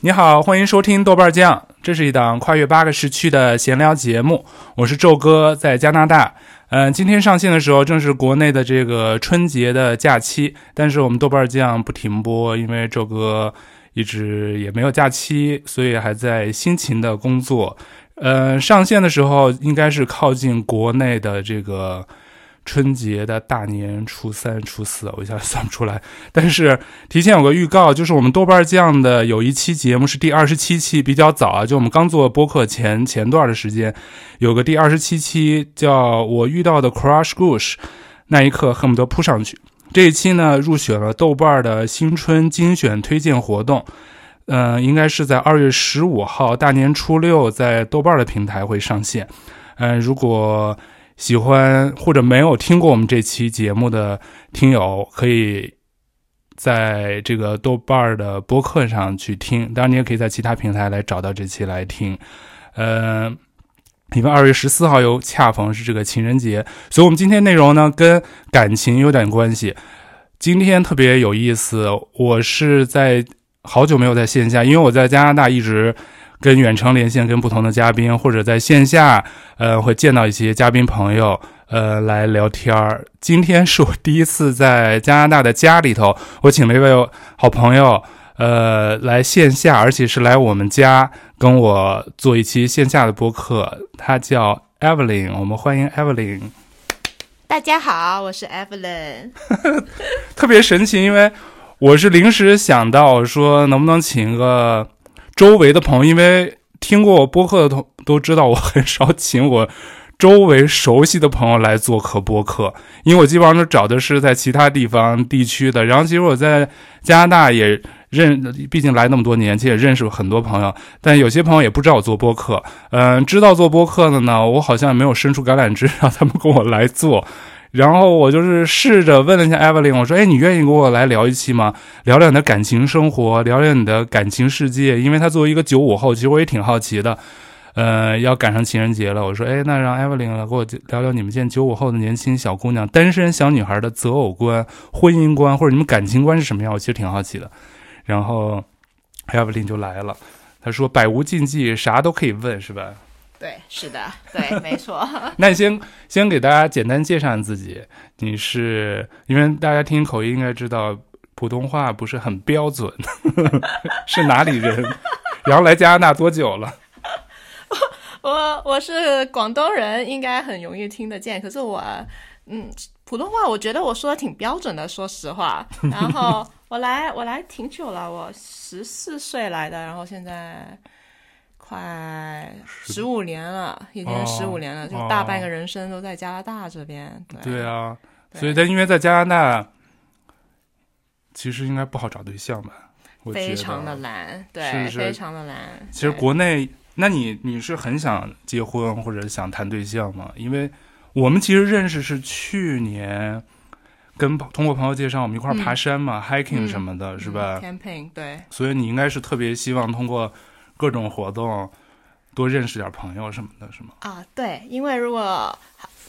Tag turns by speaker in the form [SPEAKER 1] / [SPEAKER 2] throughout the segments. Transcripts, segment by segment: [SPEAKER 1] 你好，欢迎收听豆瓣酱，这是一档跨越八个时区的闲聊节目。我是宙哥，在加拿大。嗯、今天上线的时候正是国内的这个春节的假期，但是我们豆瓣酱不停播，因为宙哥一直也没有假期，所以还在辛勤的工作。呃，上线的时候应该是靠近国内的这个春节的大年初三、初四，我一下算不出来。但是提前有个预告，就是我们豆瓣酱的有一期节目是第二十七期，比较早啊，就我们刚做播客前前段的时间，有个第二十七期叫我遇到的 Crush Gush，那一刻恨不得扑上去。这一期呢，入选了豆瓣的新春精选推荐活动，嗯、应该是在二月十五号大年初六在豆瓣的平台会上线。嗯、如果喜欢或者没有听过我们这期节目的听友，可以在这个豆瓣儿的播客上去听，当然你也可以在其他平台来找到这期来听。呃，因为二月十四号又恰逢是这个情人节，所以我们今天内容呢跟感情有点关系。今天特别有意思，我是在好久没有在线下，因为我在加拿大一直跟远程连线，跟不同的嘉宾，或者在线下，呃，会见到一些嘉宾朋友，呃，来聊天儿。今天是我第一次在加拿大的家里头，我请了一位好朋友，呃，来线下，而且是来我们家跟我做一期线下的播客。他叫 Evelyn，我们欢迎 Evelyn。
[SPEAKER 2] 大家好，我是 Evelyn。
[SPEAKER 1] 特别神奇，因为我是临时想到说，能不能请一个周围的朋友，因为听过我播客的同都知道，我很少请我周围熟悉的朋友来做客播客，因为我基本上都找的是在其他地方地区的。然后，其实我在加拿大也认，毕竟来那么多年，其实也认识很多朋友，但有些朋友也不知道我做播客，嗯、知道做播客的呢，我好像没有伸出橄榄枝让他们跟我来做。然后我就是试着问了一下 Evelyn，我说：“哎，你愿意跟我来聊一期吗？聊聊你的感情生活，聊聊你的感情世界。因为她作为一个九五后，其实我也挺好奇的。呃，要赶上情人节了，我说：哎，那让 Evelyn 来跟我聊聊你们现在九五后的年轻小姑娘、单身小女孩的择偶观、婚姻观，或者你们感情观是什么样？我其实挺好奇的。然后 Evelyn 就来了，她说：百无禁忌，啥都可以问，是吧？
[SPEAKER 2] 对，是的，对，没错。
[SPEAKER 1] 那你先先给大家简单介绍你自己，你是因为大家听口音应该知道普通话不是很标准， 是哪里人？然后来加拿大多久了？
[SPEAKER 2] 我我是广东人，应该很容易听得见。可是我，嗯，普通话我觉得我说的挺标准的，说实 话。然后我来我来挺久了，我十四岁来的，然后现在快十五年了，已经十五年了，就大半个人生都在加拿大这边。
[SPEAKER 1] 对啊，
[SPEAKER 2] 对
[SPEAKER 1] 所以他因为在加拿大，其实应该不好找对象吧？我觉得
[SPEAKER 2] 非常的难，对，
[SPEAKER 1] 是是
[SPEAKER 2] 非常的难。
[SPEAKER 1] 其实
[SPEAKER 2] 对
[SPEAKER 1] 国内，那你你是很想结婚或者想谈对象吗？因为我们其实认识是去年跟朋通过朋友介绍，我们一块儿爬山嘛、h i k i n g
[SPEAKER 2] 嗯
[SPEAKER 1] 什么的，是
[SPEAKER 2] 嗯
[SPEAKER 1] 吧？
[SPEAKER 2] ？camping 对，
[SPEAKER 1] 所以你应该是特别希望通过各种活动多认识点朋友什么的，是吗？
[SPEAKER 2] 啊，对，因为如果，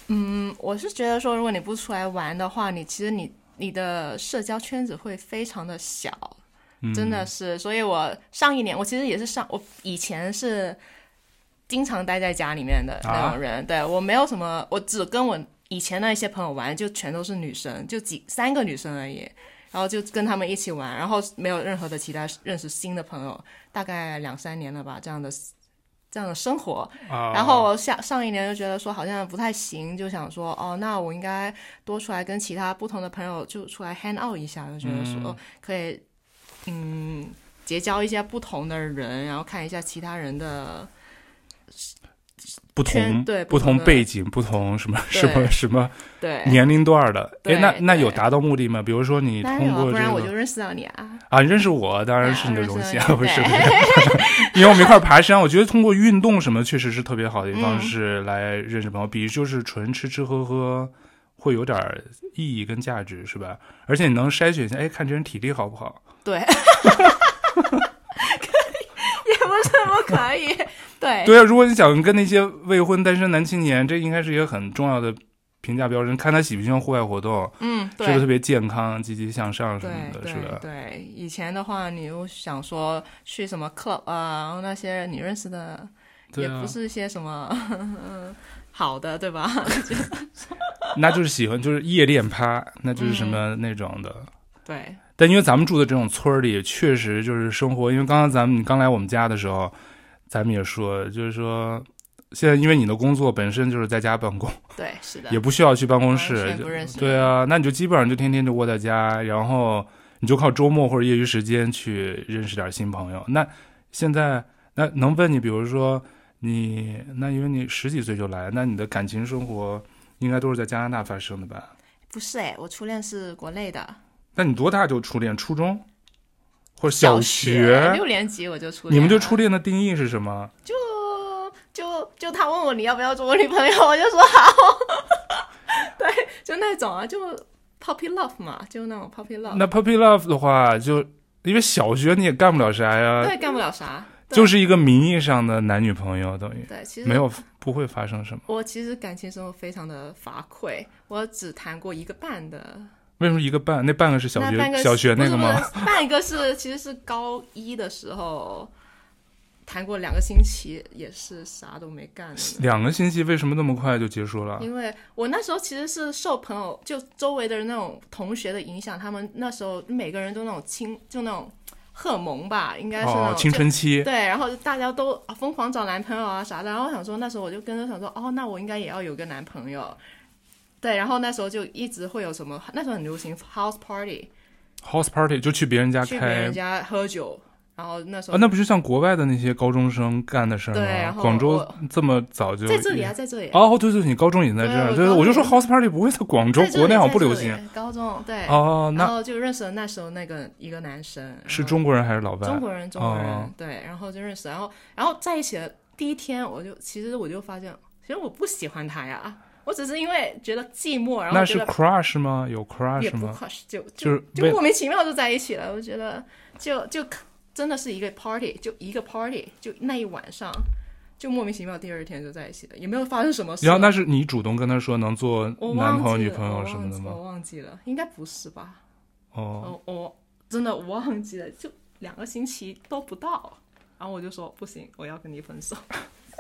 [SPEAKER 2] 嗯，我是觉得说，如果你不出来玩的话，你其实你你的社交圈子会非常的小，
[SPEAKER 1] 嗯，
[SPEAKER 2] 真的是。所以我上一年，我其实也是上，我以前是经常待在家里面的那
[SPEAKER 1] 啊
[SPEAKER 2] 种人，对我没有什么，我只跟我以前的一些朋友玩，就全都是女生，就几三个女生而已。然后就跟他们一起玩，然后没有任何的其他认识新的朋友，大概两三年了吧，这样的这样的生活。
[SPEAKER 1] 啊。
[SPEAKER 2] 然后我下上一年就觉得说好像不太行，就想说哦，那我应该多出来跟其他不同的朋友就出来 hang out 一下，就觉得说哦可以嗯结交一些不同的人，然后看一下其他人的
[SPEAKER 1] 不
[SPEAKER 2] 圈
[SPEAKER 1] 同
[SPEAKER 2] 对
[SPEAKER 1] 不
[SPEAKER 2] 不同
[SPEAKER 1] 同
[SPEAKER 2] 的
[SPEAKER 1] 背景、不同什么什么
[SPEAKER 2] 对
[SPEAKER 1] 什么
[SPEAKER 2] 对。
[SPEAKER 1] 年龄段儿的，哎
[SPEAKER 2] 对，
[SPEAKER 1] 那那有
[SPEAKER 2] 对
[SPEAKER 1] 达到目的吗？比如说你
[SPEAKER 2] 当
[SPEAKER 1] 通
[SPEAKER 2] 然有啊，
[SPEAKER 1] 过
[SPEAKER 2] 不
[SPEAKER 1] 这
[SPEAKER 2] 然我
[SPEAKER 1] 个
[SPEAKER 2] 就认识到你 啊！
[SPEAKER 1] 啊，你认识我当然
[SPEAKER 2] 对
[SPEAKER 1] 是你的荣幸，
[SPEAKER 2] 啊认识
[SPEAKER 1] 不是
[SPEAKER 2] 对
[SPEAKER 1] 不是， 因为我们一块儿爬山，我觉得通过运动什么确实是特别好的一个
[SPEAKER 2] 嗯
[SPEAKER 1] 方式来认识朋友，比就是纯吃吃喝喝会有点儿意义跟价值，是吧？而且你能筛选一下，哎，看这人体力好不好？
[SPEAKER 2] 对， 可以，也不是不可以，对，
[SPEAKER 1] 对啊，如果你想跟那些未婚单身男青年，这应该是一个很重要的评价标准，看他喜不喜欢户外活动，
[SPEAKER 2] 嗯，
[SPEAKER 1] 是不是
[SPEAKER 2] 对
[SPEAKER 1] 特别健康、积极向上什么
[SPEAKER 2] 对
[SPEAKER 1] 的，是
[SPEAKER 2] 对
[SPEAKER 1] 吧？
[SPEAKER 2] 对。以前的话，你又想说去什么 club 啊，然后那些你认识的
[SPEAKER 1] 对
[SPEAKER 2] 也
[SPEAKER 1] 啊
[SPEAKER 2] 不，是一些什么 好的，对吧？
[SPEAKER 1] 那就是喜欢就是夜店趴，那就是什
[SPEAKER 2] 嗯
[SPEAKER 1] 么那种的。
[SPEAKER 2] 对，
[SPEAKER 1] 但因为咱们住的这种村儿里，确实就是生活。因为刚刚咱们你刚来我们家的时候，咱们也说，就是说，现在因为你的工作本身就是在家办公，
[SPEAKER 2] 对，是的
[SPEAKER 1] 也，不需要去办公
[SPEAKER 2] 完
[SPEAKER 1] 室
[SPEAKER 2] 全，不认识。
[SPEAKER 1] 对，啊，那你就基本上就天天就窝在家，然后嗯你就靠周末或者业余时间去认识点新朋友。那现在那能问你，比如说你那因为你十几岁就来，那你的感情生活应该都是在加拿大发生的吧？
[SPEAKER 2] 不是哎，我初恋是国内的，
[SPEAKER 1] 那你多大就初恋？初中或者
[SPEAKER 2] 学
[SPEAKER 1] 学？
[SPEAKER 2] 六年级我就初恋了，
[SPEAKER 1] 你们对初恋的定义是什么？
[SPEAKER 2] 就就就他问我你要不要做我女朋友， 我就说好，对，就那种啊，就 puppy love 嘛，就那种 puppy love，
[SPEAKER 1] 那 puppy love 的话，就因为小学你也干不了啥呀，
[SPEAKER 2] 对，干不了啥，对
[SPEAKER 1] 就是一个名义上的男女朋友，等于
[SPEAKER 2] 对，其实
[SPEAKER 1] 没有不会发生什么。
[SPEAKER 2] 我其实感情生活非常的乏愧，我只谈过一个半的，
[SPEAKER 1] 为什么一个半？那半个是小
[SPEAKER 2] 那半个
[SPEAKER 1] 学
[SPEAKER 2] 是
[SPEAKER 1] 小学那个
[SPEAKER 2] 不
[SPEAKER 1] 吗？
[SPEAKER 2] 是不是半个是其实是高一的时候谈过两个星期，也是啥都没干的呢。
[SPEAKER 1] 两个星期为什么那么快就结束了？
[SPEAKER 2] 因为我那时候其实是受朋友就周围的那种同学的影响，他们那时候每个人都那种青，就那种荷尔蒙吧，应该是那
[SPEAKER 1] 哦
[SPEAKER 2] 种，
[SPEAKER 1] 青春
[SPEAKER 2] 就
[SPEAKER 1] 期，
[SPEAKER 2] 对，然后大家都啊疯狂找男朋友啊啥的，然后我想说那时候我就跟着想说，哦，那我应该也要有个男朋友。对，然后那时候就一直会有什么，那时候很流行 house party，
[SPEAKER 1] house party 就去别人家
[SPEAKER 2] 去别
[SPEAKER 1] 开
[SPEAKER 2] 人家喝酒，然后那时候、
[SPEAKER 1] 啊，那不是像国外的那些高中生干的事儿
[SPEAKER 2] 对然
[SPEAKER 1] 吗？
[SPEAKER 2] 后
[SPEAKER 1] 广州
[SPEAKER 2] 我
[SPEAKER 1] 这么早就
[SPEAKER 2] 在这里啊，在这里，
[SPEAKER 1] 哦，对对，你高中也在这儿，
[SPEAKER 2] 对
[SPEAKER 1] 对，
[SPEAKER 2] 我高中
[SPEAKER 1] 我就说 house party 不会在广州
[SPEAKER 2] 在，这里
[SPEAKER 1] 国内好像不
[SPEAKER 2] 在这
[SPEAKER 1] 流
[SPEAKER 2] 里
[SPEAKER 1] 行。
[SPEAKER 2] 高中对，
[SPEAKER 1] 哦，那
[SPEAKER 2] 然后就认识了那时候那个一个男生，然
[SPEAKER 1] 是
[SPEAKER 2] 后
[SPEAKER 1] 中国人还是老外？啊
[SPEAKER 2] 中国人，中国人，
[SPEAKER 1] 哦
[SPEAKER 2] 对，然后就认识，然后然后在一起的第一天，我就其实我就发现，其实我不喜欢他呀，我只是因为觉得寂寞，然后
[SPEAKER 1] 那
[SPEAKER 2] 觉
[SPEAKER 1] 是
[SPEAKER 2] 得
[SPEAKER 1] crush 吗？有
[SPEAKER 2] 也
[SPEAKER 1] crush
[SPEAKER 2] 不
[SPEAKER 1] 吗？
[SPEAKER 2] crush，就
[SPEAKER 1] 就
[SPEAKER 2] 就是就
[SPEAKER 1] 为
[SPEAKER 2] 莫名其妙就在一起了，我觉得就就真的是一个 party，就一个 party，就那一晚上。就莫名其妙，第二天就在一起了，也没有发生什么事。
[SPEAKER 1] 然后那是你主动跟他说能做
[SPEAKER 2] 我忘
[SPEAKER 1] 男
[SPEAKER 2] 记
[SPEAKER 1] 朋友、女朋
[SPEAKER 2] 了我
[SPEAKER 1] 友什
[SPEAKER 2] 忘
[SPEAKER 1] 么的
[SPEAKER 2] 记
[SPEAKER 1] 吗？
[SPEAKER 2] 我忘记了，应该不是吧？
[SPEAKER 1] 哦，
[SPEAKER 2] 哦，我真的忘记了，就两个星期都不到，然后我就说不行，我要跟你分手。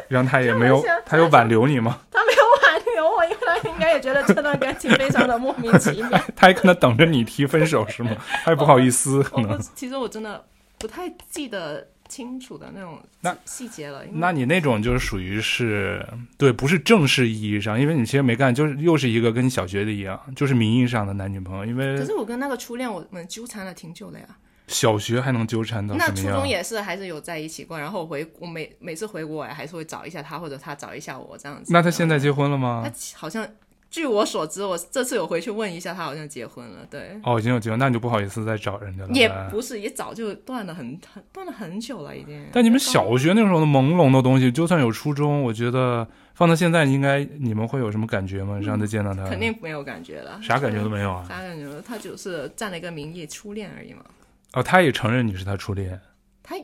[SPEAKER 1] 然后他也
[SPEAKER 2] 就
[SPEAKER 1] 没有
[SPEAKER 2] 好像，
[SPEAKER 1] 他有挽留你吗？
[SPEAKER 2] 他没有挽留我，因为他应该也觉得这段感情非常的莫名其妙。
[SPEAKER 1] 他还可能等着你提分手是吗？他也不好意思， 可
[SPEAKER 2] 我
[SPEAKER 1] 能
[SPEAKER 2] 不，其实我真的不太记得清楚的那种
[SPEAKER 1] 那
[SPEAKER 2] 细节了。因为
[SPEAKER 1] 那你那种就是属于是对，不是正式意义上，因为你其实没干，就是又是一个跟小学的一样，就是名义上的男女朋友，因
[SPEAKER 2] 可
[SPEAKER 1] 为
[SPEAKER 2] 是我跟那个初恋，我们纠缠了挺久的呀。
[SPEAKER 1] 小学还能纠缠到
[SPEAKER 2] 那
[SPEAKER 1] 什么
[SPEAKER 2] 初中
[SPEAKER 1] 样？
[SPEAKER 2] 也是，还是有在一起过。然后我回，我每每次回国，我还是会找一下他，或者他找一下我这样子。
[SPEAKER 1] 那他现
[SPEAKER 2] 在
[SPEAKER 1] 在结婚了吗
[SPEAKER 2] 他？好像，据我所知，我这次有回去问一下，他好像结婚了。对，
[SPEAKER 1] 哦，已经有结婚，那你就不好意思再找人家了。哎
[SPEAKER 2] 也不是，也早就断了很很断了很久了，已经。
[SPEAKER 1] 但你们小学那时候的朦胧的东西，就算有初中，我觉得放到现在，应该你们会有什么感觉吗？上次见到他，
[SPEAKER 2] 嗯肯定没有感觉了，
[SPEAKER 1] 嗯啥感觉都没有啊。
[SPEAKER 2] 啥感觉？他就是占了一个名义初恋而已嘛。
[SPEAKER 1] 哦，他也承认你是他初恋。
[SPEAKER 2] 他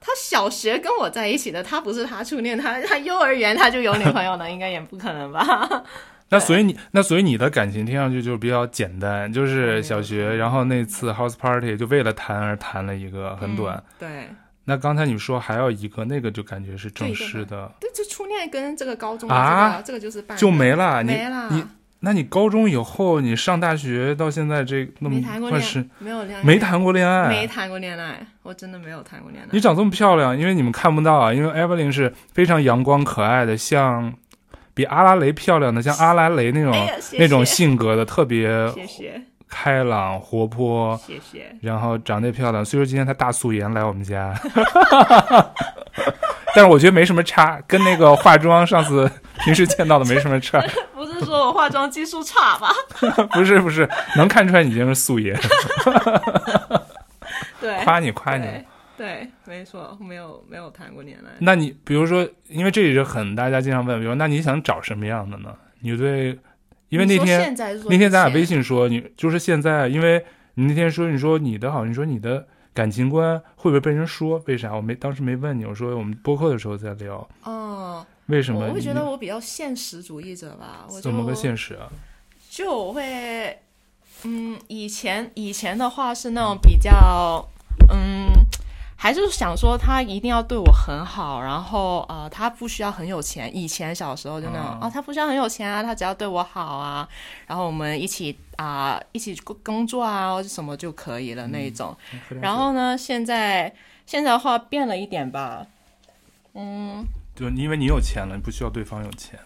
[SPEAKER 2] 他小学跟我在一起的，他不是他初恋，他他幼儿园他就有女朋友了，应该也不可能吧？
[SPEAKER 1] 那所以你那所以你的感情听上去就比较简单，就是小学，然后那次 house party 就为了谈而谈了一个很短。
[SPEAKER 2] 嗯对，
[SPEAKER 1] 那刚才你说还有一个，那个就感觉是正式的，
[SPEAKER 2] 对，就初恋跟这个高中
[SPEAKER 1] 啊
[SPEAKER 2] 这个、这个就是半
[SPEAKER 1] 就没了。你
[SPEAKER 2] 没了，
[SPEAKER 1] 你那你高中以后，你上大学到现在这那么
[SPEAKER 2] 没谈过
[SPEAKER 1] 快
[SPEAKER 2] 恋
[SPEAKER 1] 是
[SPEAKER 2] 爱，没有恋爱，
[SPEAKER 1] 没谈过恋爱，
[SPEAKER 2] 没谈过恋爱，我真的没有谈过恋爱
[SPEAKER 1] 你。长这么漂亮，因为你们看不到啊，因为 Evelyn 是非常阳光可爱的，像比阿拉蕾漂亮的，像阿拉蕾那种、
[SPEAKER 2] 哎呀谢谢
[SPEAKER 1] 那种性格的，特别
[SPEAKER 2] 谢谢
[SPEAKER 1] 开朗活泼，
[SPEAKER 2] 谢谢，
[SPEAKER 1] 然后长得也漂亮。虽说今天她大素颜来我们家， 但是我觉得没什么差，跟那个化妆上 次平时见到的没什么差。
[SPEAKER 2] 不是说我化妆技术差吧？
[SPEAKER 1] 不是不是，能看出来你已经是素颜，
[SPEAKER 2] 对，
[SPEAKER 1] 夸你夸你。
[SPEAKER 2] 哎对对，没错，没有没有谈过恋爱。
[SPEAKER 1] 那你比如说，因为这也是很大家经常问，比如说那你想找什么样的呢？你对，因为那
[SPEAKER 2] 你说
[SPEAKER 1] 天
[SPEAKER 2] 现在是说
[SPEAKER 1] 那天咱
[SPEAKER 2] 以
[SPEAKER 1] 俩
[SPEAKER 2] 前
[SPEAKER 1] 微信说你就是现在，因为你那天说你说你的好，你说你的感情观会不会被人说？为啥？我没当时没问你，我说我们播客的时候再聊。
[SPEAKER 2] 哦，
[SPEAKER 1] 为什么
[SPEAKER 2] 我
[SPEAKER 1] 你？
[SPEAKER 2] 会觉得我比较现实主义者吧，我就
[SPEAKER 1] 怎么个现实啊？
[SPEAKER 2] 就我会，嗯，以前以前的话是那种比较，嗯，还是想说他一定要对我很好，然后呃，他不需要很有钱。以前小时候就那种，
[SPEAKER 1] 啊
[SPEAKER 2] 哦，他不需要很有钱啊，他只要对我好啊，然后我们一起啊、一起工工作啊，或者什么就可以了那一种。然后呢，现在现在的话变了一点吧，
[SPEAKER 1] 就因为你有钱了，你不需要对方有钱。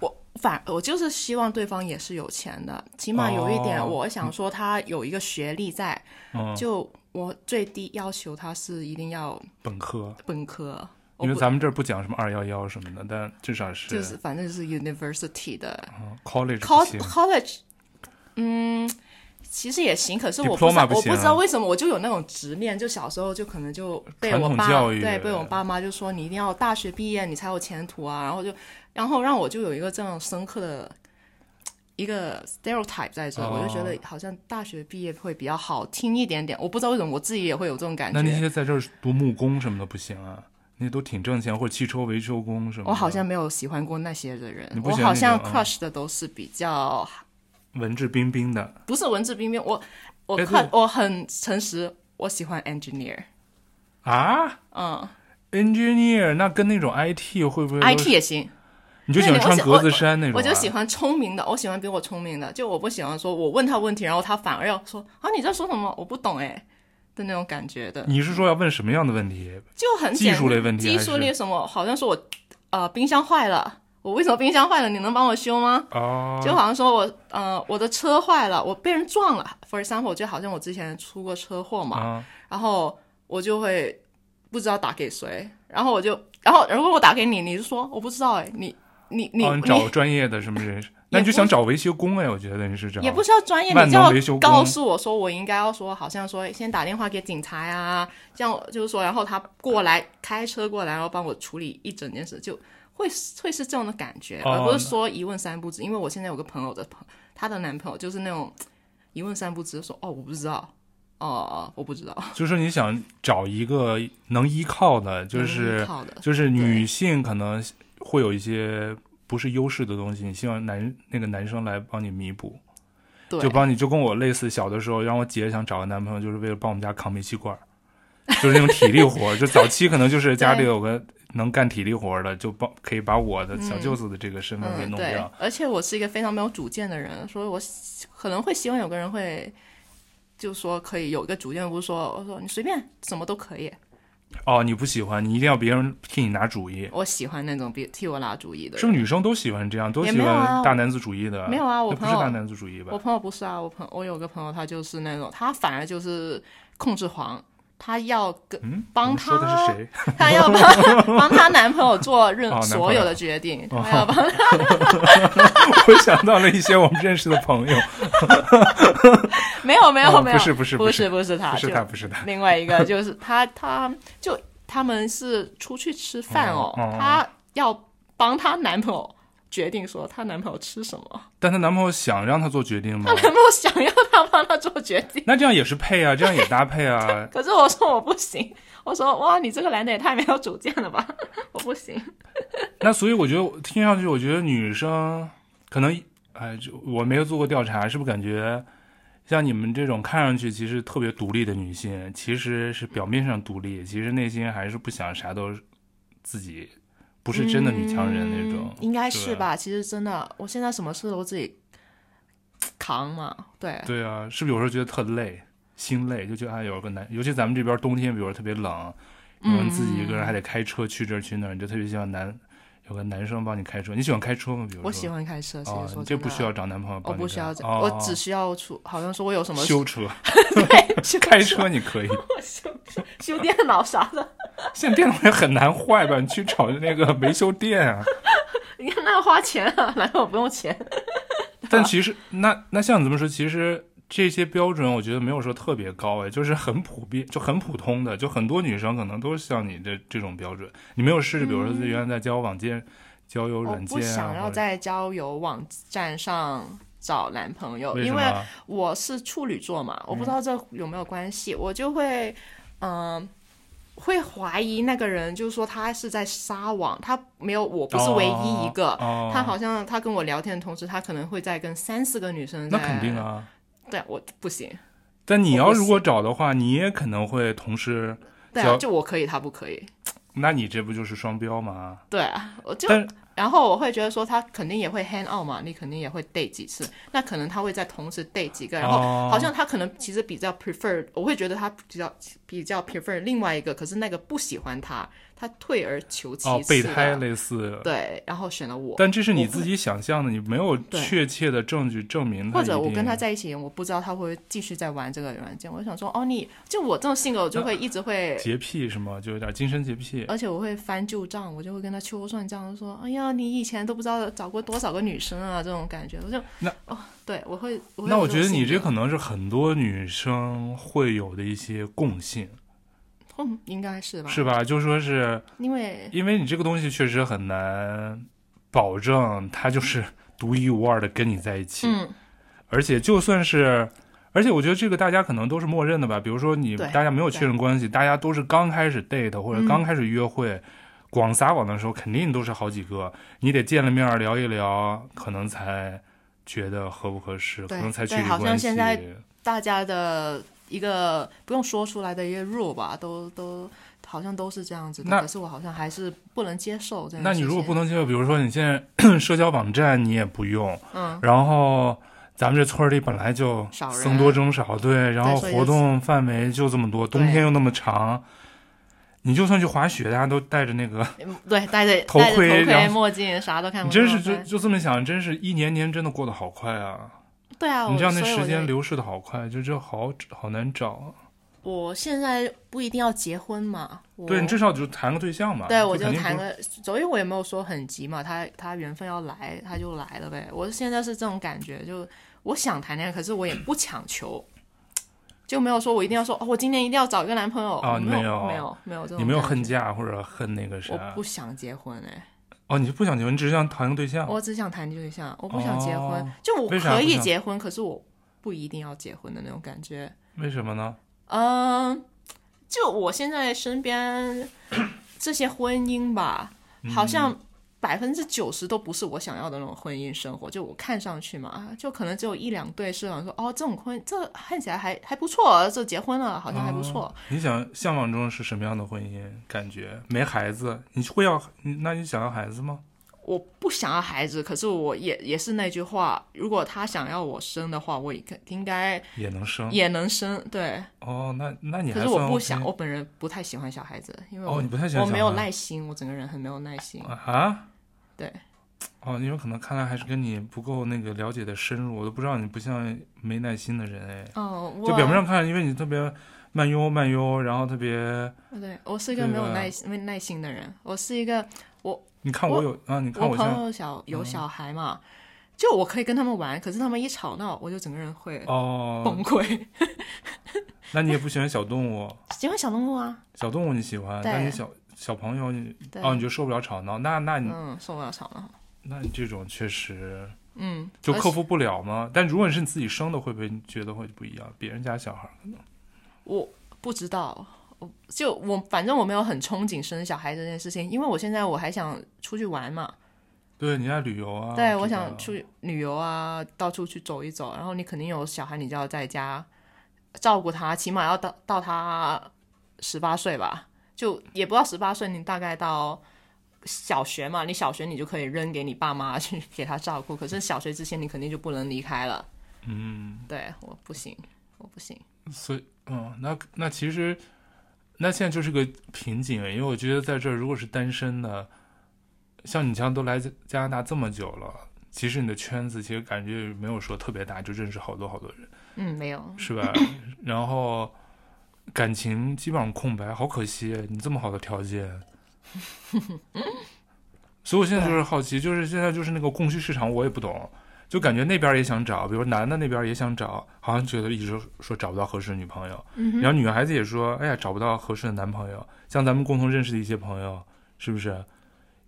[SPEAKER 2] 我反我就是希望对方也是有钱的，起码有一点，
[SPEAKER 1] 哦
[SPEAKER 2] 我想说他有一个学历在。
[SPEAKER 1] 嗯，
[SPEAKER 2] 就我最低要求他是一定要
[SPEAKER 1] 本科，
[SPEAKER 2] 本科，我
[SPEAKER 1] 因为
[SPEAKER 2] 不
[SPEAKER 1] 咱们这儿不讲什么二幺幺什么的，但至少是、
[SPEAKER 2] 就是反正是 university 的
[SPEAKER 1] 嗯 college 不
[SPEAKER 2] college
[SPEAKER 1] 行
[SPEAKER 2] college，嗯。其实也行，可是我不知
[SPEAKER 1] Diploma
[SPEAKER 2] 道，
[SPEAKER 1] 不
[SPEAKER 2] 我
[SPEAKER 1] 行啊
[SPEAKER 2] 不知道为什么我就有那种执念，就小时候就可能就被
[SPEAKER 1] 传
[SPEAKER 2] 我
[SPEAKER 1] 统
[SPEAKER 2] 爸
[SPEAKER 1] 教育
[SPEAKER 2] 对被我爸妈就说你一定要大学毕业你才有前途啊，然后就然后让我就有一个这样深刻的一个 stereotype 在这，
[SPEAKER 1] 哦
[SPEAKER 2] 我就觉得好像大学毕业会比较好听一点点，我不知道为什么我自己也会有这种感觉。
[SPEAKER 1] 那那些在这儿读木工什么的不行啊，那都挺挣钱，或者汽车维修工什么的。
[SPEAKER 2] 我好像没有喜欢过那些的人
[SPEAKER 1] 你，不
[SPEAKER 2] 我
[SPEAKER 1] 喜欢
[SPEAKER 2] 好
[SPEAKER 1] 那
[SPEAKER 2] 像
[SPEAKER 1] 种嗯
[SPEAKER 2] crush 的都是比较
[SPEAKER 1] 文质彬彬的，
[SPEAKER 2] 不是文质彬彬。我我
[SPEAKER 1] 哎
[SPEAKER 2] crush 我很诚实，我喜欢 engineer，
[SPEAKER 1] 啊，
[SPEAKER 2] 嗯
[SPEAKER 1] engineer，那跟那种 IT 会不会
[SPEAKER 2] ，IT 也行。
[SPEAKER 1] 你就喜欢穿格子衫那种、啊
[SPEAKER 2] 我就喜欢聪明的，我喜欢比我聪明的，就我不喜欢说我问他问题，然后他反而要说啊你在说什么，我不懂哎的那种感觉的，
[SPEAKER 1] 你是说要问什么样的问题？
[SPEAKER 2] 就很
[SPEAKER 1] 嗯技
[SPEAKER 2] 简
[SPEAKER 1] 术类问题
[SPEAKER 2] 技
[SPEAKER 1] 还
[SPEAKER 2] 术
[SPEAKER 1] 是
[SPEAKER 2] 类什么，好像说我呃冰箱坏了，我为什么冰箱坏了？你能帮我修吗？
[SPEAKER 1] 哦，
[SPEAKER 2] 就好像说我呃我的车坏了，我被人撞了。For example，就好像我之前出过车祸嘛，
[SPEAKER 1] 啊，
[SPEAKER 2] 然后我就会不知道打给谁，然后我就然后如果我打给你，你就说我不知道哎，你你你、
[SPEAKER 1] 哦，你找专业的是不是？那你就
[SPEAKER 2] 不
[SPEAKER 1] 想找维修工哎，我觉得你是找
[SPEAKER 2] 也不需要专业，
[SPEAKER 1] 万
[SPEAKER 2] 你
[SPEAKER 1] 能维
[SPEAKER 2] 就
[SPEAKER 1] 修
[SPEAKER 2] 要
[SPEAKER 1] 工
[SPEAKER 2] 告诉我说我应该要说，好像说先打电话给警察呀、这样我就是说，然后他过来开车过来，然后帮我处理一整件事，就会会是这样的感觉，
[SPEAKER 1] 哦
[SPEAKER 2] 而不是说一问三不知。因为我现在有个朋友的朋，她的男朋友就是那种一问三不知，说哦我不知道，哦哦我不知道，
[SPEAKER 1] 就是你想找一个能依靠的， 就是
[SPEAKER 2] 好的，
[SPEAKER 1] 就是女性可能会有一些不是优势的东西，你希望男那个男生来帮你弥补，
[SPEAKER 2] 对
[SPEAKER 1] 就帮你就跟我类似，小的时候让我姐想找个男朋友，就是为了帮我们家扛煤气罐儿，就是那种体力活儿。就早期可能就是家里有个能干体力活儿的，就帮可以把我的小舅子的这个身份给
[SPEAKER 2] 嗯
[SPEAKER 1] 弄
[SPEAKER 2] 对
[SPEAKER 1] 掉。，
[SPEAKER 2] 而且我是一个非常没有主见的人，所以我可能会希望有个人会。就说可以有一个主见，不是说我说你随便什么都可以，
[SPEAKER 1] 哦，你不喜欢，你一定要别人替你拿主意，
[SPEAKER 2] 我喜欢那种比替我拿主意的人。
[SPEAKER 1] 是不是？女生都喜欢这样，都
[SPEAKER 2] 也
[SPEAKER 1] 喜
[SPEAKER 2] 没有
[SPEAKER 1] 欢
[SPEAKER 2] 啊
[SPEAKER 1] 大男子主义的。
[SPEAKER 2] 没有啊我
[SPEAKER 1] 那不
[SPEAKER 2] 朋
[SPEAKER 1] 是
[SPEAKER 2] 友
[SPEAKER 1] 大男子主义吧
[SPEAKER 2] 我？朋友不是啊，我朋我有个朋友，他就是那种，他反而就是控制狂，他要跟
[SPEAKER 1] 嗯，
[SPEAKER 2] 帮
[SPEAKER 1] 你说的是
[SPEAKER 2] 他
[SPEAKER 1] 谁？
[SPEAKER 2] 他要帮帮他男朋友做任
[SPEAKER 1] 哦男朋友哦
[SPEAKER 2] 所有的决定，他要帮
[SPEAKER 1] 我想到了一些我们认识的朋 友，
[SPEAKER 2] 没有没有
[SPEAKER 1] 哦
[SPEAKER 2] 没有，
[SPEAKER 1] 不是不是不
[SPEAKER 2] 不
[SPEAKER 1] 是
[SPEAKER 2] 是不是他，
[SPEAKER 1] 不是
[SPEAKER 2] 就
[SPEAKER 1] 他，不是他。
[SPEAKER 2] 另外一个就是他他就他们是出去吃饭哦
[SPEAKER 1] 哦哦，
[SPEAKER 2] 她要帮她男朋友决定说她男朋友吃什么，
[SPEAKER 1] 但她男朋友想让她做决 定吗
[SPEAKER 2] 她？男朋友想要她帮他做决定。
[SPEAKER 1] 那这样也是配啊，这样也搭配啊。
[SPEAKER 2] 可是我说我不行，我说哇，你这个男的也太没有主见了吧， 我不行。
[SPEAKER 1] 那所以我觉得听上去，我觉得女生可能，哎，就我没有做过调查，是不是感觉像你们这种看上去其实特别独立的女性，其实是表面上独立，其实内心还是不想啥都自己，不是真的女强人那种。
[SPEAKER 2] 应该
[SPEAKER 1] 对啊
[SPEAKER 2] 是吧？其实真的，我现在什么事都自己扛嘛，对，
[SPEAKER 1] 对啊，是不是有时候觉得特累，心累，就觉得哎，有个男，尤其咱们这边冬天，比如说特别冷，有人自己一
[SPEAKER 2] 嗯
[SPEAKER 1] 个人还得开车去这儿去那儿，你就特别希望男有个男生帮你开车。你喜欢开车吗？比如说，
[SPEAKER 2] 我喜欢开车，其
[SPEAKER 1] 哦
[SPEAKER 2] 实，说
[SPEAKER 1] 你这
[SPEAKER 2] 真
[SPEAKER 1] 不
[SPEAKER 2] 的，
[SPEAKER 1] 需要找男朋友
[SPEAKER 2] 我
[SPEAKER 1] 帮你开，
[SPEAKER 2] 不需要这，
[SPEAKER 1] 哦、
[SPEAKER 2] 我只需要出，好像说我有什么
[SPEAKER 1] 修车、
[SPEAKER 2] 对修
[SPEAKER 1] 开车你可以。
[SPEAKER 2] 修修电脑啥的，
[SPEAKER 1] 现在电脑也很难坏吧？你去找那个维修店 啊。
[SPEAKER 2] 你看那要花钱啊， 难道我不用 钱？
[SPEAKER 1] 但其实，那那像你这么说，其实这些标准我觉得没有说特别高哎，就是很普遍，就很普通的，就很多女生可能都像你这这种标准。你没有试着，比如说原来在交友网件、交友
[SPEAKER 2] 我
[SPEAKER 1] 软件
[SPEAKER 2] 哦不
[SPEAKER 1] 啊，
[SPEAKER 2] 想要
[SPEAKER 1] 或者
[SPEAKER 2] 在交友网站上找男朋友，
[SPEAKER 1] 为什
[SPEAKER 2] 因
[SPEAKER 1] 么
[SPEAKER 2] 为
[SPEAKER 1] 啊
[SPEAKER 2] 我是处女座嘛，我不知道这有没有关系，我就会，嗯、会怀疑那个人，就是说他是在撒网，他没有，我不是唯一一个。
[SPEAKER 1] 哦
[SPEAKER 2] 他好像他跟我聊天的同时，他可能会在跟三四个女生在。
[SPEAKER 1] 那肯定。啊。
[SPEAKER 2] 对，我不行。
[SPEAKER 1] 但你要
[SPEAKER 2] 我不
[SPEAKER 1] 如果找的话，你也可能会同时，
[SPEAKER 2] 对
[SPEAKER 1] 小
[SPEAKER 2] 啊，就我可以，他不可以。
[SPEAKER 1] 那你这不就是双标吗？
[SPEAKER 2] 对啊，我就
[SPEAKER 1] 但
[SPEAKER 2] 然后我会觉得说他肯定也会 hang out 嘛，你肯定也会 date 几次，那可能他会在同时 date 几个，然后
[SPEAKER 1] 哦
[SPEAKER 2] 好像他可能其实比较 prefer，我会觉得他比较比较 prefer 另外一个，可是那个不喜欢他，他退而求其次、
[SPEAKER 1] 哦，备胎，类似，
[SPEAKER 2] 对，然后选了我，
[SPEAKER 1] 但这是你自己想象的，你没有
[SPEAKER 2] 对
[SPEAKER 1] 确切的证据证明他
[SPEAKER 2] 或者
[SPEAKER 1] 一
[SPEAKER 2] 我
[SPEAKER 1] 定
[SPEAKER 2] 跟他在一起，我不知道他会不会继续在玩这个软件，我就想说，哦，你就我这种性格，我就会一直会。
[SPEAKER 1] 洁癖是吗？就有点精神洁癖。
[SPEAKER 2] 而且我会翻旧账，我就会跟他秋后算账，说：“哎呀，你以前都不知道找过多少个女生啊，这种感觉。”我就
[SPEAKER 1] 那
[SPEAKER 2] 哦，对我会，我会
[SPEAKER 1] 那
[SPEAKER 2] 有
[SPEAKER 1] 我
[SPEAKER 2] 这
[SPEAKER 1] 觉
[SPEAKER 2] 种
[SPEAKER 1] 得你
[SPEAKER 2] 性
[SPEAKER 1] 这
[SPEAKER 2] 格
[SPEAKER 1] 可能是很多女生会有的一些共性，
[SPEAKER 2] 嗯，应该是吧？
[SPEAKER 1] 是吧？就说是
[SPEAKER 2] 因为
[SPEAKER 1] 因为你这个东西确实很难保证它就是独一无二的跟你在一起，
[SPEAKER 2] 嗯，
[SPEAKER 1] 而且就算是，而且我觉得这个大家可能都是默认的吧。比如说你
[SPEAKER 2] 对
[SPEAKER 1] 大家没有确认关系，大家都是刚开始 date 或者
[SPEAKER 2] 嗯
[SPEAKER 1] 刚开始约会。广撒网的时候，肯定都是好几个，你得见了面儿聊一聊，可能才觉得合不合适，可
[SPEAKER 2] 对
[SPEAKER 1] 能才确
[SPEAKER 2] 对
[SPEAKER 1] 定
[SPEAKER 2] 好
[SPEAKER 1] 关系。
[SPEAKER 2] 像现在大家的一个不用说出来的一个 rule 吧，都都好像都是这样子的。
[SPEAKER 1] 那
[SPEAKER 2] 可是我好像还是不能接受这样。
[SPEAKER 1] 那你如果不，能接受，比如说你现在 社交网站你也不用，
[SPEAKER 2] 嗯，
[SPEAKER 1] 然后咱们这村儿里本来就
[SPEAKER 2] 少人
[SPEAKER 1] 僧多粥少，对，然后
[SPEAKER 2] 所以就
[SPEAKER 1] 活动范围就这么多，
[SPEAKER 2] 对
[SPEAKER 1] 冬天又那么长，你就算去滑雪，大家都戴着那个，
[SPEAKER 2] 嗯对，戴着
[SPEAKER 1] 头
[SPEAKER 2] 戴着
[SPEAKER 1] 盔
[SPEAKER 2] 头
[SPEAKER 1] 然
[SPEAKER 2] 盔、
[SPEAKER 1] 后
[SPEAKER 2] 墨镜，啥都 看
[SPEAKER 1] 你
[SPEAKER 2] 不
[SPEAKER 1] 真是
[SPEAKER 2] 到
[SPEAKER 1] 就就这么想，真是一年年真的过得好快啊！
[SPEAKER 2] 对啊，
[SPEAKER 1] 你
[SPEAKER 2] 我
[SPEAKER 1] 知道那
[SPEAKER 2] 所以我
[SPEAKER 1] 时间
[SPEAKER 2] 就
[SPEAKER 1] 流逝的好快，就这好好难找啊。
[SPEAKER 2] 我现在不一定要结婚嘛，我
[SPEAKER 1] 对你至少就谈个对象嘛，
[SPEAKER 2] 对，我
[SPEAKER 1] 就
[SPEAKER 2] 就
[SPEAKER 1] 肯定
[SPEAKER 2] 谈
[SPEAKER 1] 啊不
[SPEAKER 2] 个，所以我也没有说很急嘛，他他缘分要来他就来了呗。我现在是这种感觉，就我想谈恋爱，可是我也不强求，就没有说我一定要说哦，我今年一定要找一个男朋友。
[SPEAKER 1] 啊
[SPEAKER 2] 没
[SPEAKER 1] 没有
[SPEAKER 2] 有没有没有这种，
[SPEAKER 1] 你没有恨，啊嫁或者恨那个啥
[SPEAKER 2] 我，不想结婚哎，
[SPEAKER 1] 哦，你就不想结婚，你只是想谈个对象。
[SPEAKER 2] 我只想谈对象，我不想结婚，
[SPEAKER 1] 啊哦
[SPEAKER 2] 就我
[SPEAKER 1] 为啥
[SPEAKER 2] 可
[SPEAKER 1] 不
[SPEAKER 2] 以
[SPEAKER 1] 想
[SPEAKER 2] 结婚，可是我不一定要结婚的那种感觉。
[SPEAKER 1] 为什么呢？
[SPEAKER 2] 嗯，就我现在身边这些婚姻吧，好
[SPEAKER 1] 嗯
[SPEAKER 2] 像百分之九十都不是我想要的那种婚姻生活。就我看上去嘛，啊就可能只有一两对是想说，哦，这种婚这看起来还还不错，这结婚了好像还不错。
[SPEAKER 1] 哦你想向往中是什么样的婚姻？感觉没孩子，你会要？你那你想要孩子吗？
[SPEAKER 2] 我不想要孩子，可是我也也是那句话，如果他想要我生的话，我也可应该
[SPEAKER 1] 也能生
[SPEAKER 2] 也能生。对，
[SPEAKER 1] 哦，那那嗯你还
[SPEAKER 2] 可是
[SPEAKER 1] 算
[SPEAKER 2] 我不
[SPEAKER 1] OK
[SPEAKER 2] 想，我本人不太喜欢小孩子，因为我、
[SPEAKER 1] 哦你不太喜欢
[SPEAKER 2] 我
[SPEAKER 1] 小
[SPEAKER 2] 没有
[SPEAKER 1] 孩
[SPEAKER 2] 耐心，我整个人很没有耐心。
[SPEAKER 1] 啊？
[SPEAKER 2] 对。
[SPEAKER 1] 哦，因为可能看来还是跟你不够那个了解的深入，我都不知道你不像没耐心的人哎。
[SPEAKER 2] 哦，我
[SPEAKER 1] 就表面上看，因为你特别慢悠慢悠，然后特别，
[SPEAKER 2] 对我是一个
[SPEAKER 1] 对
[SPEAKER 2] 没有
[SPEAKER 1] 吧
[SPEAKER 2] 耐心、没耐心的人。我是一个，
[SPEAKER 1] 你看我
[SPEAKER 2] 我
[SPEAKER 1] 有啊，你看
[SPEAKER 2] 我
[SPEAKER 1] 我像嗯
[SPEAKER 2] 朋友小有小孩嘛，就我可以跟他们玩，可是他们一吵闹，我就整个人会
[SPEAKER 1] 哦，
[SPEAKER 2] 崩溃。
[SPEAKER 1] 那你也不喜欢小动物，
[SPEAKER 2] 喜欢小动物啊，
[SPEAKER 1] 小动物你喜欢，
[SPEAKER 2] 对
[SPEAKER 1] 但你小小朋友你
[SPEAKER 2] 对，
[SPEAKER 1] 哦你就受不了吵闹，那那你
[SPEAKER 2] 嗯，受不了吵闹，
[SPEAKER 1] 那你这种确实
[SPEAKER 2] 嗯，
[SPEAKER 1] 就
[SPEAKER 2] 而
[SPEAKER 1] 克
[SPEAKER 2] 且
[SPEAKER 1] 服不了吗？但如果是你自己生的，会不会你觉得会不一样？别人家小孩儿，
[SPEAKER 2] 我不知道。我就我反正我没有很憧憬生小孩这件事情，因为我现在我还想出去玩嘛，
[SPEAKER 1] 对，你在旅游啊？
[SPEAKER 2] 对
[SPEAKER 1] 知
[SPEAKER 2] 我
[SPEAKER 1] 道
[SPEAKER 2] 想去旅游啊，到处去走一走。然后你肯定有小孩，你就要在家照顾他，起码要到到他十八岁吧，就也不到十八岁，你大概到小学嘛，你小学你就可以扔给你爸妈去给他照顾，可是小学之前你肯定就不能离开了。嗯，对我不行，我不行。
[SPEAKER 1] 所以，嗯，那那其实，那现在就是个瓶颈，因为我觉得在这儿，如果是单身的，像你这样都来加拿大这么久了，其实你的圈子其实感觉也没有说特别大，就认识好多好多人，
[SPEAKER 2] 嗯，没有，
[SPEAKER 1] 是吧？ 然后感情基本上空白，好可惜，啊你这么好的条件。 所以我现在就是好奇，就是现在就是那个供需市场，我也不懂，就感觉那边也想找，比如男的那边也想找，好像觉得一直说找不到合适的女朋友。
[SPEAKER 2] 嗯哼，
[SPEAKER 1] 然后女孩子也说：“哎呀，找不到合适的男朋友。”像咱们共同认识的一些朋友，是不是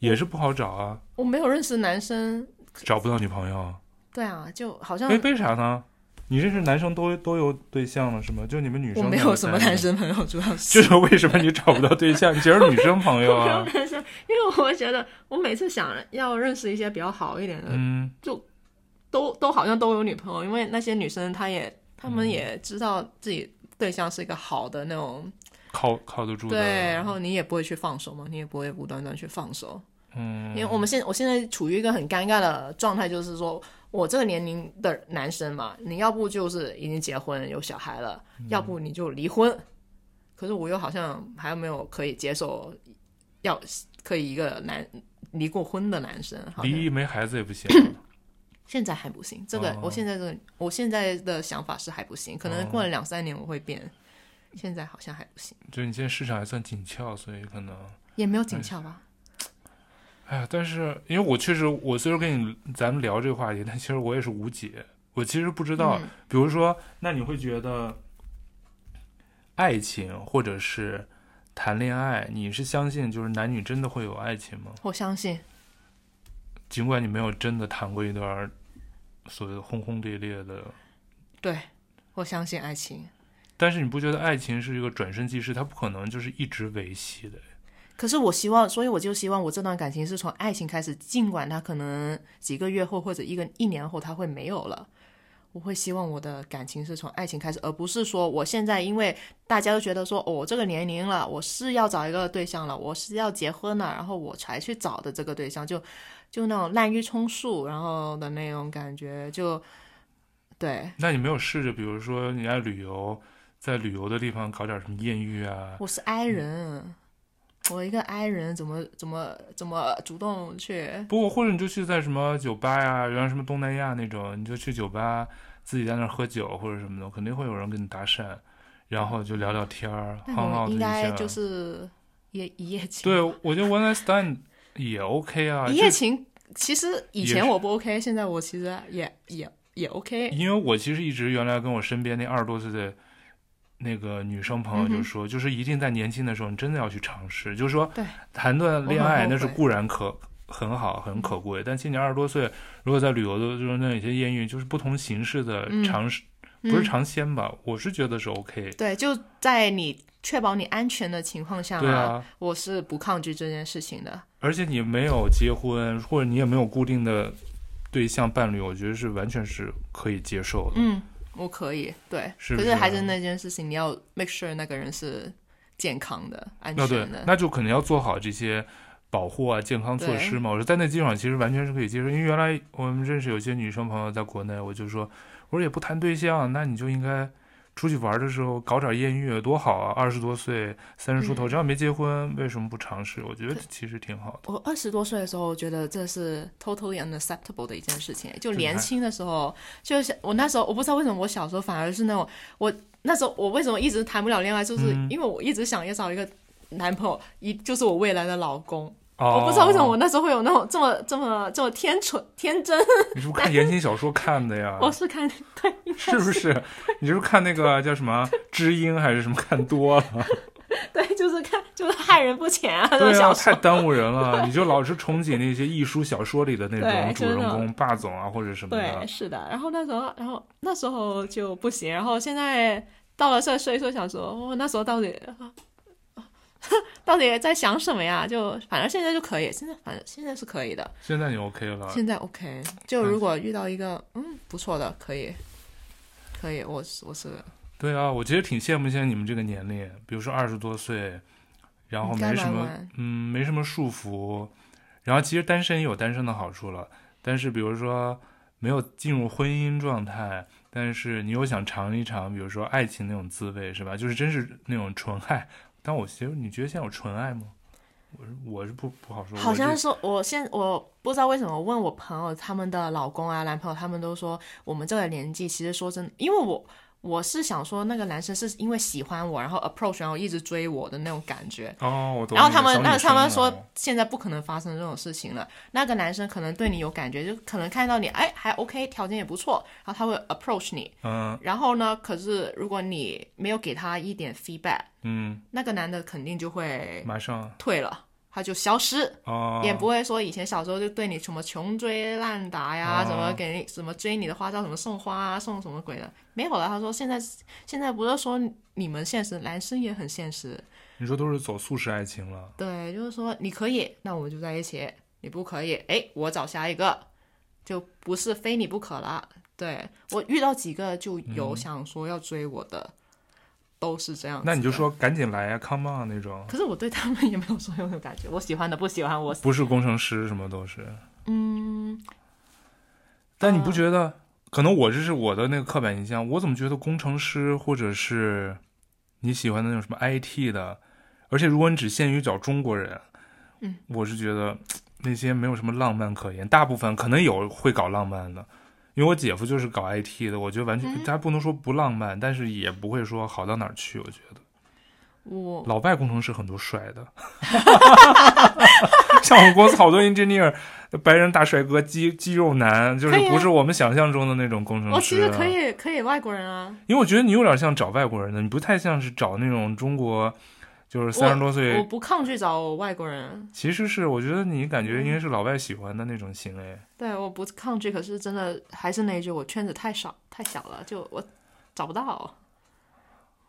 [SPEAKER 1] 也是不好找啊？
[SPEAKER 2] 我没有认识男生。
[SPEAKER 1] 找不到女朋友，
[SPEAKER 2] 对啊，就好像
[SPEAKER 1] 为为啥呢？你认识男生都都有对象了是吗？就你们女
[SPEAKER 2] 我
[SPEAKER 1] 生
[SPEAKER 2] 没
[SPEAKER 1] 才
[SPEAKER 2] 有什么
[SPEAKER 1] 单
[SPEAKER 2] 男
[SPEAKER 1] 身，
[SPEAKER 2] 生朋友，主要
[SPEAKER 1] 这
[SPEAKER 2] 是
[SPEAKER 1] 是为什么你找不到对 象？你全是女生朋友
[SPEAKER 2] 没有
[SPEAKER 1] 啊。
[SPEAKER 2] 男生，因为我觉得我每次想要认识一些比较好一点的，
[SPEAKER 1] 嗯，
[SPEAKER 2] 都都好像都有女朋友，因为那些女生她也她们也知道自己对象是一个好的那种，
[SPEAKER 1] 靠靠得住的。
[SPEAKER 2] 嗯对，啊然后你也不会去放手嘛，你也不会无端端去放手，
[SPEAKER 1] 嗯，
[SPEAKER 2] 因为我们现我现在处于一个很尴尬的状态，就是说我这个年龄的男生嘛，你要不就是已经结婚有小孩了，
[SPEAKER 1] 嗯
[SPEAKER 2] 要不你就离婚。可是我又好像还没有可以接受要可以一个男离过婚的男生，好像
[SPEAKER 1] 离异没孩子也不 行。
[SPEAKER 2] 现在还不行。这个、
[SPEAKER 1] 哦
[SPEAKER 2] 我现在这个我现在的想法是还不行，可能过了两
[SPEAKER 1] 嗯
[SPEAKER 2] 三年我会变。现在好像还不行，
[SPEAKER 1] 就是你现在市场还算紧俏，所以可能，
[SPEAKER 2] 也没有紧俏
[SPEAKER 1] 嗯
[SPEAKER 2] 吧？
[SPEAKER 1] 哎呀，但是因为我确实，我虽说跟你咱们聊这个话题，但其实我也是无解，我其实不知道。
[SPEAKER 2] 嗯
[SPEAKER 1] 比如说，那你会觉得爱情或者是谈恋爱，你是相信就是男女真的会有爱情吗？
[SPEAKER 2] 我相信
[SPEAKER 1] 尽管你没有真的谈过一段所谓的轰轰烈烈的，
[SPEAKER 2] 对，我相信爱情。
[SPEAKER 1] 但是你不觉得爱情是一个转瞬即逝，它不可能就是一直维系的？
[SPEAKER 2] 可是我希望，所以我就希望我这段感情是从爱情开始，尽管它可能几个月后或者一个一年后它会没有了，我会希望我的感情是从爱情开始，而不是说我现在因为大家都觉得说哦，我这个年龄了，我是要找一个对象了，我是要结婚了，然后我才去找的这个对象，就就那种滥竽充数，然后的那种感觉，就对
[SPEAKER 1] 那你没有试着，比如说你爱旅游，在旅游的地方搞点什么艳遇啊？
[SPEAKER 2] 我是 I 人，我一个 I 人怎么怎么怎么主动去
[SPEAKER 1] 不，或者你就去在什么酒吧呀、原来什么东南亚那种，你就去酒吧自己在那儿喝酒或者什么的，肯定会有人跟你搭讪，然后就聊聊天儿，
[SPEAKER 2] 那
[SPEAKER 1] 好
[SPEAKER 2] 我
[SPEAKER 1] 好
[SPEAKER 2] 们
[SPEAKER 1] 的
[SPEAKER 2] 应
[SPEAKER 1] 一
[SPEAKER 2] 该
[SPEAKER 1] 下。
[SPEAKER 2] 就是一一夜情。
[SPEAKER 1] 对，我觉得 one night stand 也 OK 啊，
[SPEAKER 2] 一
[SPEAKER 1] 就
[SPEAKER 2] 夜
[SPEAKER 1] 是
[SPEAKER 2] 情其实以
[SPEAKER 1] 也
[SPEAKER 2] 前
[SPEAKER 1] 是
[SPEAKER 2] 我不 OK，现在我其实也也也 OK。
[SPEAKER 1] 因为我其实一直原来跟我身边那二十多岁的那个女生朋
[SPEAKER 2] 嗯
[SPEAKER 1] 友就说，就是一定在年轻的时候，你真的要去尝试，就是说
[SPEAKER 2] 对，
[SPEAKER 1] 谈段恋
[SPEAKER 2] 我
[SPEAKER 1] 爱
[SPEAKER 2] 很后悔嗯
[SPEAKER 1] 那是固然可很好、很可贵，但其实你二十多岁，如果在旅游的就是那有些艳遇，就是不同形式的
[SPEAKER 2] 嗯
[SPEAKER 1] 尝试，不是
[SPEAKER 2] 嗯
[SPEAKER 1] 尝鲜吧？我是觉得是 OK。
[SPEAKER 2] 对，就在你确保你安全的情况下
[SPEAKER 1] 对啊，
[SPEAKER 2] 我是不抗拒这件事情的。
[SPEAKER 1] 而且你没有结婚，或者你也没有固定的对象伴侣，我觉得是完全是可以接受的。
[SPEAKER 2] 嗯，我可以。对，
[SPEAKER 1] 是不
[SPEAKER 2] 可
[SPEAKER 1] 是啊
[SPEAKER 2] 是还是那件事情，你要 make sure 那个人是健康的、安
[SPEAKER 1] 那
[SPEAKER 2] 全
[SPEAKER 1] 啊对
[SPEAKER 2] 的，。
[SPEAKER 1] 那就肯定要做好这些保护啊、健康措施嘛。我说在那基础上，其实完全是可以接受。因为原来我们认识有些女生朋友在国内，我就说，我说也不谈对象，那你就应该出去玩的时候搞点艳遇，多好啊！二十多岁、三十出头，
[SPEAKER 2] 嗯
[SPEAKER 1] 只要没结婚，为什么不尝试？我觉得其实挺好的。
[SPEAKER 2] 我二十多岁的时候，觉得这是 totally unacceptable 的一件事情。就
[SPEAKER 1] 你
[SPEAKER 2] 年
[SPEAKER 1] 还
[SPEAKER 2] 轻的时候，就是我那时候，我不知道为什么我小时候反而是那种，我那时候我为什么一直谈不了恋爱，就是
[SPEAKER 1] 嗯
[SPEAKER 2] 因为我一直想要找一个男朋友，一就是我未来的老公。
[SPEAKER 1] 哦，
[SPEAKER 2] 我不知道为什么我那时候会有那种这么这么这么天纯天真。
[SPEAKER 1] 你是不是看言情小说看的呀？
[SPEAKER 2] 我是看对，应该
[SPEAKER 1] 是不是？你是不是看那个叫什么《知音》还是什么看多了？
[SPEAKER 2] 对，就是看就是害人不浅啊，这种
[SPEAKER 1] 对啊，
[SPEAKER 2] 小
[SPEAKER 1] 太
[SPEAKER 2] 说。
[SPEAKER 1] 耽误人了。 你就老是憧憬那些艺术小说里的那种
[SPEAKER 2] 对
[SPEAKER 1] 主
[SPEAKER 2] 就是
[SPEAKER 1] 人
[SPEAKER 2] 那种
[SPEAKER 1] 公霸总啊，或者什么
[SPEAKER 2] 对，
[SPEAKER 1] 的。
[SPEAKER 2] 是的。然后那时候，然后那时候就不行。然后现在到了这岁数，想说，我、那时候到底 到底在想什么呀？就反正现在就可以，现在反正现在是可以的。
[SPEAKER 1] 现在你 OK 了，
[SPEAKER 2] 现在 OK，就如果遇到一个嗯不错的，可以，可以，我是我是
[SPEAKER 1] 对啊，我其实挺羡慕现在你们这个年龄，比如说二十多岁，然后
[SPEAKER 2] 该
[SPEAKER 1] 没
[SPEAKER 2] 玩
[SPEAKER 1] 什么
[SPEAKER 2] 玩
[SPEAKER 1] 嗯没什么束缚，然后其实单身也有单身的好处了，但是比如说没有进入婚姻状态，但是你又想尝一尝，比如说爱情那种滋味是吧？就是真是那种纯爱。但我其实你觉得现在有纯爱吗？我是我是不不好说，
[SPEAKER 2] 好
[SPEAKER 1] 我
[SPEAKER 2] 像
[SPEAKER 1] 是
[SPEAKER 2] 是我现我不知道为什么，我问我朋友他们的老公啊、男朋友，他们都说我们这个年纪，其实说真的，因为我我是想说那个男生是因为喜欢我，然后 approach，然后一直追我的那种感觉。
[SPEAKER 1] 哦，我懂
[SPEAKER 2] 然后
[SPEAKER 1] 你
[SPEAKER 2] 他
[SPEAKER 1] 的
[SPEAKER 2] 们
[SPEAKER 1] 小，女
[SPEAKER 2] 那他们
[SPEAKER 1] 生了
[SPEAKER 2] 说现在不可能发生这种事情了。那个男生可能对你有感觉，就可能看到你，哎，还 OK，条件也不错，然后他会 approach 你。
[SPEAKER 1] 嗯
[SPEAKER 2] 然后呢，可是如果你没有给他一点 feedback，
[SPEAKER 1] 嗯，
[SPEAKER 2] 那个男的肯定就会
[SPEAKER 1] 马上
[SPEAKER 2] 退了，它就消失，
[SPEAKER 1] 哦，
[SPEAKER 2] 也不会说以前小时候就对你什么穷追滥打呀，
[SPEAKER 1] 哦
[SPEAKER 2] 什么给你什么追你的花招，什么送花啊，送什么鬼的，没有了。他说现在现在不是说你们现实，男生也很现实，
[SPEAKER 1] 你说都是走速食爱情了，
[SPEAKER 2] 对，就是说你可以，那我们就在一起；你不可以，哎，我找下一个，就不是非你不可了。对我遇到几个就有想说要追我的，都是这样子
[SPEAKER 1] 嗯
[SPEAKER 2] 的。
[SPEAKER 1] 那你就说赶紧来呀、c o m e on 那种，
[SPEAKER 2] 可是我对他们也没有说有那种感觉，我喜欢的不喜欢我，
[SPEAKER 1] 不是工程师什么都是。
[SPEAKER 2] 嗯，
[SPEAKER 1] 但你不觉得？可能我这是我的那个刻板印象，我怎么觉得工程师或者是你喜欢的那种什么 IT 的，而且如果你只限于找中国人，
[SPEAKER 2] 嗯，
[SPEAKER 1] 我是觉得那些没有什么浪漫可言。大部分可能有会搞浪漫的，因为我姐夫就是搞 IT 的，我觉得完全、他不能说不浪漫，但是也不会说好到哪儿去。我觉得
[SPEAKER 2] 我
[SPEAKER 1] 老外工程师很多帅的， 像我们公司好多 engineer，白人大帅哥，肌肌肉男，就是
[SPEAKER 2] 可以啊
[SPEAKER 1] 不是我们想象中的那种工程师、啊。
[SPEAKER 2] 我哦其实可，以可以外国人啊。
[SPEAKER 1] 因为我觉得你有点像找外国人的，你不太像是找那种中国，就是三十多
[SPEAKER 2] 我
[SPEAKER 1] 岁。
[SPEAKER 2] 不抗拒找外国人，啊
[SPEAKER 1] 其实是我觉得你感觉应
[SPEAKER 2] 嗯
[SPEAKER 1] 该是老外喜欢的那种行为。
[SPEAKER 2] 对，我不抗拒。可是真的还是那一句，我圈子太少太小了，就我找不到，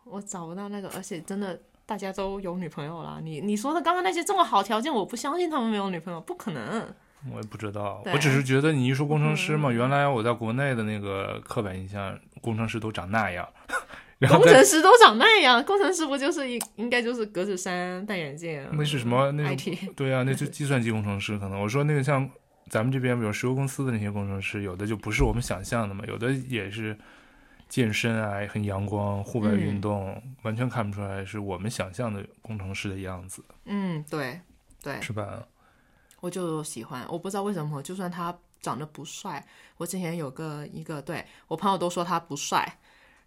[SPEAKER 2] 我找不到那个，而且真的大家都有女朋友啦。你你说的刚刚那些这么好条件，我不相信他们没有女朋友，不可能。
[SPEAKER 1] 我也不知道，
[SPEAKER 2] 对嗯
[SPEAKER 1] 我只是觉得你一说工程师嘛，原来我在国内的那个刻板印象，工程师都长那 样，然后
[SPEAKER 2] 工
[SPEAKER 1] 在
[SPEAKER 2] 程师都长那样，工程师不就是应应该就是格子衫、戴眼镜？
[SPEAKER 1] 那是什么那是
[SPEAKER 2] IT
[SPEAKER 1] 对啊，那就计算机工程师可能。我说那个像咱们这边，比如石油公司的那些工程师，有的就不是我们想象的嘛，有的也是健身啊，很阳光，户外运动，完全看不出来是我们想象的工程师的样子，
[SPEAKER 2] 嗯，对对，
[SPEAKER 1] 是吧？
[SPEAKER 2] 我就喜欢，我不知道为什么，就算他长得不帅，我之前有个一个对我朋友都说他不帅，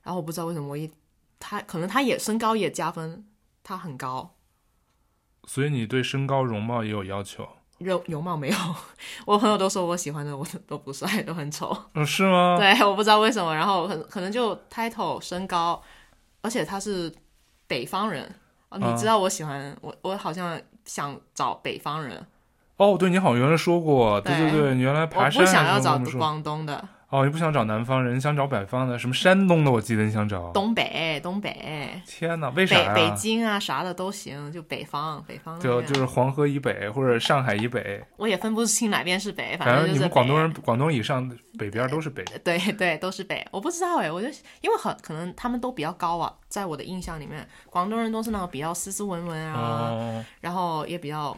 [SPEAKER 2] 然后我不知道为什么我一他可能他也身高也加分，他很高，
[SPEAKER 1] 所以你对身高容貌也有要求，
[SPEAKER 2] 容容貌没有， 我朋友都说我喜欢的我都不帅，都很丑，
[SPEAKER 1] 嗯、是吗？
[SPEAKER 2] 对，我不知道为什么，然后可能可能就 title 身高，而且他是北方人，哦、
[SPEAKER 1] 啊
[SPEAKER 2] 你知道我喜欢、我我好像想找北方人，
[SPEAKER 1] 哦，对你好像原来说过，对
[SPEAKER 2] 对
[SPEAKER 1] 对，你原来
[SPEAKER 2] 我
[SPEAKER 1] 爬山啊
[SPEAKER 2] 不
[SPEAKER 1] 的时
[SPEAKER 2] 想
[SPEAKER 1] 候
[SPEAKER 2] 要
[SPEAKER 1] 跟我
[SPEAKER 2] 找
[SPEAKER 1] 们说，
[SPEAKER 2] 广东的，
[SPEAKER 1] 哦，你不想找南方人，你想找北方的，什么山东的，我记得你想找。
[SPEAKER 2] 东北东北。
[SPEAKER 1] 天哪，为啥
[SPEAKER 2] 北
[SPEAKER 1] 呀、
[SPEAKER 2] 北京啊啥的都行，就北方北方那
[SPEAKER 1] 就
[SPEAKER 2] 边
[SPEAKER 1] 就是黄河以北或者上海以北，
[SPEAKER 2] 我也分不清哪边是北，
[SPEAKER 1] 反
[SPEAKER 2] 正
[SPEAKER 1] 正
[SPEAKER 2] 就是
[SPEAKER 1] 你们
[SPEAKER 2] 北
[SPEAKER 1] 广东人，广东以上的北边都是北。
[SPEAKER 2] 对对都是北，我不知道哎，我就因为很可能他们都比较高啊，在我的印象里面，广东人都是那种比较斯斯文文啊，
[SPEAKER 1] 哦，
[SPEAKER 2] 然后也比较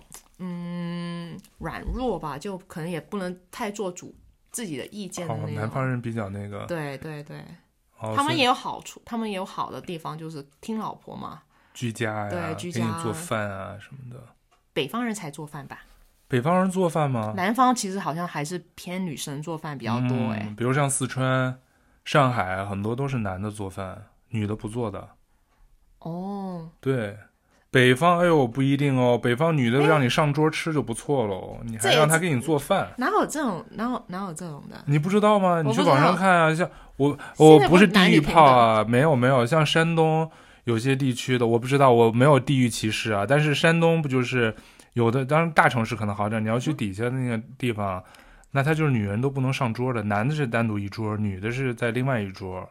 [SPEAKER 2] 嗯软弱吧，就可能也不能太做主自己的意见的
[SPEAKER 1] 好，
[SPEAKER 2] 那
[SPEAKER 1] 哦南
[SPEAKER 2] 种。
[SPEAKER 1] 方人比较那个。
[SPEAKER 2] 对对对，
[SPEAKER 1] 哦、
[SPEAKER 2] 他们
[SPEAKER 1] 所以
[SPEAKER 2] 也有好处，他们也有好的地方，就是听老婆嘛。
[SPEAKER 1] 居家呀，
[SPEAKER 2] 对居
[SPEAKER 1] 给
[SPEAKER 2] 家
[SPEAKER 1] 你做饭啊什么的。
[SPEAKER 2] 北方人才做饭吧，
[SPEAKER 1] 北方人做饭吗？
[SPEAKER 2] 南方其实好像还是偏女生做饭比较多哎。
[SPEAKER 1] 哦嗯，比如像四川、上海，很多都是男的做饭，女的不做的。
[SPEAKER 2] 哦，
[SPEAKER 1] 对，北方哎呦不一定哦，北方女的让你上桌吃就不错喽，你
[SPEAKER 2] 哎这
[SPEAKER 1] 还
[SPEAKER 2] 也
[SPEAKER 1] 让她给你做饭。
[SPEAKER 2] 哪有这种，哪有哪有这种的？
[SPEAKER 1] 你不知道吗？
[SPEAKER 2] 不
[SPEAKER 1] 你去
[SPEAKER 2] 知
[SPEAKER 1] 网上
[SPEAKER 2] 道
[SPEAKER 1] 看啊，像我
[SPEAKER 2] 现在
[SPEAKER 1] 我
[SPEAKER 2] 不
[SPEAKER 1] 不是
[SPEAKER 2] 是男
[SPEAKER 1] 地
[SPEAKER 2] 女
[SPEAKER 1] 域
[SPEAKER 2] 平
[SPEAKER 1] 炮啊，没有没有，像山东有些地区的我不知道，我没有地域歧视啊，但是山东不就是有的，当然大城市可能好点，你要去底下那个地方，那他就是女人都不能上桌的，男的是单独一桌，女的是在另外一桌。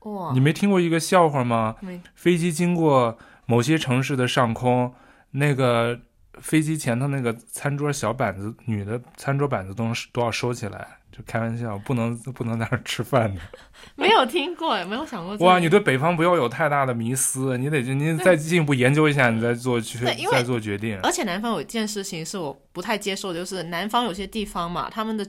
[SPEAKER 2] 哇，
[SPEAKER 1] 你没听过一个笑话吗？
[SPEAKER 2] 没
[SPEAKER 1] 飞机经过某些城市的上空，那个飞机前头那个餐桌小板子，女的餐桌板子都能都要收起来，就开玩笑，不能不能在那儿吃饭的。
[SPEAKER 2] 没有听过，没有想过这个。
[SPEAKER 1] 哇，你对北方不要有太大的迷思，你得你再进一步研究一下，你再做去
[SPEAKER 2] 对因为
[SPEAKER 1] 再做决定。
[SPEAKER 2] 而且南方有一件事情是我不太接受的，就是南方有些地方嘛，他们的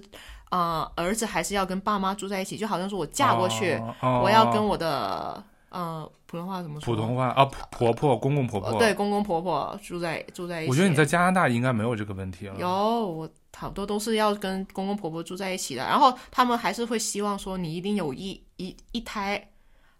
[SPEAKER 2] 啊、呃、儿子还是要跟爸妈住在一起，就好像说我嫁过去，
[SPEAKER 1] 哦，哦
[SPEAKER 2] 我要跟我的呃普通话怎么说？
[SPEAKER 1] 普通话啊，婆婆公公婆
[SPEAKER 2] 呃
[SPEAKER 1] 婆。
[SPEAKER 2] 对公公婆婆住在住在一起。
[SPEAKER 1] 我觉得你在啊加拿大应该没有这个问题了。
[SPEAKER 2] 有，我好多都是要跟公公婆婆住在一起的，然后他们还是会希望说你一定有一一一胎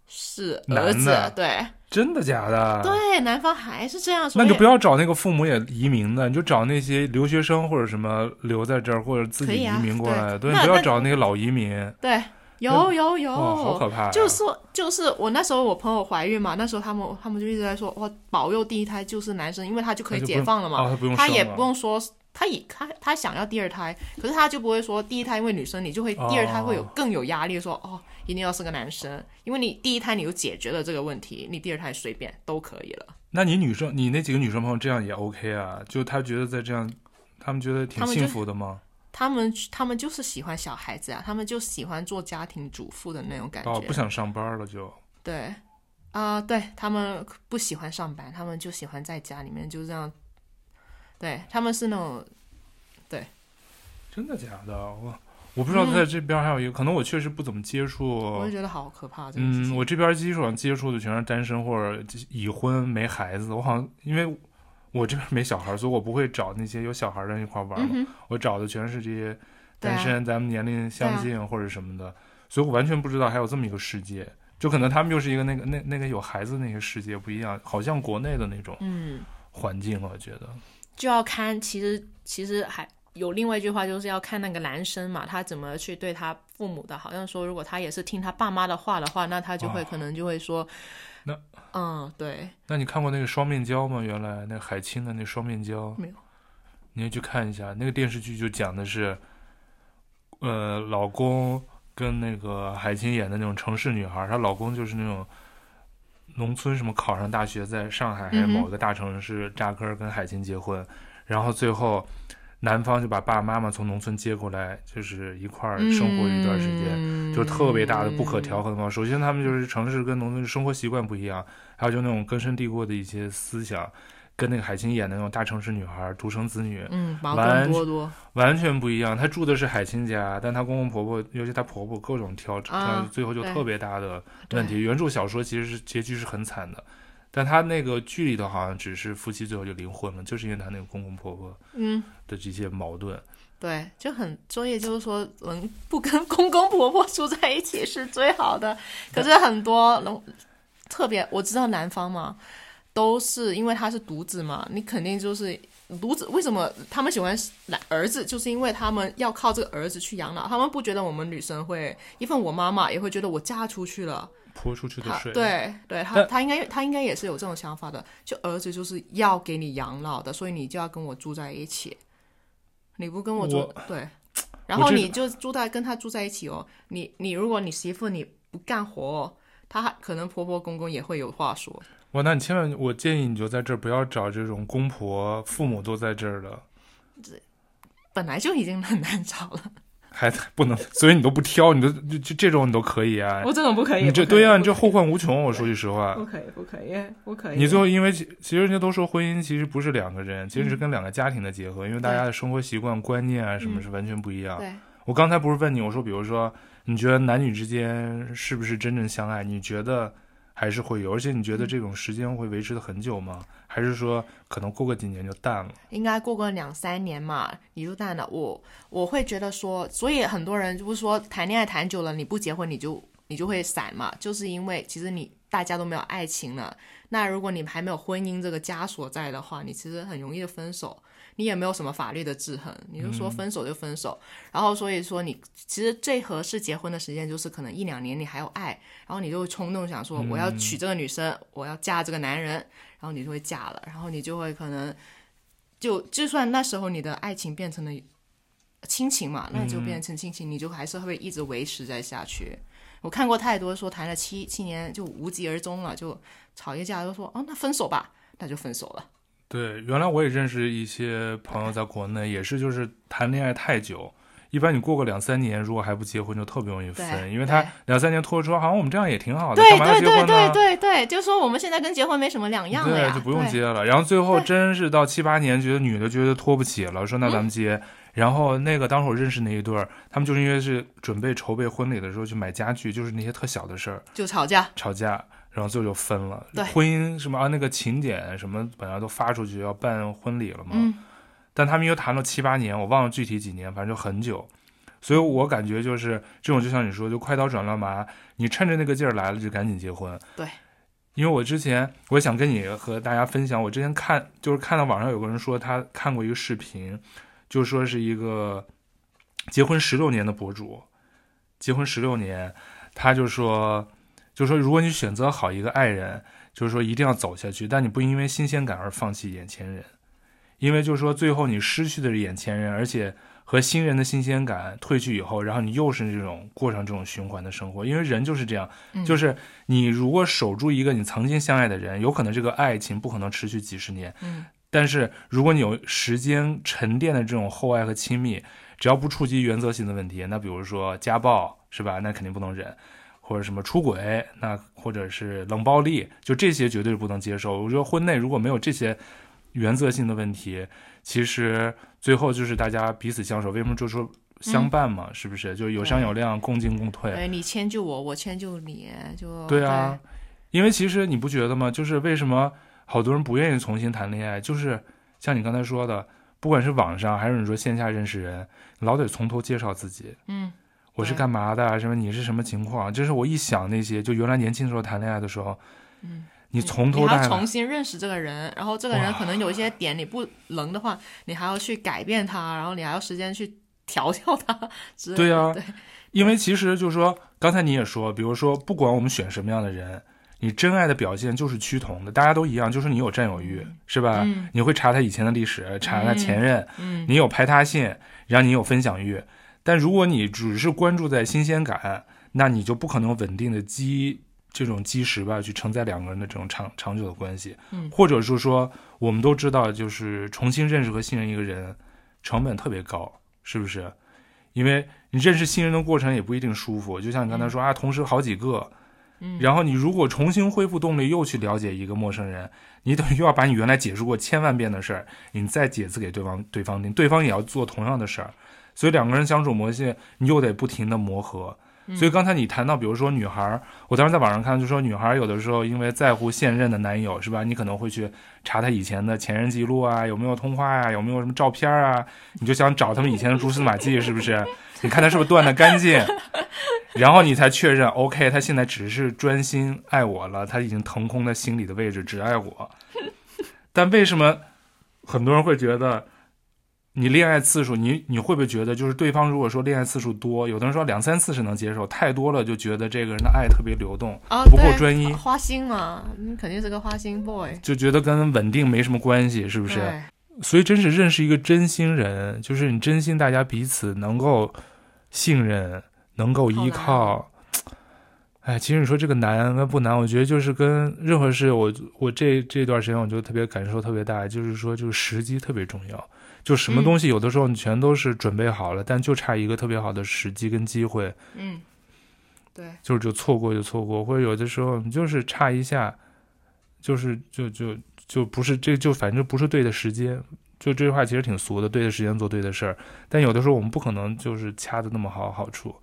[SPEAKER 2] 是儿
[SPEAKER 1] 男
[SPEAKER 2] 子
[SPEAKER 1] 的，
[SPEAKER 2] 对
[SPEAKER 1] 真的假的？
[SPEAKER 2] 对，南方还是这样，所
[SPEAKER 1] 啊那
[SPEAKER 2] 以
[SPEAKER 1] 就不要找那个父母也移民的，你就找那些留学生或者什么留在这儿，或者自
[SPEAKER 2] 可
[SPEAKER 1] 己
[SPEAKER 2] 以
[SPEAKER 1] 移
[SPEAKER 2] 啊
[SPEAKER 1] 民过来的。对，
[SPEAKER 2] 那
[SPEAKER 1] 你不要
[SPEAKER 2] 那
[SPEAKER 1] 找那个老移民。
[SPEAKER 2] 对有有有，
[SPEAKER 1] 哇，好可怕呀！
[SPEAKER 2] 就是就是我那时候我朋友怀孕嘛，那时候他们他们就一直在说，哇，保佑第一胎就是男生，因为他就可以
[SPEAKER 1] 那就不
[SPEAKER 2] 解
[SPEAKER 1] 用
[SPEAKER 2] 放了嘛，
[SPEAKER 1] 哦，他不用
[SPEAKER 2] 他
[SPEAKER 1] 生
[SPEAKER 2] 也
[SPEAKER 1] 了
[SPEAKER 2] 不用说，他也他他想要第二胎，可是他就不会说第一胎因为女生，你就会第二胎会有
[SPEAKER 1] 哦
[SPEAKER 2] 更有压力，说哦一定要是个男生，因为你第一胎你就解决了这个问题，你第二胎随便都可以了。
[SPEAKER 1] 那你女生，你那几个女生朋友这样也 OK 啊？就她觉得在这样，她们觉得挺
[SPEAKER 2] 她们就
[SPEAKER 1] 幸福的吗？
[SPEAKER 2] 他们他们就是喜欢小孩子啊，他们就喜欢做家庭主妇的那种感觉。
[SPEAKER 1] 哦，不想上班了就。
[SPEAKER 2] 对，啊、对他们不喜欢上班，他们就喜欢在家里面就这样。对，他们是那种
[SPEAKER 1] 真的假的？我我不知道在这边还有一个，可能我确实不怎么接
[SPEAKER 2] 嗯我
[SPEAKER 1] 触
[SPEAKER 2] 就。觉得好可怕这个事
[SPEAKER 1] 哦嗯，
[SPEAKER 2] 情。
[SPEAKER 1] 我这边基础上接触的全是单身或者已婚没孩子。我好像因为我这边没小孩，所以我不会找那些有小孩的一块玩嘛。
[SPEAKER 2] 嗯哼，
[SPEAKER 1] 我找的全是这些
[SPEAKER 2] 对
[SPEAKER 1] 单
[SPEAKER 2] 啊
[SPEAKER 1] 身，咱们年龄相近或者什么的，所以我完全不知道还有这么一个世界。就可能他们又是一个那个那那个有孩子那个世界不一样，好像国内的那种
[SPEAKER 2] 嗯。
[SPEAKER 1] 环境了，我觉得。
[SPEAKER 2] 就要看，其实其实还有另外一句话，就是要看那个男生嘛，他怎么去对他父母的。好像说，如果他也是听他爸妈的话的话，那他就会、
[SPEAKER 1] 哦
[SPEAKER 2] 可能就会说，
[SPEAKER 1] 那
[SPEAKER 2] 嗯，对，
[SPEAKER 1] 那你看过那个双面胶吗？原来那海清的那双面胶
[SPEAKER 2] 没有，
[SPEAKER 1] 你也去看一下。那个电视剧就讲的是，呃，老公跟那个海清演的那种城市女孩，她老公就是那种农村什么考上大学，在上海还是
[SPEAKER 2] 嗯哼
[SPEAKER 1] 某一个大城市扎根儿跟海清结婚，然后最后男方就把爸爸妈妈从农村接过来，就是一块儿生活一段时间。
[SPEAKER 2] 间
[SPEAKER 1] 就是特别大的不可调和的矛盾。首先，他们就是城市跟农村生活习惯不一样，还有就那种根深蒂固的一些思想，跟那个海清演的那种大城市女孩独生子女
[SPEAKER 2] 嗯，矛
[SPEAKER 1] 完
[SPEAKER 2] 盾多多，
[SPEAKER 1] 完全不一样。她住的是海清家，但她公公婆婆，尤其她婆婆各种挑，
[SPEAKER 2] 啊
[SPEAKER 1] 挑最后就
[SPEAKER 2] 对
[SPEAKER 1] 特别大的问题。原著小说其实是结局是很惨的。但她那个剧里头好像只是夫妻最后就离婚了，就是因为她那个公公婆婆
[SPEAKER 2] 嗯，
[SPEAKER 1] 的这些矛盾。
[SPEAKER 2] 对，就很，所以就是说，能不跟公公婆婆住在一起是最好的。可是很多人，特别我知道南方嘛，都是因为他是独子嘛，你肯定就是独子。为什么他们喜欢男儿子？就是因为他们要靠这个儿子去养老，他们不觉得我们女生会，因为我妈妈也会觉得我嫁出去了，
[SPEAKER 1] 泼出去的
[SPEAKER 2] 他
[SPEAKER 1] 水，，
[SPEAKER 2] 对对，他
[SPEAKER 1] 但
[SPEAKER 2] 他应该他应该也是有这种想法的，就儿子就是要给你养老的，所以你就要跟我住在一起，你不跟我住
[SPEAKER 1] 我
[SPEAKER 2] 对，然
[SPEAKER 1] 我
[SPEAKER 2] 后
[SPEAKER 1] 这
[SPEAKER 2] 你就住在跟他住在一起哦，你你如果你媳妇你不干活、哦，他还可能婆婆公公也会有话说，
[SPEAKER 1] 哇，那你千万，我建议你就在这儿不要找这种公婆、父母都在这儿的，
[SPEAKER 2] 本来就已经很难找了，
[SPEAKER 1] 还不能，所以你都不挑，你都就就这种你都可以啊。
[SPEAKER 2] 我这种不可以，
[SPEAKER 1] 你
[SPEAKER 2] 不
[SPEAKER 1] 这
[SPEAKER 2] 可以
[SPEAKER 1] 对啊呀、你这后患无穷。我说句实话
[SPEAKER 2] 不，可以不可以不可以，
[SPEAKER 1] 你最后因为其其实人家都说婚姻其实不是两个人，其实
[SPEAKER 2] 嗯
[SPEAKER 1] 是跟两个家庭的结合，因为大家的生活习惯、观念啊什么是完全不一样。
[SPEAKER 2] 嗯对
[SPEAKER 1] 我刚才不是问你，我说比如说，你觉得男女之间是不是真正相爱？你觉得还是会有？而且你
[SPEAKER 2] 嗯
[SPEAKER 1] 觉得这种时间会维持的很久吗？还是说可能过个几年就淡了？
[SPEAKER 2] 应该过个两三年嘛，你就淡了。我我会觉得说，所以很多人就是说谈恋爱谈久了，你不结婚你就你就会散嘛，就是因为其实你大家都没有爱情了。那如果你还没有婚姻这个枷锁在的话，你其实很容易就分手，你也没有什么法律的制衡，你就说分手就分手。然后所以说你其实最合适结婚的时间就是可能一两年你还有爱，然后你就会冲动想说我要娶这个女生，我要嫁这个男人，然后你就会嫁了，然后你就会可能。就就算那时候你的爱情变成了亲情嘛，那你
[SPEAKER 1] 嗯
[SPEAKER 2] 就变成亲情，你就还是会一直维持在下去。我看过太多说谈了七七年就无疾而终了，就吵一架就说哦那分手吧，那就分手了。
[SPEAKER 1] 对，原来我也认识一些朋友，在国内也是，就是谈恋爱太久，一般你过个两三年，如果还不结婚，就特别容易分，
[SPEAKER 2] 对
[SPEAKER 1] 因为他
[SPEAKER 2] 对
[SPEAKER 1] 两三年拖着说，好像我们这样也挺好的，
[SPEAKER 2] 对
[SPEAKER 1] 干嘛要
[SPEAKER 2] 对
[SPEAKER 1] 结婚
[SPEAKER 2] 对
[SPEAKER 1] 呢？
[SPEAKER 2] 对对对，就说我们现在跟结婚没什么两样了呀，
[SPEAKER 1] 对，就不用
[SPEAKER 2] 对
[SPEAKER 1] 结了。然后最后
[SPEAKER 2] 对
[SPEAKER 1] 真是到七八年，觉得女的觉得拖不起了，说那
[SPEAKER 2] 嗯
[SPEAKER 1] 咱们结。然后那个当时我认识那一对儿，他们就是因为是准备筹备婚礼的时候去买家具，就是那些特小的事儿
[SPEAKER 2] 就吵架。
[SPEAKER 1] 吵架，然后最后就分了
[SPEAKER 2] 对。
[SPEAKER 1] 婚姻什么啊，那个请柬什么本来都发出去要办婚礼了嘛，
[SPEAKER 2] 嗯，
[SPEAKER 1] 但他们又谈了七八年，我忘了具体几年，反正就很久。所以我感觉就是这种，就像你说，就快刀斩乱麻，你趁着那个劲儿来了就赶紧结婚。
[SPEAKER 2] 对，
[SPEAKER 1] 因为我之前我想跟你和大家分享，我之前看就是看到网上有个人说他看过一个视频，就说是一个结婚十六年的博主，结婚十六年，他就说，就说如果你选择好一个爱人，就是说一定要走下去，但你不因为新鲜感而放弃眼前人，因为就是说最后你失去的是眼前人，而且和新人的新鲜感褪去以后，然后你又是这种过上这种循环的生活，因为人就是这样，
[SPEAKER 2] 嗯
[SPEAKER 1] 就是你如果守住一个你曾经相爱的人，有可能这个爱情不可能持续几十年，
[SPEAKER 2] 嗯
[SPEAKER 1] 但是如果你有时间沉淀的这种厚爱和亲密，只要不触及原则性的问题，那比如说家暴是吧？那肯定不能忍，或者什么出轨，那或者是冷暴力，就这些绝对是不能接受。我觉得婚内如果没有这些原则性的问题，其实最后就是大家彼此相守。为什么就说相伴嘛？是不是？就有商有量，共进共退。
[SPEAKER 2] 哎，你迁就我，我迁就你，就
[SPEAKER 1] 对啊，因为其实你不觉得吗？就是为什么好多人不愿意重新谈恋爱，就是像你刚才说的，不管是网上还是你说线下认识人，老得从头介绍自己。
[SPEAKER 2] 嗯，
[SPEAKER 1] 我是
[SPEAKER 2] 对
[SPEAKER 1] 干嘛的？啊什么你是什么情况？就是我一想那些，就原来年轻的时候谈恋爱的时候，
[SPEAKER 2] 嗯，
[SPEAKER 1] 你
[SPEAKER 2] 对
[SPEAKER 1] 从头
[SPEAKER 2] 你还
[SPEAKER 1] 到尾
[SPEAKER 2] 要重新认识这个人，然后这个人可能有一些点你不能的话，你还要去改变他，然后你还要时间去调教他之类的。
[SPEAKER 1] 对啊
[SPEAKER 2] 对，
[SPEAKER 1] 因为其实就是说，刚才你也说，比如说，不管我们选什么样的人，你真爱的表现就是趋同的，大家都一样，就是你有占有欲，是吧？
[SPEAKER 2] 嗯
[SPEAKER 1] 你会查他以前的历史，查他前任，
[SPEAKER 2] 嗯
[SPEAKER 1] 你有排他性，然后你有分享欲。但如果你只是关注在新鲜感，那你就不可能有稳定的基这种基石吧，去承载两个人的这种长长久的关系。
[SPEAKER 2] 嗯
[SPEAKER 1] 或者是说，我们都知道，就是重新认识和信任一个人，成本特别高，是不是？因为你认识新人的过程也不一定舒服，就像你刚才说、啊，同时好几个，
[SPEAKER 2] 嗯
[SPEAKER 1] 然后你如果重新恢复动力，又去了解一个陌生人，你等于又要把你原来解释过千万遍的事儿，你再解释给对方对方听，对方也要做同样的事儿，所以两个人相处模式，你又得不停的磨合。所以刚才你谈到，比如说女孩儿，我当时在网上看，就说女孩儿有的时候因为在乎现任的男友，是吧？你可能会去查他以前的前任记录啊，有没有通话啊，有没有什么照片啊，你就想找他们以前的蛛丝马迹，是不是？你看他是不是断的干净，然后你才确认，OK，他现在只是专心爱我了，他已经腾空他心里的位置，只爱我。但为什么很多人会觉得，你恋爱次数，你你会不会觉得，就是对方如果说恋爱次数多，有的人说两三次是能接受，太多了就觉得这个人的爱特别流动，
[SPEAKER 2] 啊，
[SPEAKER 1] 不够
[SPEAKER 2] 对
[SPEAKER 1] 专一
[SPEAKER 2] 花心嘛，嗯，肯定是个花心 boy，
[SPEAKER 1] 就觉得跟稳定没什么关系，是不
[SPEAKER 2] 不
[SPEAKER 1] 是？所以真是认识一个真心人，就是你真心大家彼此能够信任，能够依靠。哎，其实你说这个难跟不难，我觉得就是跟任何事，我我这这段时间我就特别感受特别大，就是说就是时机特别重要。就什么
[SPEAKER 2] 嗯
[SPEAKER 1] 东西，有的时候你全都是准备好了，但就差一个特别好的时机跟机会，
[SPEAKER 2] 嗯，对，
[SPEAKER 1] 就是就错过就错过，或者有的时候你就是差一下，就是就就就不是这就反正不是对的时间，就这句话其实挺俗的，对的时间做对的事儿，但有的时候我们不可能就是掐的那么好好处，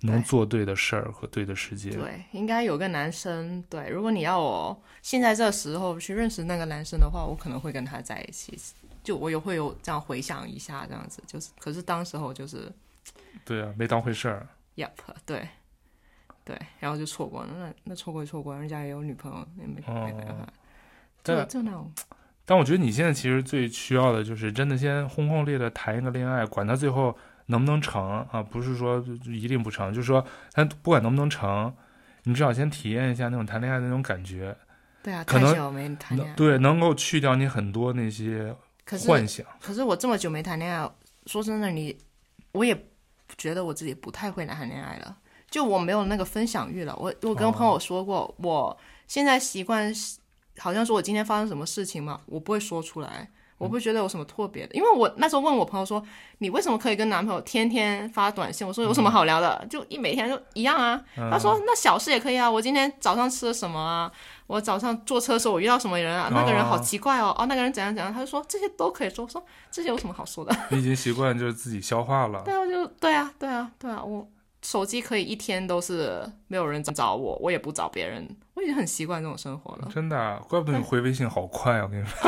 [SPEAKER 1] 能
[SPEAKER 2] 对
[SPEAKER 1] 做对的事儿和对的时间，
[SPEAKER 2] 对，应该有个男生。对，如果你要我现在这时候去认识那个男生的话，我可能会跟他在一起。就我也会有这样回想一下，这样子就是，可是当时候就是
[SPEAKER 1] 对啊，没当回事儿，
[SPEAKER 2] ，yep，对，对，然后就错过了。那那错过就错过，人家也有女朋友，也没、没办
[SPEAKER 1] 哦
[SPEAKER 2] 法。就
[SPEAKER 1] 但
[SPEAKER 2] 就那种，
[SPEAKER 1] 但我觉得你现在其实最需要的就是真的先轰轰烈烈地谈一个恋爱，管他最后能不能成啊，不是说就就一定不成，就是说他不管能不能成，你至少先体验一下那种谈恋爱的那种感觉。
[SPEAKER 2] 对啊，
[SPEAKER 1] 可
[SPEAKER 2] 太
[SPEAKER 1] 能
[SPEAKER 2] 久没谈恋
[SPEAKER 1] 能
[SPEAKER 2] 爱。
[SPEAKER 1] 对，能够去掉你很多那些
[SPEAKER 2] 可是
[SPEAKER 1] 幻想。
[SPEAKER 2] 可是我这么久没谈恋爱，说真的你，我也觉得我自己不太会谈恋爱了，就我没有那个分享欲了。我我跟
[SPEAKER 1] 哦
[SPEAKER 2] 朋友说过，我现在习惯是好像说我今天发生什么事情嘛，我不会说出来。我不会觉得有什么特别的，因为我那时候问我朋友说，你为什么可以跟男朋友天天发短信？我说有什么好聊的，就一每天就一样啊。他说那小事也可以啊，我今天早上吃了什么啊，我早上坐车的时候我遇到什么人啊，那个人好奇怪哦，哦那个人怎样怎样，他就说这些都可以说，我说这些有什么好说的？
[SPEAKER 1] 你已经习惯就是自己消化了。，
[SPEAKER 2] 对啊，我就对啊，对啊，对啊，我手机可以一天都是没有人找我，我也不找别人，我已经很习惯这种生活了
[SPEAKER 1] 真的啊、怪不得你回微信好快啊！我跟你说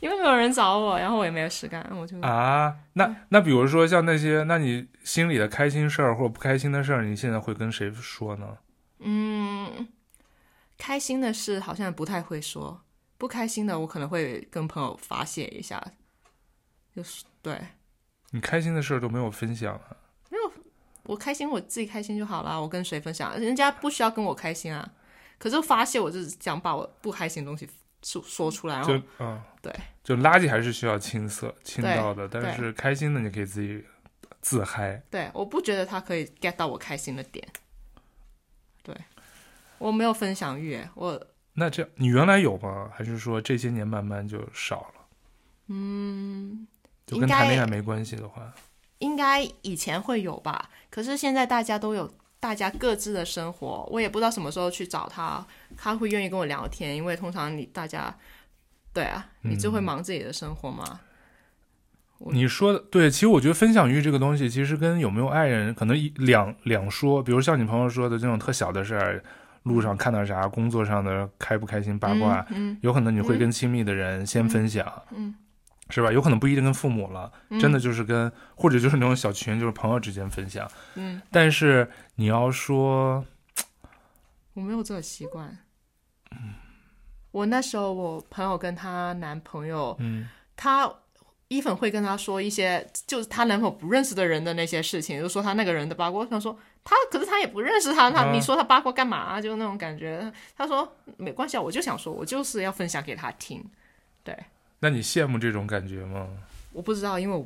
[SPEAKER 2] 因为没有人找我，然后我也没有事干，我就、
[SPEAKER 1] 啊，
[SPEAKER 2] 嗯
[SPEAKER 1] 那那比如说像那些，那你心里的开心事儿或者不开心的事儿，你现在会跟谁说呢？
[SPEAKER 2] 嗯，开心的事好像不太会说，不开心的我可能会跟朋友发泄一下，就是对。
[SPEAKER 1] 你开心的事儿都没有分享啊，
[SPEAKER 2] 我开心我自己开心就好啦，我跟谁分享？人家不需要跟我开心啊。可是发泄，我就是想把我不开心的东西说说出来，然后
[SPEAKER 1] 就嗯，
[SPEAKER 2] 哦对，
[SPEAKER 1] 就垃圾还是需要清色清
[SPEAKER 2] 对
[SPEAKER 1] 到的，但
[SPEAKER 2] 对
[SPEAKER 1] 是开心的你可以自己自嗨。
[SPEAKER 2] 对，我不觉得他可以 get 到我开心的点。对，我没有分享欲，欸我
[SPEAKER 1] 那这你原来有吗？还是说这些年慢慢就少了？嗯，就跟
[SPEAKER 2] 应该
[SPEAKER 1] 谈恋爱没关系的话，
[SPEAKER 2] 应该以前会有吧，可是现在大家都有大家各自的生活，我也不知道什么时候去找他，他会愿意跟我聊天，因为通常你大家，对啊，你就
[SPEAKER 1] 嗯
[SPEAKER 2] 会忙自己的生活嘛。我
[SPEAKER 1] 你说的对，其实我觉得分享欲这个东西，其实跟有没有爱人可能一两两说。比如像你朋友说的这种特小的事儿，路上看到啥，工作上的开不开心八卦，
[SPEAKER 2] 嗯，嗯
[SPEAKER 1] 有可能你会跟亲密的人先分享，
[SPEAKER 2] 嗯
[SPEAKER 1] 是吧？有可能不一定跟父母了，
[SPEAKER 2] 嗯
[SPEAKER 1] 真的就是跟或者就是那种小群，就是朋友之间分享。
[SPEAKER 2] 嗯，
[SPEAKER 1] 但是你要说，
[SPEAKER 2] 我没有这个习惯。我那时候我朋友跟她男朋友，
[SPEAKER 1] 嗯
[SPEAKER 2] 她伊粉会跟她说一些就是她男朋友不认识的人的那些事情，就说她那个人的八卦。我想说她，可是她也不认识他，她
[SPEAKER 1] 啊
[SPEAKER 2] 你说她八卦干嘛、就那种感觉。她说没关系啊，我就想说，我就是要分享给她听。
[SPEAKER 1] 那你羡慕这种感觉吗？
[SPEAKER 2] 我不知道，因为我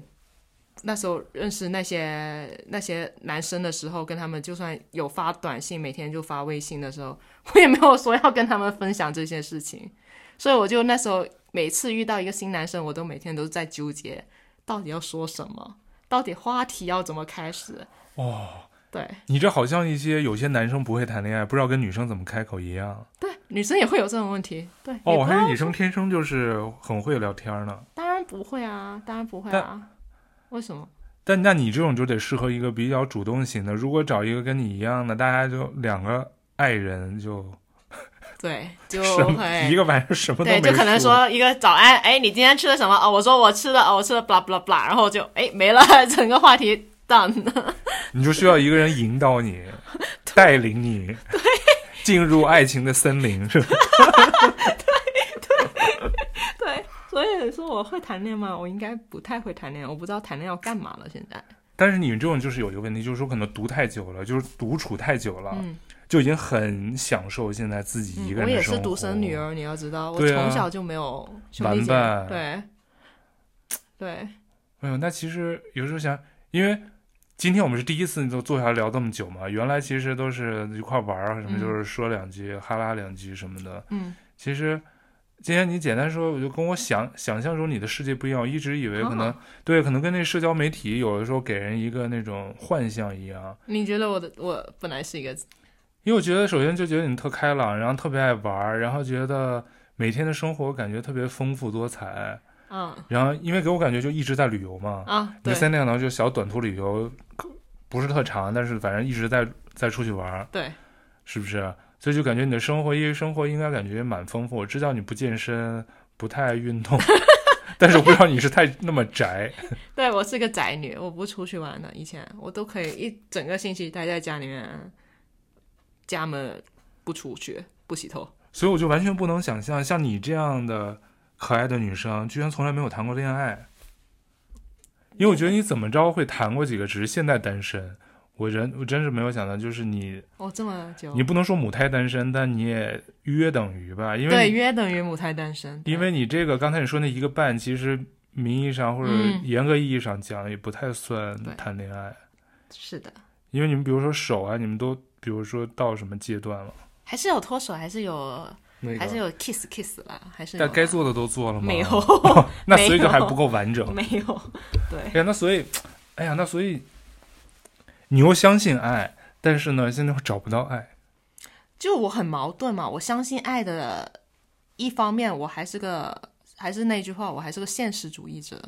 [SPEAKER 2] 那时候认识那些那些男生的时候，跟他们就算有发短信，每天就发微信的时候，我也没有说要跟他们分享这些事情，所以我就那时候每次遇到一个新男生，我都每天都在纠结，到底要说什么，到底话题要怎么开始。
[SPEAKER 1] 哦，
[SPEAKER 2] 对
[SPEAKER 1] 你这好像一些有些男生不会谈恋爱，不知道跟女生怎么开口一样。
[SPEAKER 2] 对，女生也会有这种问题。对，
[SPEAKER 1] 哦，
[SPEAKER 2] 你
[SPEAKER 1] 我
[SPEAKER 2] 不
[SPEAKER 1] 还以为
[SPEAKER 2] 要
[SPEAKER 1] 女生天生就是很会聊天呢。
[SPEAKER 2] 当然不会啊，当然不会啊，为什么？
[SPEAKER 1] 但那你这种就得适合一个比较主动型的。如果找一个跟你一样的，大家就两个爱人就
[SPEAKER 2] 对，就
[SPEAKER 1] 什么
[SPEAKER 2] 会
[SPEAKER 1] 一个晚上什么都没
[SPEAKER 2] 对，就可能
[SPEAKER 1] 说
[SPEAKER 2] 说一个早安，哎，你今天吃了什么？哦，我说我吃了，哦，我吃了，blah blah blah，然后就哎没了， 整个话题 done。
[SPEAKER 1] 你就需要一个人引导你，带领你 进入爱情的森林，是吧？
[SPEAKER 2] 对，所以说我会谈恋爱吗？我应该不太会谈恋爱，我不知道谈恋爱要干嘛了。现在，
[SPEAKER 1] 但是你这种就是有一个问题，就是说可能读太久了，就是独处太久了，
[SPEAKER 2] 嗯，
[SPEAKER 1] 就已经很享受现在自啊己一
[SPEAKER 2] 嗯
[SPEAKER 1] 个人
[SPEAKER 2] 我
[SPEAKER 1] 的
[SPEAKER 2] 也
[SPEAKER 1] 生活。
[SPEAKER 2] 是独生女，儿，你要知道，我
[SPEAKER 1] 对啊
[SPEAKER 2] 从小就没有兄弟
[SPEAKER 1] 玩
[SPEAKER 2] 姐
[SPEAKER 1] 伴
[SPEAKER 2] 妹，对，对，
[SPEAKER 1] 哎呦，那其实有时候想，因为今天我们是第一次就坐下来聊这么久嘛，原来其实都是一块玩儿啊什么，
[SPEAKER 2] 嗯
[SPEAKER 1] 就是说两句、哈拉两句什么的。
[SPEAKER 2] 嗯，
[SPEAKER 1] 其实今天你简单说，我就跟我想想象中你的世界不一样，我一直以为可能、
[SPEAKER 2] 哦
[SPEAKER 1] 对，可能跟那社交媒体有的时候给人一个那种幻象一样。
[SPEAKER 2] 你觉得我的我本来是一个，
[SPEAKER 1] 因为我觉得，首先就觉得你特开朗，然后特别爱玩儿，然后觉得每天的生活感觉特别丰富多彩，
[SPEAKER 2] 嗯
[SPEAKER 1] 然后因为给我感觉就一直在旅游嘛，
[SPEAKER 2] 啊，
[SPEAKER 1] 那
[SPEAKER 2] 对
[SPEAKER 1] 三天两头就小短途旅游，不是特长，但是反正一直在在出去玩儿，
[SPEAKER 2] 对，
[SPEAKER 1] 是不是？所以就感觉你的生活，业余生活应该感觉蛮丰富。我知道你不健身，不太爱运动， 但是我不知道你是太那么宅。
[SPEAKER 2] 对我是个宅女，我不出去玩的。以前我都可以一整个星期待在家里面，家门不出去，不洗头。
[SPEAKER 1] 所以我就完全不能想象，像你这样的可爱的女生，居然从来没有谈过恋爱。因为我觉得你怎么着会谈过几个，只是现在单身。我人我真是没有想到，就是你，
[SPEAKER 2] 哦，这么久
[SPEAKER 1] 你，不能说母胎单身，但你也约等于吧，因为
[SPEAKER 2] 对，
[SPEAKER 1] 你
[SPEAKER 2] 约等于母胎单身。对
[SPEAKER 1] 因为你这个刚才你说那一个半，其实名义上或者
[SPEAKER 2] 嗯
[SPEAKER 1] 严格意义上讲，也不太算
[SPEAKER 2] 对
[SPEAKER 1] 谈恋爱，
[SPEAKER 2] 嗯是的，
[SPEAKER 1] 因为你们比如说手啊，你们都比如说到什么阶段了？
[SPEAKER 2] 还是有脱手，还是有，
[SPEAKER 1] 那
[SPEAKER 2] 还是有啊 kiss kiss 啦，还是有
[SPEAKER 1] 但
[SPEAKER 2] 啦
[SPEAKER 1] 该做的都做了吗？
[SPEAKER 2] 没有，
[SPEAKER 1] 那所以
[SPEAKER 2] 没
[SPEAKER 1] 就
[SPEAKER 2] 有
[SPEAKER 1] 还不够完整。
[SPEAKER 2] 没有，对
[SPEAKER 1] 哎呀，那所以，哎呀，那所以，你又相信爱，但是呢，现在又找不到爱。
[SPEAKER 2] 就我很矛盾嘛。我相信爱的一方面，我还是个，还是那句话，我还是个现实主义者，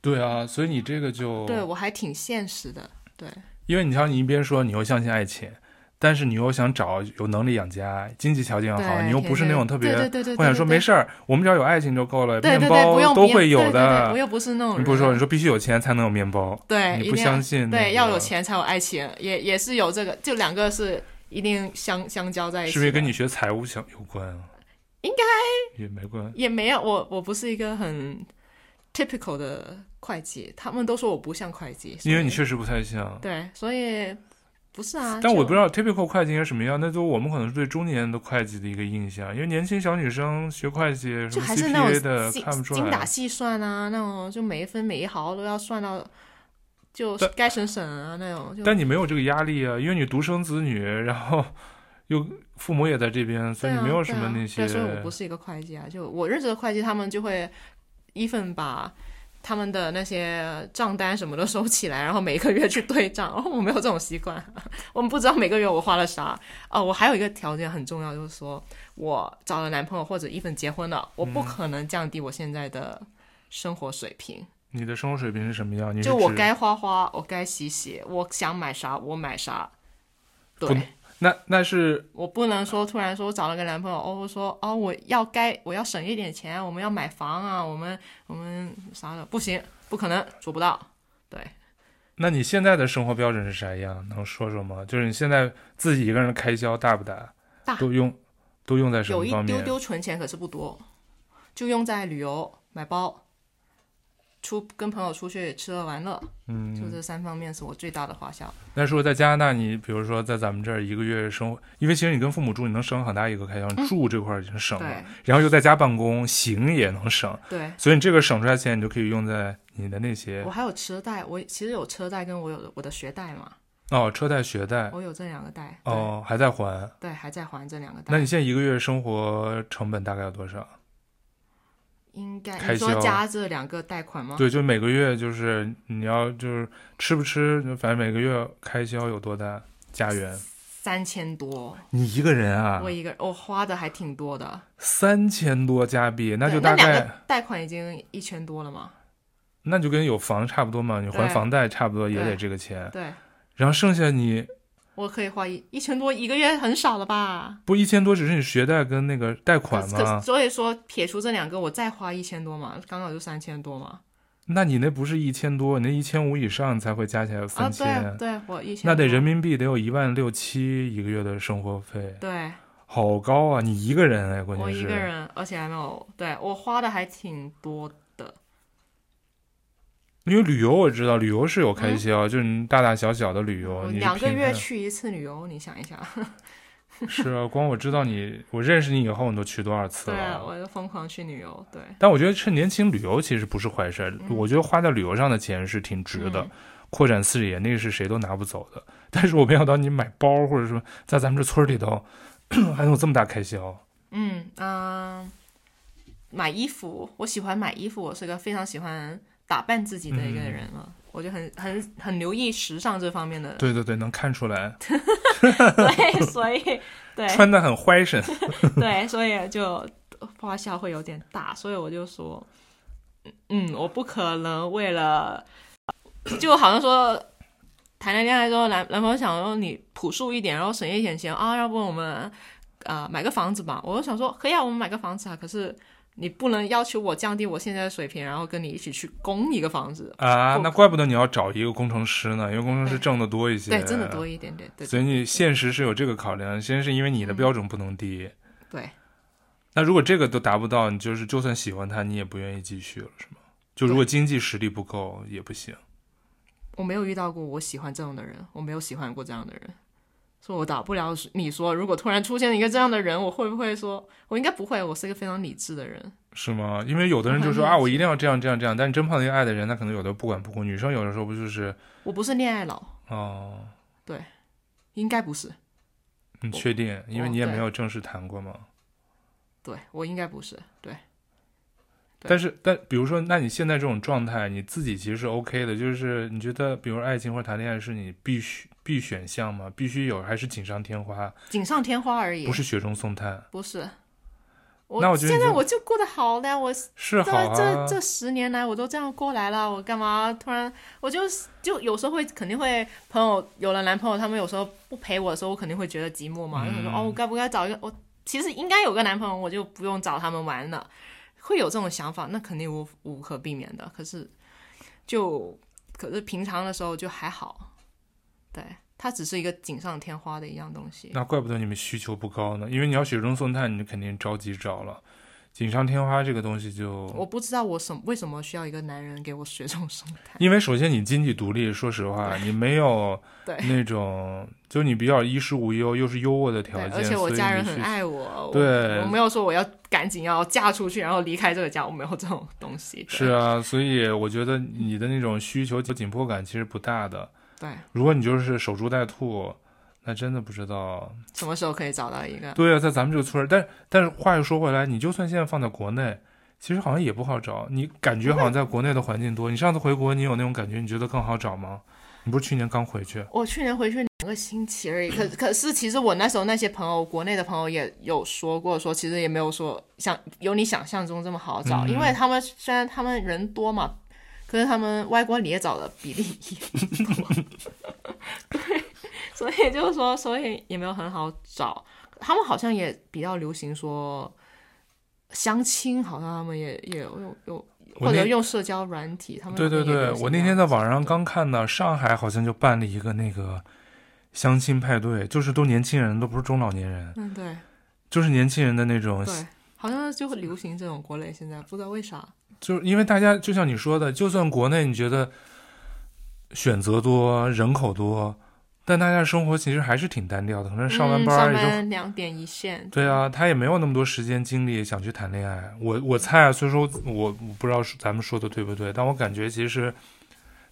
[SPEAKER 1] 对啊，所以你这个就
[SPEAKER 2] 对我还挺现实的，对。
[SPEAKER 1] 因为你像你一边说你又相信爱情，但是你又想找有能力养家、经济条件好，
[SPEAKER 2] 对
[SPEAKER 1] 你又不是那种特别，
[SPEAKER 2] 对对对对对
[SPEAKER 1] 我想说没
[SPEAKER 2] 事，
[SPEAKER 1] 事儿，我们只要有爱情就够了，
[SPEAKER 2] 对对
[SPEAKER 1] 面
[SPEAKER 2] 对，不
[SPEAKER 1] 包
[SPEAKER 2] 用
[SPEAKER 1] 都
[SPEAKER 2] 不用
[SPEAKER 1] 会有
[SPEAKER 2] 对对对
[SPEAKER 1] 的
[SPEAKER 2] 我。又不是那种
[SPEAKER 1] 你
[SPEAKER 2] 人，
[SPEAKER 1] 不是说你说必须有钱才能有面包，
[SPEAKER 2] 对，
[SPEAKER 1] 你
[SPEAKER 2] 一
[SPEAKER 1] 不
[SPEAKER 2] 定
[SPEAKER 1] 相信那
[SPEAKER 2] 对，要
[SPEAKER 1] 个
[SPEAKER 2] 有，钱才有爱情，也也是有这个，就两个是一定相相交在一起
[SPEAKER 1] 是
[SPEAKER 2] 的。
[SPEAKER 1] 不是跟你学财务相有关啊？
[SPEAKER 2] 啊应
[SPEAKER 1] 该也没关。
[SPEAKER 2] 也没有，我我不是一个很 typical 的会计，他们都说我不像会计，所以
[SPEAKER 1] 因为你确实不太像。
[SPEAKER 2] 对，所以不是啊。
[SPEAKER 1] 但我
[SPEAKER 2] 就
[SPEAKER 1] 不知道 typical 会计应该什么样，那都我们可能是对中年的会计的一个印象，因为年轻小女生学会计什
[SPEAKER 2] 就
[SPEAKER 1] 么
[SPEAKER 2] 还是那
[SPEAKER 1] CPA 的
[SPEAKER 2] 种精
[SPEAKER 1] 看不出
[SPEAKER 2] 精打
[SPEAKER 1] 来。
[SPEAKER 2] 细算啊，那种就每一分每一毫都要算到，就
[SPEAKER 1] 但
[SPEAKER 2] 该省省啊那种。就
[SPEAKER 1] 但你没有这个压力啊，因为你独生子女，然后又父母也在这边，所以
[SPEAKER 2] 对
[SPEAKER 1] 你
[SPEAKER 2] 啊
[SPEAKER 1] 没有
[SPEAKER 2] 对
[SPEAKER 1] 什么
[SPEAKER 2] 啊
[SPEAKER 1] 那些。
[SPEAKER 2] 对，所以我不是一个会计啊，就我认识的会计，他们就会一份把他们的那些账单什么都收起来，然后每个月去对账。哦然后我没有这种习惯， 我们不知道每个月我花了啥。哦，我还有一个条件很重要，就是说我找了男朋友或者一份结婚了，我
[SPEAKER 1] 嗯
[SPEAKER 2] 不可能降低我现在的生活水平。
[SPEAKER 1] 你的生活水平是什么样？你是
[SPEAKER 2] 就我
[SPEAKER 1] 指
[SPEAKER 2] 该花花，我该洗洗，我想买啥我买啥。
[SPEAKER 1] 不
[SPEAKER 2] 对
[SPEAKER 1] 能，那那是
[SPEAKER 2] 我不能说突然说我找了个男朋友，哦，我说哦我要该我要省一点钱，我们要买房啊，我们我们啥的，不行，不可能做不到。对，
[SPEAKER 1] 那你现在的生活标准是啥样？能说说吗？就是你现在自己一个人的开销大不大？
[SPEAKER 2] 大
[SPEAKER 1] 都用都用在什
[SPEAKER 2] 有
[SPEAKER 1] 么
[SPEAKER 2] 一
[SPEAKER 1] 方面？
[SPEAKER 2] 丢丢存钱，可是不多，就用在旅游、买包、出跟朋友出去吃喝玩乐，
[SPEAKER 1] 嗯，
[SPEAKER 2] 就这三方面是我最大的花销。
[SPEAKER 1] 那如果在加拿大，你比如说在咱们这儿一个月生活，因为其实你跟父母住，你能省很大一个开销，住这块儿已经省了，
[SPEAKER 2] 嗯对
[SPEAKER 1] 然后又在家办公，行也能省，
[SPEAKER 2] 对，
[SPEAKER 1] 所以你这个省出来钱，你就可以用在你的那些
[SPEAKER 2] 我还有车贷，我其实有车贷跟我有我的学贷嘛，
[SPEAKER 1] 哦，车贷、学贷
[SPEAKER 2] 我有这两个贷。对。
[SPEAKER 1] 哦还在还。
[SPEAKER 2] 对，还在还这两个
[SPEAKER 1] 那
[SPEAKER 2] 贷
[SPEAKER 1] 你，现在一个月生活成本大概有多少？
[SPEAKER 2] 应该
[SPEAKER 1] 开
[SPEAKER 2] 你说
[SPEAKER 1] 销啊
[SPEAKER 2] 加这两个贷款吗？
[SPEAKER 1] 对，就每个月就是你要就是吃不吃，就反正每个月开销有多大？加元，
[SPEAKER 2] 三千多，
[SPEAKER 1] 你一个人啊
[SPEAKER 2] 我，一个我花的还挺多的，
[SPEAKER 1] 三千多加币，那
[SPEAKER 2] 对
[SPEAKER 1] 就大
[SPEAKER 2] 那
[SPEAKER 1] 概
[SPEAKER 2] 两个贷款已经一千多了嘛，
[SPEAKER 1] 那就跟有房差不多嘛，你还
[SPEAKER 2] 对
[SPEAKER 1] 房贷差不多也得
[SPEAKER 2] 对
[SPEAKER 1] 这个钱，
[SPEAKER 2] 对
[SPEAKER 1] 然后剩下你
[SPEAKER 2] 我可以花一一千多一个月很少了吧？
[SPEAKER 1] 不一千多，只是你学贷跟那个贷款
[SPEAKER 2] 可是可
[SPEAKER 1] 吗？
[SPEAKER 2] 所以说撇除这两个，我再花一千多嘛，刚好就三千多嘛。
[SPEAKER 1] 那你那不是一千多，你那一千五以上才会加起来
[SPEAKER 2] 啊，
[SPEAKER 1] 三千、
[SPEAKER 2] 对对，我一千
[SPEAKER 1] 那得人
[SPEAKER 2] 民
[SPEAKER 1] 民币得有一万六七一个月的生活费，
[SPEAKER 2] 对，
[SPEAKER 1] 好高啊！你一个人哎，关
[SPEAKER 2] 我
[SPEAKER 1] 键
[SPEAKER 2] 一
[SPEAKER 1] 是
[SPEAKER 2] 个人，而且还没有对我花的还挺多的，
[SPEAKER 1] 因为旅游我知道旅游是有开销，就是你大大小小的旅游，
[SPEAKER 2] 我
[SPEAKER 1] 哦你是
[SPEAKER 2] 嗯两个
[SPEAKER 1] 平
[SPEAKER 2] 月
[SPEAKER 1] 摊
[SPEAKER 2] 去一次旅游，你想一想，
[SPEAKER 1] 是啊，光我知道你，我认识你以后，你都去多少次
[SPEAKER 2] 对
[SPEAKER 1] 了？
[SPEAKER 2] 我就疯狂去旅游，对。
[SPEAKER 1] 但我觉得趁年轻旅游其实不是坏事儿，我觉得花在旅游上的钱是挺值的，
[SPEAKER 2] 嗯
[SPEAKER 1] 扩展视野那个是谁都拿不走的。但是我没想到你买包或者说在咱们这村儿里头 还能有这么大开销，
[SPEAKER 2] 嗯嗯、买衣服，我喜欢买衣服，我是个非常喜欢打扮自己的一个
[SPEAKER 1] 嗯
[SPEAKER 2] 人了，我就很很很留意时尚这方面的，
[SPEAKER 1] 对对对，能看出来，
[SPEAKER 2] 对，所以对
[SPEAKER 1] 穿的很 fashion。
[SPEAKER 2] 对，所以就花销会有点大，所以我就说，嗯，我不可能为了，就好像说。谈了恋爱之后，男男朋友想说你朴素一点，然后省一点钱啊，要不我们呃买个房子吧。我就想说可以啊，我们买个房子啊。可是你不能要求我降低我现在的水平，然后跟你一起去供一个房子。
[SPEAKER 1] 啊，
[SPEAKER 2] 不
[SPEAKER 1] 那怪不得你要找一个工程师呢，因为工程师挣得多一些，
[SPEAKER 2] 对，真的嗯多一点点。对
[SPEAKER 1] 啊所以你现实是有这个考量，先是因为你的标准不能低。
[SPEAKER 2] 对，
[SPEAKER 1] 那如果这个都达不到，你就是就算喜欢他，你也不愿意继续了，是吗？就如果经济实力不够也不行。
[SPEAKER 2] 我没有遇到过我喜欢这样的人，我没有喜欢过这样的人，所以我打不了你说，如果突然出现一个这样的人，我会不会说？我应该不会，我是一个非常理智的人。
[SPEAKER 1] 是吗？因为有的人就说
[SPEAKER 2] 我很理解
[SPEAKER 1] 啊，我一定要这样这样这样，但你真碰到一个爱的人，他可能有的不管不顾。女生有的时候不就是
[SPEAKER 2] 我不是恋爱脑，
[SPEAKER 1] 哦，
[SPEAKER 2] 应该不是，
[SPEAKER 1] 你确定？因为你也
[SPEAKER 2] 哦对
[SPEAKER 1] 没有正式谈过嘛。
[SPEAKER 2] 对我应该不是，对对
[SPEAKER 1] 但是，但比如说，那你现在这种状态，你自己其实是 OK 的，就是你觉得，比如爱情或者谈恋爱是你必须必选项吗？必须有，还是锦上添花，
[SPEAKER 2] 锦上添花而已，
[SPEAKER 1] 不是雪中送炭？
[SPEAKER 2] 不是。我
[SPEAKER 1] 那我觉得
[SPEAKER 2] 现
[SPEAKER 1] 你
[SPEAKER 2] 在
[SPEAKER 1] 就
[SPEAKER 2] 我就过得好了呀，我
[SPEAKER 1] 是
[SPEAKER 2] 这、
[SPEAKER 1] 好啊，
[SPEAKER 2] 这这十年来我都这样过来了，我干嘛突然我就就有时候会肯定会朋友有了男朋友，他们有时候不陪我的时候，我肯定会觉得寂寞嘛，就想说
[SPEAKER 1] 嗯
[SPEAKER 2] 哦，我该不该找一个我其实应该有个男朋友，我就不用找他们玩了，会有这种想法，那肯定无无可避免的。可是就可是平常的时候就还好，对，它只是一个锦上添
[SPEAKER 1] 嗯
[SPEAKER 2] 花的一样东西。
[SPEAKER 1] 那怪不得你们需求不高呢，因为你要雪中送炭，你就肯定着急找了。锦上添花这个东西就，
[SPEAKER 2] 我不知道我什为什么需要一个男人给我学这种生态。
[SPEAKER 1] 因为首先你经济独立，说实话，你没有
[SPEAKER 2] 对
[SPEAKER 1] 那种，就你比较衣食无忧，又是优渥的条
[SPEAKER 2] 对，
[SPEAKER 1] 件，
[SPEAKER 2] 而且我
[SPEAKER 1] 所以
[SPEAKER 2] 家
[SPEAKER 1] 你
[SPEAKER 2] 人很
[SPEAKER 1] 去
[SPEAKER 2] 爱我，我
[SPEAKER 1] 对
[SPEAKER 2] 我没有说我要赶紧要嫁出去，然后离开这个家，我没有这种东西。对
[SPEAKER 1] 是，啊，所以我觉得你的那种需求紧迫感其实不大的。
[SPEAKER 2] 对，
[SPEAKER 1] 如果你就是守株待兔，那真的不知道。
[SPEAKER 2] 什么时候可以找到一个？
[SPEAKER 1] 对啊，在咱们这个村儿，但但是话又说回来，你就算现在放在国内，其实好像也不好找。你感觉好像在国内的环境多。你上次回国，你有那种感觉？你觉得更好找吗？你不是去年刚回去？
[SPEAKER 2] 我去年回去两个星期而已，可可是其实我那时候那些朋友，国内的朋友也有说过，说其实也没有说想有你想象中这么好找，
[SPEAKER 1] 嗯
[SPEAKER 2] 因为他们虽然他们人多嘛，可是他们歪瓜裂枣的比例也多， 对，所以就是说，所以也没有很好找。他们好像也比较流行说相亲，好像他们也也有有
[SPEAKER 1] 我
[SPEAKER 2] 或者
[SPEAKER 1] 那
[SPEAKER 2] 用社交软体，他们
[SPEAKER 1] 对对
[SPEAKER 2] 好像也
[SPEAKER 1] 对
[SPEAKER 2] 流，行
[SPEAKER 1] 我那天
[SPEAKER 2] 这
[SPEAKER 1] 在
[SPEAKER 2] 样
[SPEAKER 1] 网上刚看到，上海好像就办了一个那个相亲派对，就是都年轻人，都不是中老年人，
[SPEAKER 2] 嗯对。
[SPEAKER 1] 就是年轻人的那种
[SPEAKER 2] 对，好像就会流行这种国内现在不知道为啥。
[SPEAKER 1] 就是因为大家就像你说的，就算国内你觉得选择多、人口多，但大家生活其实还是挺单调的，可能上完班儿也
[SPEAKER 2] 嗯、上
[SPEAKER 1] 就、
[SPEAKER 2] 班两点一线。
[SPEAKER 1] 对啊，他也没有那么多时间精力想去谈恋爱。我我猜啊，虽说我我不知道是咱们说的对不对，但我感觉其实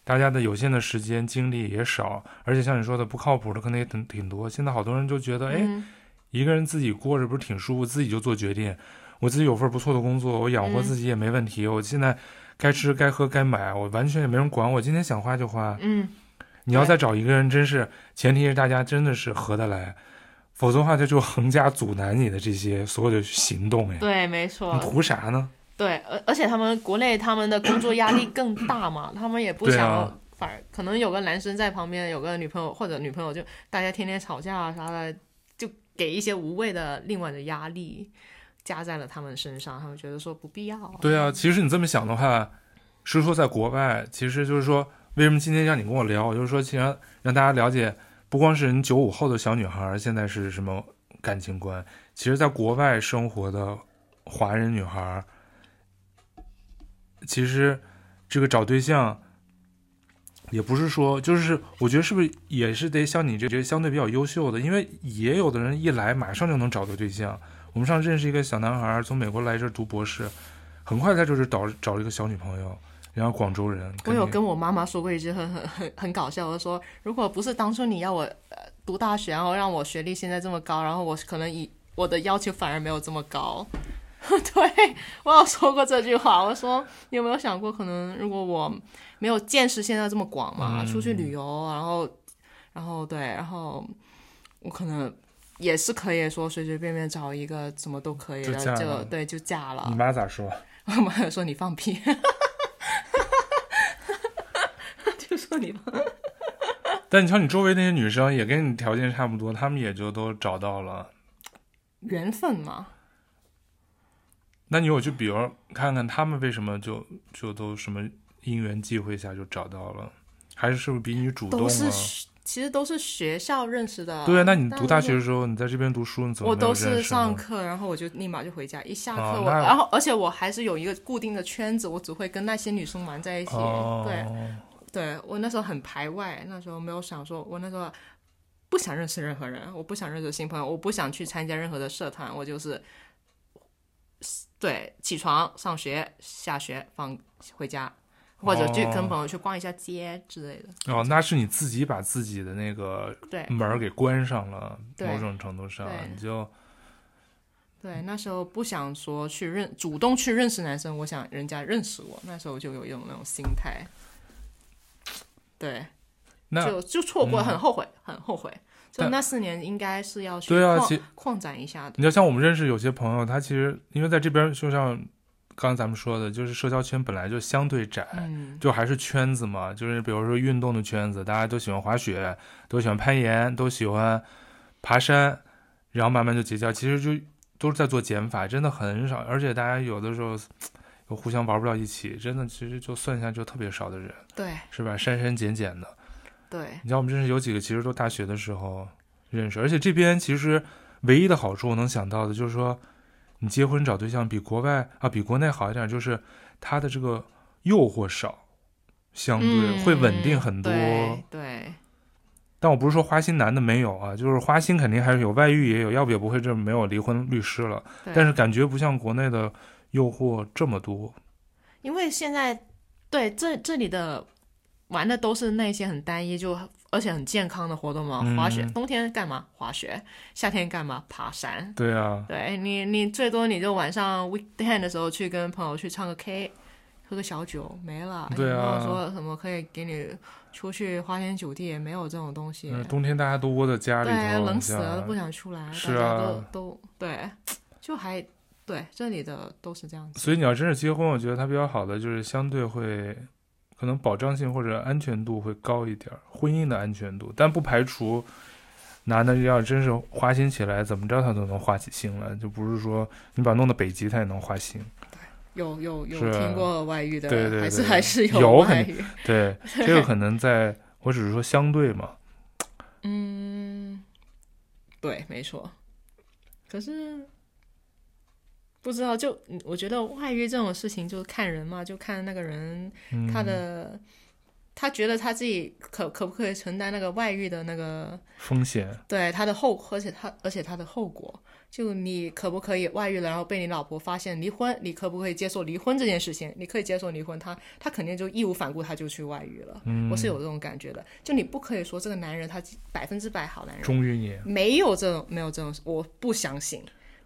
[SPEAKER 1] 大家的有限的时间精力也少，而且像你说的不靠谱的可能也挺挺多。现在好多人就觉得，哎、
[SPEAKER 2] 嗯，
[SPEAKER 1] 一个人自己过着不是挺舒服，自己就做决定。我自己有份不错的工作，我养活
[SPEAKER 2] 嗯
[SPEAKER 1] 自己也没问题。我现在该吃该喝该买，我完全也没人管我。今天想花就花。
[SPEAKER 2] 嗯，
[SPEAKER 1] 你要
[SPEAKER 2] 对
[SPEAKER 1] 再找一个人，真是前提是大家真的是合得来，否则的话他就横加阻拦你的这些所有的行动。哎，
[SPEAKER 2] 对，没错
[SPEAKER 1] 你，图啥呢？
[SPEAKER 2] 对，而而且他们国内他们的工作压力更大嘛，他们也不
[SPEAKER 1] 对啊
[SPEAKER 2] 想要，反而可能有个男生在旁边，有个女朋友或者女朋友就大家天天吵架啊啥的，就给一些无谓的另外的压力加在了他们身上，他们觉得说不必要。
[SPEAKER 1] 对啊，其实你这么想的话，是说在国外，其实就是说，为什么今天让你跟我聊，我就是说，其实让让大家了解，不光是人九五后的小女孩儿现在是什么感情观，其实在国外生活的华人女孩儿，其实这个找对象。也不是说，就是我觉得是不是也是得像你这这相对比较优秀的，因为也有的人一来马上就能找到对象。我们上次认识一个小男孩儿，从美国来这儿读博士，很快他就是找找了一个小女朋友，然后广州人。
[SPEAKER 2] 我有
[SPEAKER 1] 你
[SPEAKER 2] 跟我妈妈说过一句很很很很搞笑的说，如果不是当初你要我呃读大学，然后让我学历现在这么高，然后我可能以我的要求反而没有这么高。 对我有说过这句话，我说你有没有想过，可能如果我没有见识现在这么广嘛，
[SPEAKER 1] 嗯
[SPEAKER 2] 出去旅游，然后然后对，然后我可能也是可以说随随便便找一个什么都可以
[SPEAKER 1] 就
[SPEAKER 2] 的，
[SPEAKER 1] 嫁
[SPEAKER 2] 就
[SPEAKER 1] 了
[SPEAKER 2] 对就嫁了。
[SPEAKER 1] 你妈咋说？
[SPEAKER 2] 我妈说你放屁， 就说你放。
[SPEAKER 1] 但你瞧你周围那些女生也跟你条件差不多，她们也就都找到了。
[SPEAKER 2] 缘分嘛，
[SPEAKER 1] 那你有去比如看看她们为什么就就都什么因缘际会下就找到了，还是是不是比你主动
[SPEAKER 2] 都
[SPEAKER 1] 啊？
[SPEAKER 2] 是学其实都是学校认识的。
[SPEAKER 1] 对啊，那你读大学
[SPEAKER 2] 但
[SPEAKER 1] 的
[SPEAKER 2] 是
[SPEAKER 1] 时候，你在这边读书，你怎么
[SPEAKER 2] 我
[SPEAKER 1] 没有
[SPEAKER 2] 都
[SPEAKER 1] 认识呢
[SPEAKER 2] 是上课，然后我就立马就回家，一下
[SPEAKER 1] 啊
[SPEAKER 2] 课我，
[SPEAKER 1] 那
[SPEAKER 2] 然后而且我还是有一个固定的圈子，我只会跟那些女生玩在一起。
[SPEAKER 1] 哦，
[SPEAKER 2] 对，对我那时候很排外，那时候没有想说，我那时候不想认识任何人，我不想认识新朋友，我不想去参加任何的社团，我就是对起床、上学、下学、放回家，或者去跟朋友去逛一下街之类的。
[SPEAKER 1] 哦，那是你自己把自己的那个
[SPEAKER 2] 对
[SPEAKER 1] 门儿给关上了，嗯
[SPEAKER 2] 对
[SPEAKER 1] 某种程度上
[SPEAKER 2] 对
[SPEAKER 1] 你就
[SPEAKER 2] 对，那时候不想说去认主动去认识男生，我想人家认识我，那时候就有一种那种心态。对，
[SPEAKER 1] 那
[SPEAKER 2] 就就错过，
[SPEAKER 1] 嗯
[SPEAKER 2] 很后悔，很后悔。就
[SPEAKER 1] 但
[SPEAKER 2] 那四年应该是要去
[SPEAKER 1] 对啊
[SPEAKER 2] 扩
[SPEAKER 1] 其
[SPEAKER 2] 扩展一下的。
[SPEAKER 1] 你要像我们认识有些朋友，他其实因为在这边，就像刚才咱们说的，就是社交圈本来就相对窄，
[SPEAKER 2] 嗯，
[SPEAKER 1] 就还是圈子嘛，就是比如说运动的圈子，大家都喜欢滑雪，都喜欢攀岩，都喜欢爬山，然后慢慢就结交，其实就都是在做减法，真的很少，而且大家有的时候。又互相玩不到一起，真的，其实就算一下就特别少的人，
[SPEAKER 2] 对
[SPEAKER 1] 是吧？删删减减的，
[SPEAKER 2] 对，
[SPEAKER 1] 你知道我们认识有几个，其实都大学的时候认识，而且这边其实唯一的好处我能想到的就是说，你结婚找对象比国外啊比国内好一点，就是他的这个诱惑少，相对、
[SPEAKER 2] 嗯，
[SPEAKER 1] 会稳定很多。
[SPEAKER 2] 对对，
[SPEAKER 1] 但我不是说花心男的没有啊，就是花心肯定还是有，外遇也有，要不也不会这么没有离婚律师了。
[SPEAKER 2] 对
[SPEAKER 1] 但是感觉不像国内的诱惑这么多。
[SPEAKER 2] 因为现在对这这里的玩的都是那些很单一就而且很健康的活动嘛，
[SPEAKER 1] 嗯
[SPEAKER 2] 滑雪，冬天干嘛滑雪，夏天干嘛爬山。
[SPEAKER 1] 对啊，
[SPEAKER 2] 对你，你最多你就晚上 weekend 的时候去跟朋友去唱个 K，喝个小酒，没了。
[SPEAKER 1] 对啊
[SPEAKER 2] 没有说什么可以给你出去花天酒地，也没有这种东西。
[SPEAKER 1] 嗯冬天大家都窝在家里
[SPEAKER 2] 对，啊
[SPEAKER 1] 头，
[SPEAKER 2] 冷
[SPEAKER 1] 你
[SPEAKER 2] 死
[SPEAKER 1] 像
[SPEAKER 2] 了，都不想出来。
[SPEAKER 1] 是
[SPEAKER 2] 大家
[SPEAKER 1] 啊
[SPEAKER 2] 都都对，就还对这里的都是这样子。
[SPEAKER 1] 所以你要真是结婚，我觉得它比较好的就是相对会，可能保障性或者安全度会高一点儿，婚姻的安全度，但不排除男的要真是花心起来，怎么着他都能花起心来，就不是说你把他弄到北极他也能花心。
[SPEAKER 2] 有有有
[SPEAKER 1] 是啊
[SPEAKER 2] 听过外遇的，
[SPEAKER 1] 对对
[SPEAKER 2] 还是
[SPEAKER 1] 对
[SPEAKER 2] 还是
[SPEAKER 1] 有
[SPEAKER 2] 外
[SPEAKER 1] 很
[SPEAKER 2] 遇。
[SPEAKER 1] 对，这个可能在我只是说相对嘛，
[SPEAKER 2] 嗯，对，没错。可是不知道，就嗯我觉得外遇这种事情就看人嘛，就看那个人
[SPEAKER 1] 嗯、
[SPEAKER 2] 他的，他觉得他自己可可不可以承担那个外遇的那个
[SPEAKER 1] 风险，
[SPEAKER 2] 对他的后，而且他而且他的后果，就你可不可以外遇了，然后被你老婆发现离婚，你可不可以接受离婚这件事情？你可以接受离婚，他他肯定就义无反顾，他就去外遇了。
[SPEAKER 1] 嗯，
[SPEAKER 2] 我是有这种感觉的，就你不可以说这个男人他百分之百好男人，
[SPEAKER 1] 忠于你，
[SPEAKER 2] 没有这种，没有这种，我不相信。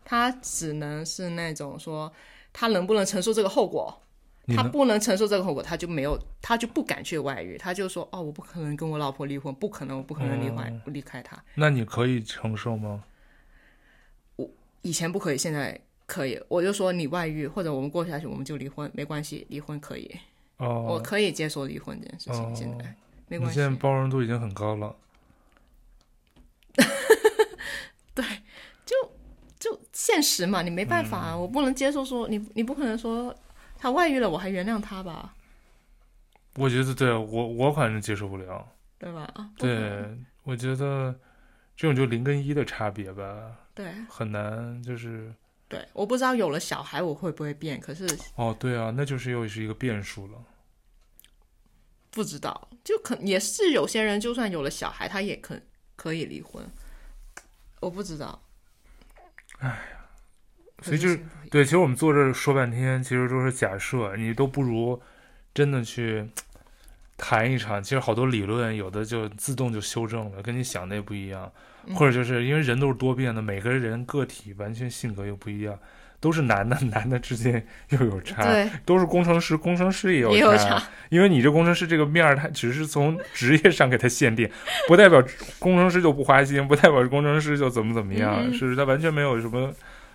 [SPEAKER 2] 他只能是那种说，他能不能承受这个后果？
[SPEAKER 1] 你
[SPEAKER 2] 他
[SPEAKER 1] 能
[SPEAKER 2] 不能承受这个后果，他就没有，他就不敢去外遇，他就说，哦，我不可能跟我老婆离婚，不可能，我不可能离婚、
[SPEAKER 1] 哦
[SPEAKER 2] 离开他。
[SPEAKER 1] 那你可以承受吗？
[SPEAKER 2] 以前不可以，现在可以。我就说你外遇，或者我们过下去，我们就离婚，没关系，离婚可以，我
[SPEAKER 1] 哦，
[SPEAKER 2] 可以接受离婚这件事情。现在、
[SPEAKER 1] 哦你
[SPEAKER 2] 没关系
[SPEAKER 1] 现在，包容度已经很高了。
[SPEAKER 2] 就现实嘛，你没办法啊，
[SPEAKER 1] 嗯
[SPEAKER 2] 我不能接受说你，你不可能说他外遇了，我还原谅他吧。
[SPEAKER 1] 我觉得对我我反正接受不了。
[SPEAKER 2] 对吧？啊，不可能
[SPEAKER 1] 对，我觉得这种就零跟一的差别吧，
[SPEAKER 2] 对
[SPEAKER 1] 很难就是
[SPEAKER 2] 对，我不知道有了小孩我会不会变，可是
[SPEAKER 1] 哦，对啊，那就是又是一个变数了。
[SPEAKER 2] 不知道，就可也是有些人就算有了小孩，他也可可以离婚，我不知道。哎呀，
[SPEAKER 1] 所以就是对，其实我们坐这儿说半天，其实都是假设，你都不如真的去谈一场。其实好多理论有的就自动就修正了，跟你想的也不一样，
[SPEAKER 2] 嗯
[SPEAKER 1] 或者就是因为人都是多变的，每个人个体完全性格又不一样。都是男的， 男的之间又有差，
[SPEAKER 2] 对
[SPEAKER 1] 都是工程师，工程师也有
[SPEAKER 2] 也有差
[SPEAKER 1] 因为你这工程师这个面儿，它只是从职业上给它限定，不代表工程师就不花心，不代表工程师就怎么怎么样，
[SPEAKER 2] 嗯
[SPEAKER 1] 是不是？它完全没有什么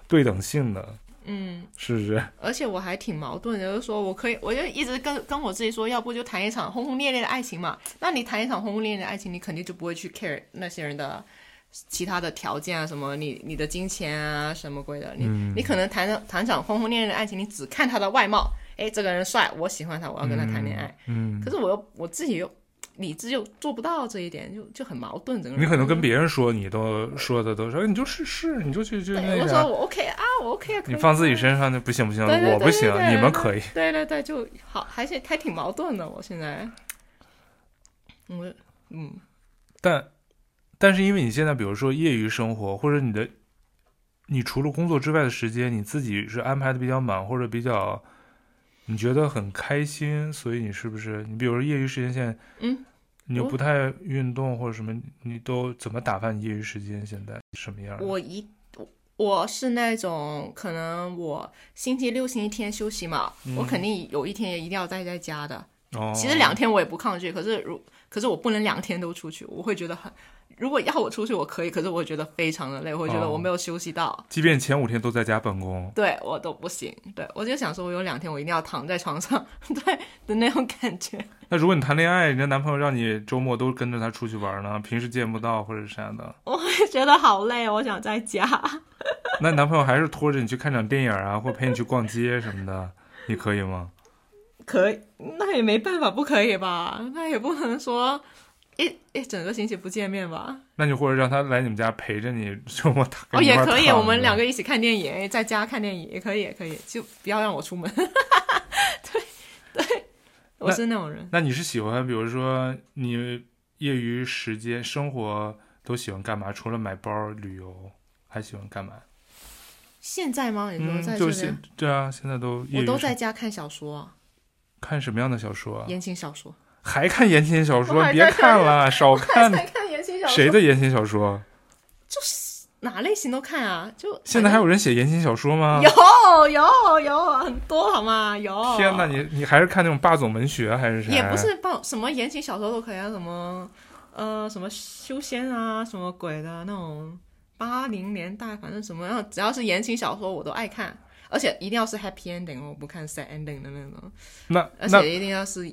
[SPEAKER 1] 对等性的，
[SPEAKER 2] 嗯，
[SPEAKER 1] 是不是？
[SPEAKER 2] 而且我还挺矛盾的，就是说我可以，我就一直跟跟我自己说，要不就谈一场轰轰烈烈的爱情嘛。那你谈一场轰轰烈烈的爱情，你肯定就不会去 care 那些人的其他的条件啊，什么你你的金钱啊，什么鬼的。你、
[SPEAKER 1] 嗯
[SPEAKER 2] 你可能谈的谈场轰轰烈烈的爱情，你只看他的外貌，诶，这个人帅，我喜欢他，我要跟他谈恋爱。
[SPEAKER 1] 嗯
[SPEAKER 2] 可，是我又我自己又理智又做不到这一点，就就很矛盾。整个人
[SPEAKER 1] 你可能跟别人说，你都说的都说，哎你就试试，你就去去
[SPEAKER 2] 对
[SPEAKER 1] 那
[SPEAKER 2] 我说
[SPEAKER 1] 个，
[SPEAKER 2] 我 OK 啊，我 OK 啊，可以
[SPEAKER 1] 你放自己
[SPEAKER 2] 啊
[SPEAKER 1] 身上就不行不行，
[SPEAKER 2] 对对对
[SPEAKER 1] 我不行
[SPEAKER 2] 对对，对
[SPEAKER 1] 你们可以。
[SPEAKER 2] 对对对，就好，还是还挺矛盾的。我现在，我嗯，
[SPEAKER 1] 但但是因为你现在比如说业余生活，或者你的，你除了工作之外的时间，你自己是安排的比较满，或者比较你觉得很开心，所以你是不是你比如说业余时间现在，
[SPEAKER 2] 嗯，
[SPEAKER 1] 你又
[SPEAKER 2] 我
[SPEAKER 1] 不太运动或者什么，你都怎么打发你业余时间？现在什么样？
[SPEAKER 2] 我一我是那种可能我星期六、星期天休息嘛，我肯定有一天也一定要待在家的。
[SPEAKER 1] 哦，
[SPEAKER 2] 其实两天我也不抗拒，可是如可是我不能两天都出去，我会觉得很。如果要我出去，我可以，可是我会觉得非常的累，我会觉得
[SPEAKER 1] 哦
[SPEAKER 2] 我没有休息到，
[SPEAKER 1] 即便前五天都在家办公，
[SPEAKER 2] 对我都不行。对我就想说，我有两天我一定要躺在床上， 对的那种感觉。
[SPEAKER 1] 那如果你谈恋爱，人家男朋友让你周末都跟着他出去玩呢，平时见不到或者啥的，
[SPEAKER 2] 我会觉得好累，我想在家。
[SPEAKER 1] 那男朋友还是拖着你去看场电影啊，或陪你去逛街什么的，你可以吗？
[SPEAKER 2] 可以，那也没办法，不可以吧？那也不能说一一整个星期不见面吧？
[SPEAKER 1] 那你或者让他来你们家陪着你，周末打
[SPEAKER 2] 哦，也可以，我们两
[SPEAKER 1] 个
[SPEAKER 2] 个一起看电影，在家看电影也可以，也可以，就不要让我 出门。对对，我
[SPEAKER 1] 那
[SPEAKER 2] 是那种人。
[SPEAKER 1] 那你是喜欢，比如说你业余时间、生活都喜欢干嘛？除了买包、旅游，还喜欢干嘛？
[SPEAKER 2] 现在吗？你说
[SPEAKER 1] 嗯，
[SPEAKER 2] 在这
[SPEAKER 1] 就
[SPEAKER 2] 边
[SPEAKER 1] 现，对啊，现在都业
[SPEAKER 2] 我
[SPEAKER 1] 余
[SPEAKER 2] 都
[SPEAKER 1] 时
[SPEAKER 2] 在家看小说啊，
[SPEAKER 1] 看什么样的小说啊？
[SPEAKER 2] 言情小说。
[SPEAKER 1] 还看言情小
[SPEAKER 2] 我
[SPEAKER 1] 说？
[SPEAKER 2] 还在
[SPEAKER 1] 别看
[SPEAKER 2] 看
[SPEAKER 1] 了，少
[SPEAKER 2] 还
[SPEAKER 1] 看
[SPEAKER 2] 在看言情小说，
[SPEAKER 1] 谁的言情小说？
[SPEAKER 2] 哪类型都看啊，就
[SPEAKER 1] 现在还有人啊写言情小说吗？
[SPEAKER 2] 有有有很多好吗？有
[SPEAKER 1] 天哪，你你还是看那种霸总文学还是啥？
[SPEAKER 2] 也不是报什么言情小说都可以啊，什么呃什么修仙啊，什么鬼的那种八零年代，反正什么样只要是言情小说我都爱看，而且一定要是 happy ending，我不看 sad ending 的那种，
[SPEAKER 1] 那
[SPEAKER 2] 而
[SPEAKER 1] 那
[SPEAKER 2] 且一定要是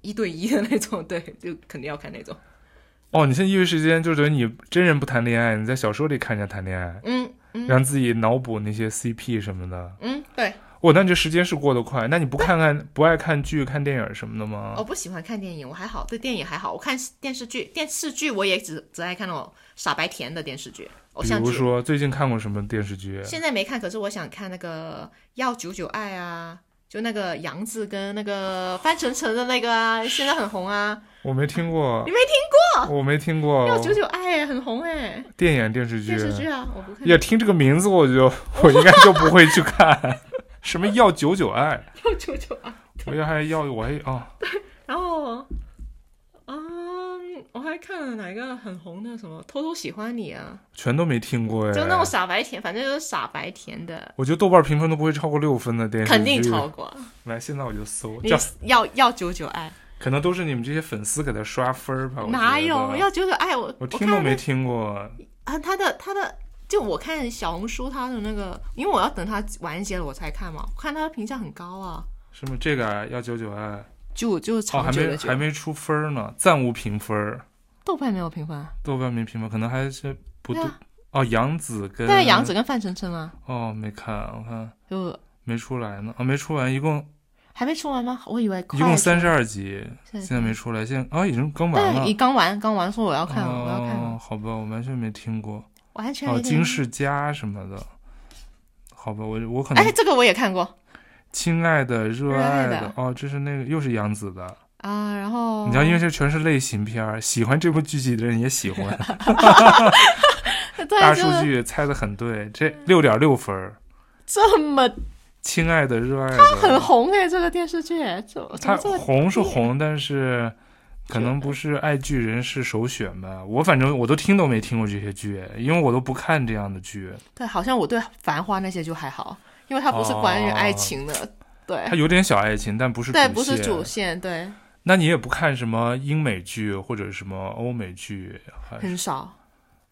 [SPEAKER 2] 一对一的那种，对，就肯定要看那种。
[SPEAKER 1] 哦，你现在业余时间就等于你真人不谈恋爱，你在小说里看人家谈恋爱，
[SPEAKER 2] 嗯嗯
[SPEAKER 1] 让自己脑补那些 CP 什么的。
[SPEAKER 2] 嗯，对，
[SPEAKER 1] 哦，那你这时间是过得快。那你不看看不爱看剧、看电影什么的吗？
[SPEAKER 2] 我不喜欢看电影，我还好，对电影还好，我看电视剧，电视剧我也只只爱看那种傻白甜的电视剧，偶
[SPEAKER 1] 比
[SPEAKER 2] 像
[SPEAKER 1] 如
[SPEAKER 2] 剧。
[SPEAKER 1] 说最近看过什么电视剧？
[SPEAKER 2] 现在没看，可是我想看那个《要九九爱》啊，就那个杨紫跟那个范丞丞的那个啊，现在很红啊，
[SPEAKER 1] 我没听过。
[SPEAKER 2] 你
[SPEAKER 1] 没听过？我没听
[SPEAKER 2] 《
[SPEAKER 1] 过
[SPEAKER 2] 要九九爱》很红哎，
[SPEAKER 1] 电影电视剧。
[SPEAKER 2] 电视剧啊，我不看。
[SPEAKER 1] 也听这个名字，我 就我应该就不会去看。 什么要九九爱？
[SPEAKER 2] 要九九爱，
[SPEAKER 1] 我要还要我还哦，
[SPEAKER 2] 然后，嗯，我还看了哪个很红的什么《偷偷喜欢你》啊，
[SPEAKER 1] 全都没听过哎。
[SPEAKER 2] 就那种傻白甜，反正就是傻白甜的，
[SPEAKER 1] 我觉得豆瓣评分都不会超过六分的电视剧，
[SPEAKER 2] 肯定超。过。
[SPEAKER 1] 来，现在我就搜，
[SPEAKER 2] 你
[SPEAKER 1] 叫
[SPEAKER 2] 要要九九爱，
[SPEAKER 1] 可能都是你们这些粉丝给他刷分儿哦吧。我
[SPEAKER 2] 哪
[SPEAKER 1] 觉
[SPEAKER 2] 有
[SPEAKER 1] 得
[SPEAKER 2] 要九九爱？我
[SPEAKER 1] 我
[SPEAKER 2] 我
[SPEAKER 1] 听都
[SPEAKER 2] 看
[SPEAKER 1] 没听过。
[SPEAKER 2] 啊，他的他的，就我看小红书他的那个，因为我要等他完结了我才看嘛，我看他的评价很高啊，
[SPEAKER 1] 什么这个啊要九九爱？
[SPEAKER 2] 就就
[SPEAKER 1] 哦，
[SPEAKER 2] 长
[SPEAKER 1] 还
[SPEAKER 2] 久
[SPEAKER 1] 没
[SPEAKER 2] 的久。
[SPEAKER 1] 还没出分儿呢，暂无评分儿，
[SPEAKER 2] 豆瓣没有评分啊，
[SPEAKER 1] 豆瓣没评分，可能还是不对
[SPEAKER 2] 对啊。
[SPEAKER 1] 哦，杨紫跟
[SPEAKER 2] 但是杨紫跟范丞丞啊，
[SPEAKER 1] 哦，没看，我看
[SPEAKER 2] 就
[SPEAKER 1] 没出来呢，啊、没出完，一共
[SPEAKER 2] 还没出完吗？我以为快
[SPEAKER 1] 一共
[SPEAKER 2] 出
[SPEAKER 1] 三十二集，
[SPEAKER 2] 现
[SPEAKER 1] 现在没出来，现在啊已经更完了
[SPEAKER 2] 但。你刚完刚完，说我要看了，我要看
[SPEAKER 1] 哦
[SPEAKER 2] 了，，
[SPEAKER 1] 好吧，我完全没听过。
[SPEAKER 2] 完全
[SPEAKER 1] 哦，
[SPEAKER 2] 有点
[SPEAKER 1] 金。世佳什么的，好吧，我我可能
[SPEAKER 2] 哎，这个我也看过
[SPEAKER 1] 亲爱的、热
[SPEAKER 2] 热爱
[SPEAKER 1] 爱
[SPEAKER 2] 的
[SPEAKER 1] 哦，这是那个又是杨紫的，
[SPEAKER 2] 啊，然后
[SPEAKER 1] 你知道，因为这全是类型片儿，喜欢这部剧集的人也喜欢。
[SPEAKER 2] 对
[SPEAKER 1] 大
[SPEAKER 2] 就
[SPEAKER 1] 数
[SPEAKER 2] 是
[SPEAKER 1] 据猜的很对，这六点六分儿，
[SPEAKER 2] 这么
[SPEAKER 1] 亲爱的、热爱
[SPEAKER 2] 很
[SPEAKER 1] 的，
[SPEAKER 2] 红哎，这个电视剧怎么怎
[SPEAKER 1] 它
[SPEAKER 2] 么这么
[SPEAKER 1] 红是红，但是可能不是爱剧人士首选吧。我反正我都听都没听过这些剧，因为我都不看这样的剧。
[SPEAKER 2] 对？好像我对《繁花》那些就还好，因为它不是关于爱
[SPEAKER 1] 哦
[SPEAKER 2] 情的，对。
[SPEAKER 1] 它有点小爱情，但不是
[SPEAKER 2] 对，
[SPEAKER 1] 主
[SPEAKER 2] 不是
[SPEAKER 1] 线
[SPEAKER 2] 主线，对，
[SPEAKER 1] 那你也不看什么英美剧或者什么欧美剧，还是
[SPEAKER 2] 很少，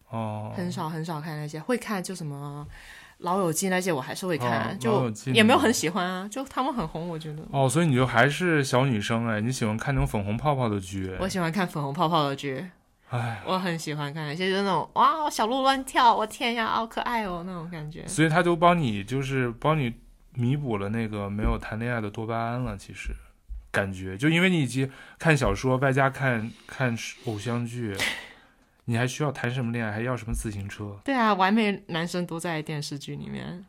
[SPEAKER 1] 哦，
[SPEAKER 2] 很少，很少看那些，会看就什么《老友记》那些，我还是会看，
[SPEAKER 1] 哦老友
[SPEAKER 2] 就
[SPEAKER 1] 记
[SPEAKER 2] 也没有
[SPEAKER 1] 那
[SPEAKER 2] 很喜欢啊，就他们很红，我觉得。
[SPEAKER 1] 哦，所以你就还是小女生哎，你喜欢看那种粉红泡泡的剧，
[SPEAKER 2] 我喜欢看粉红泡泡的剧，
[SPEAKER 1] 哎，
[SPEAKER 2] 我很喜欢看，就是那种哇，小鹿乱跳，我天呀，好可爱哦，那种感觉。
[SPEAKER 1] 所以他都帮你就是帮你弥补了那个没有谈恋爱的多巴胺了，其实感觉就因为你已经看小说，外加看看偶像剧，你还需要谈什么恋爱，还要什么自行车？
[SPEAKER 2] 对啊，完美男生都在电视剧里面。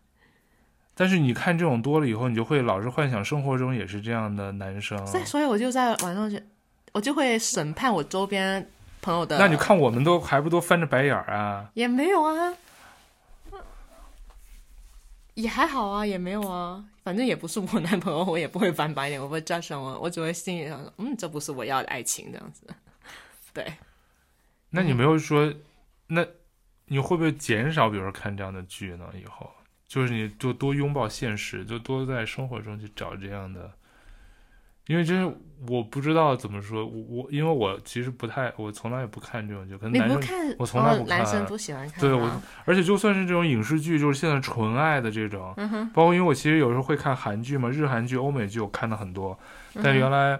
[SPEAKER 1] 但是你看这种多了以后，你就会老是幻想生活中也是这样的男生。
[SPEAKER 2] 所以，所以我就在晚上就，我就会审判我周边朋友的。
[SPEAKER 1] 那你看我们都还不都翻着白眼儿啊？
[SPEAKER 2] 也没有啊，也还好啊，也没有啊，反正也不是我男朋友， 我也不会翻白眼，我不会 judge 什么，我只会心里想说，嗯，这不是我要的爱情这样子。对，
[SPEAKER 1] 那你没
[SPEAKER 2] 嗯
[SPEAKER 1] 有说，那你会不会减少，比如说看这样的剧呢？以后就是你就多拥抱现实，就多在生活中去找这样的，因为真是我不知道怎么说，我我因为我其实不太，我从来也不看这种剧，可能
[SPEAKER 2] 你
[SPEAKER 1] 男
[SPEAKER 2] 不
[SPEAKER 1] 生
[SPEAKER 2] 看，
[SPEAKER 1] 我从来不
[SPEAKER 2] 哦、男生
[SPEAKER 1] 看啊
[SPEAKER 2] 不喜欢看吗，
[SPEAKER 1] 对我，而且就算是这种影视剧，就是现在纯爱的这种，
[SPEAKER 2] 嗯哼，
[SPEAKER 1] 包
[SPEAKER 2] 嗯
[SPEAKER 1] 括因为我其实有时候会看韩剧嘛，日韩剧、欧美剧我看的很多，但原来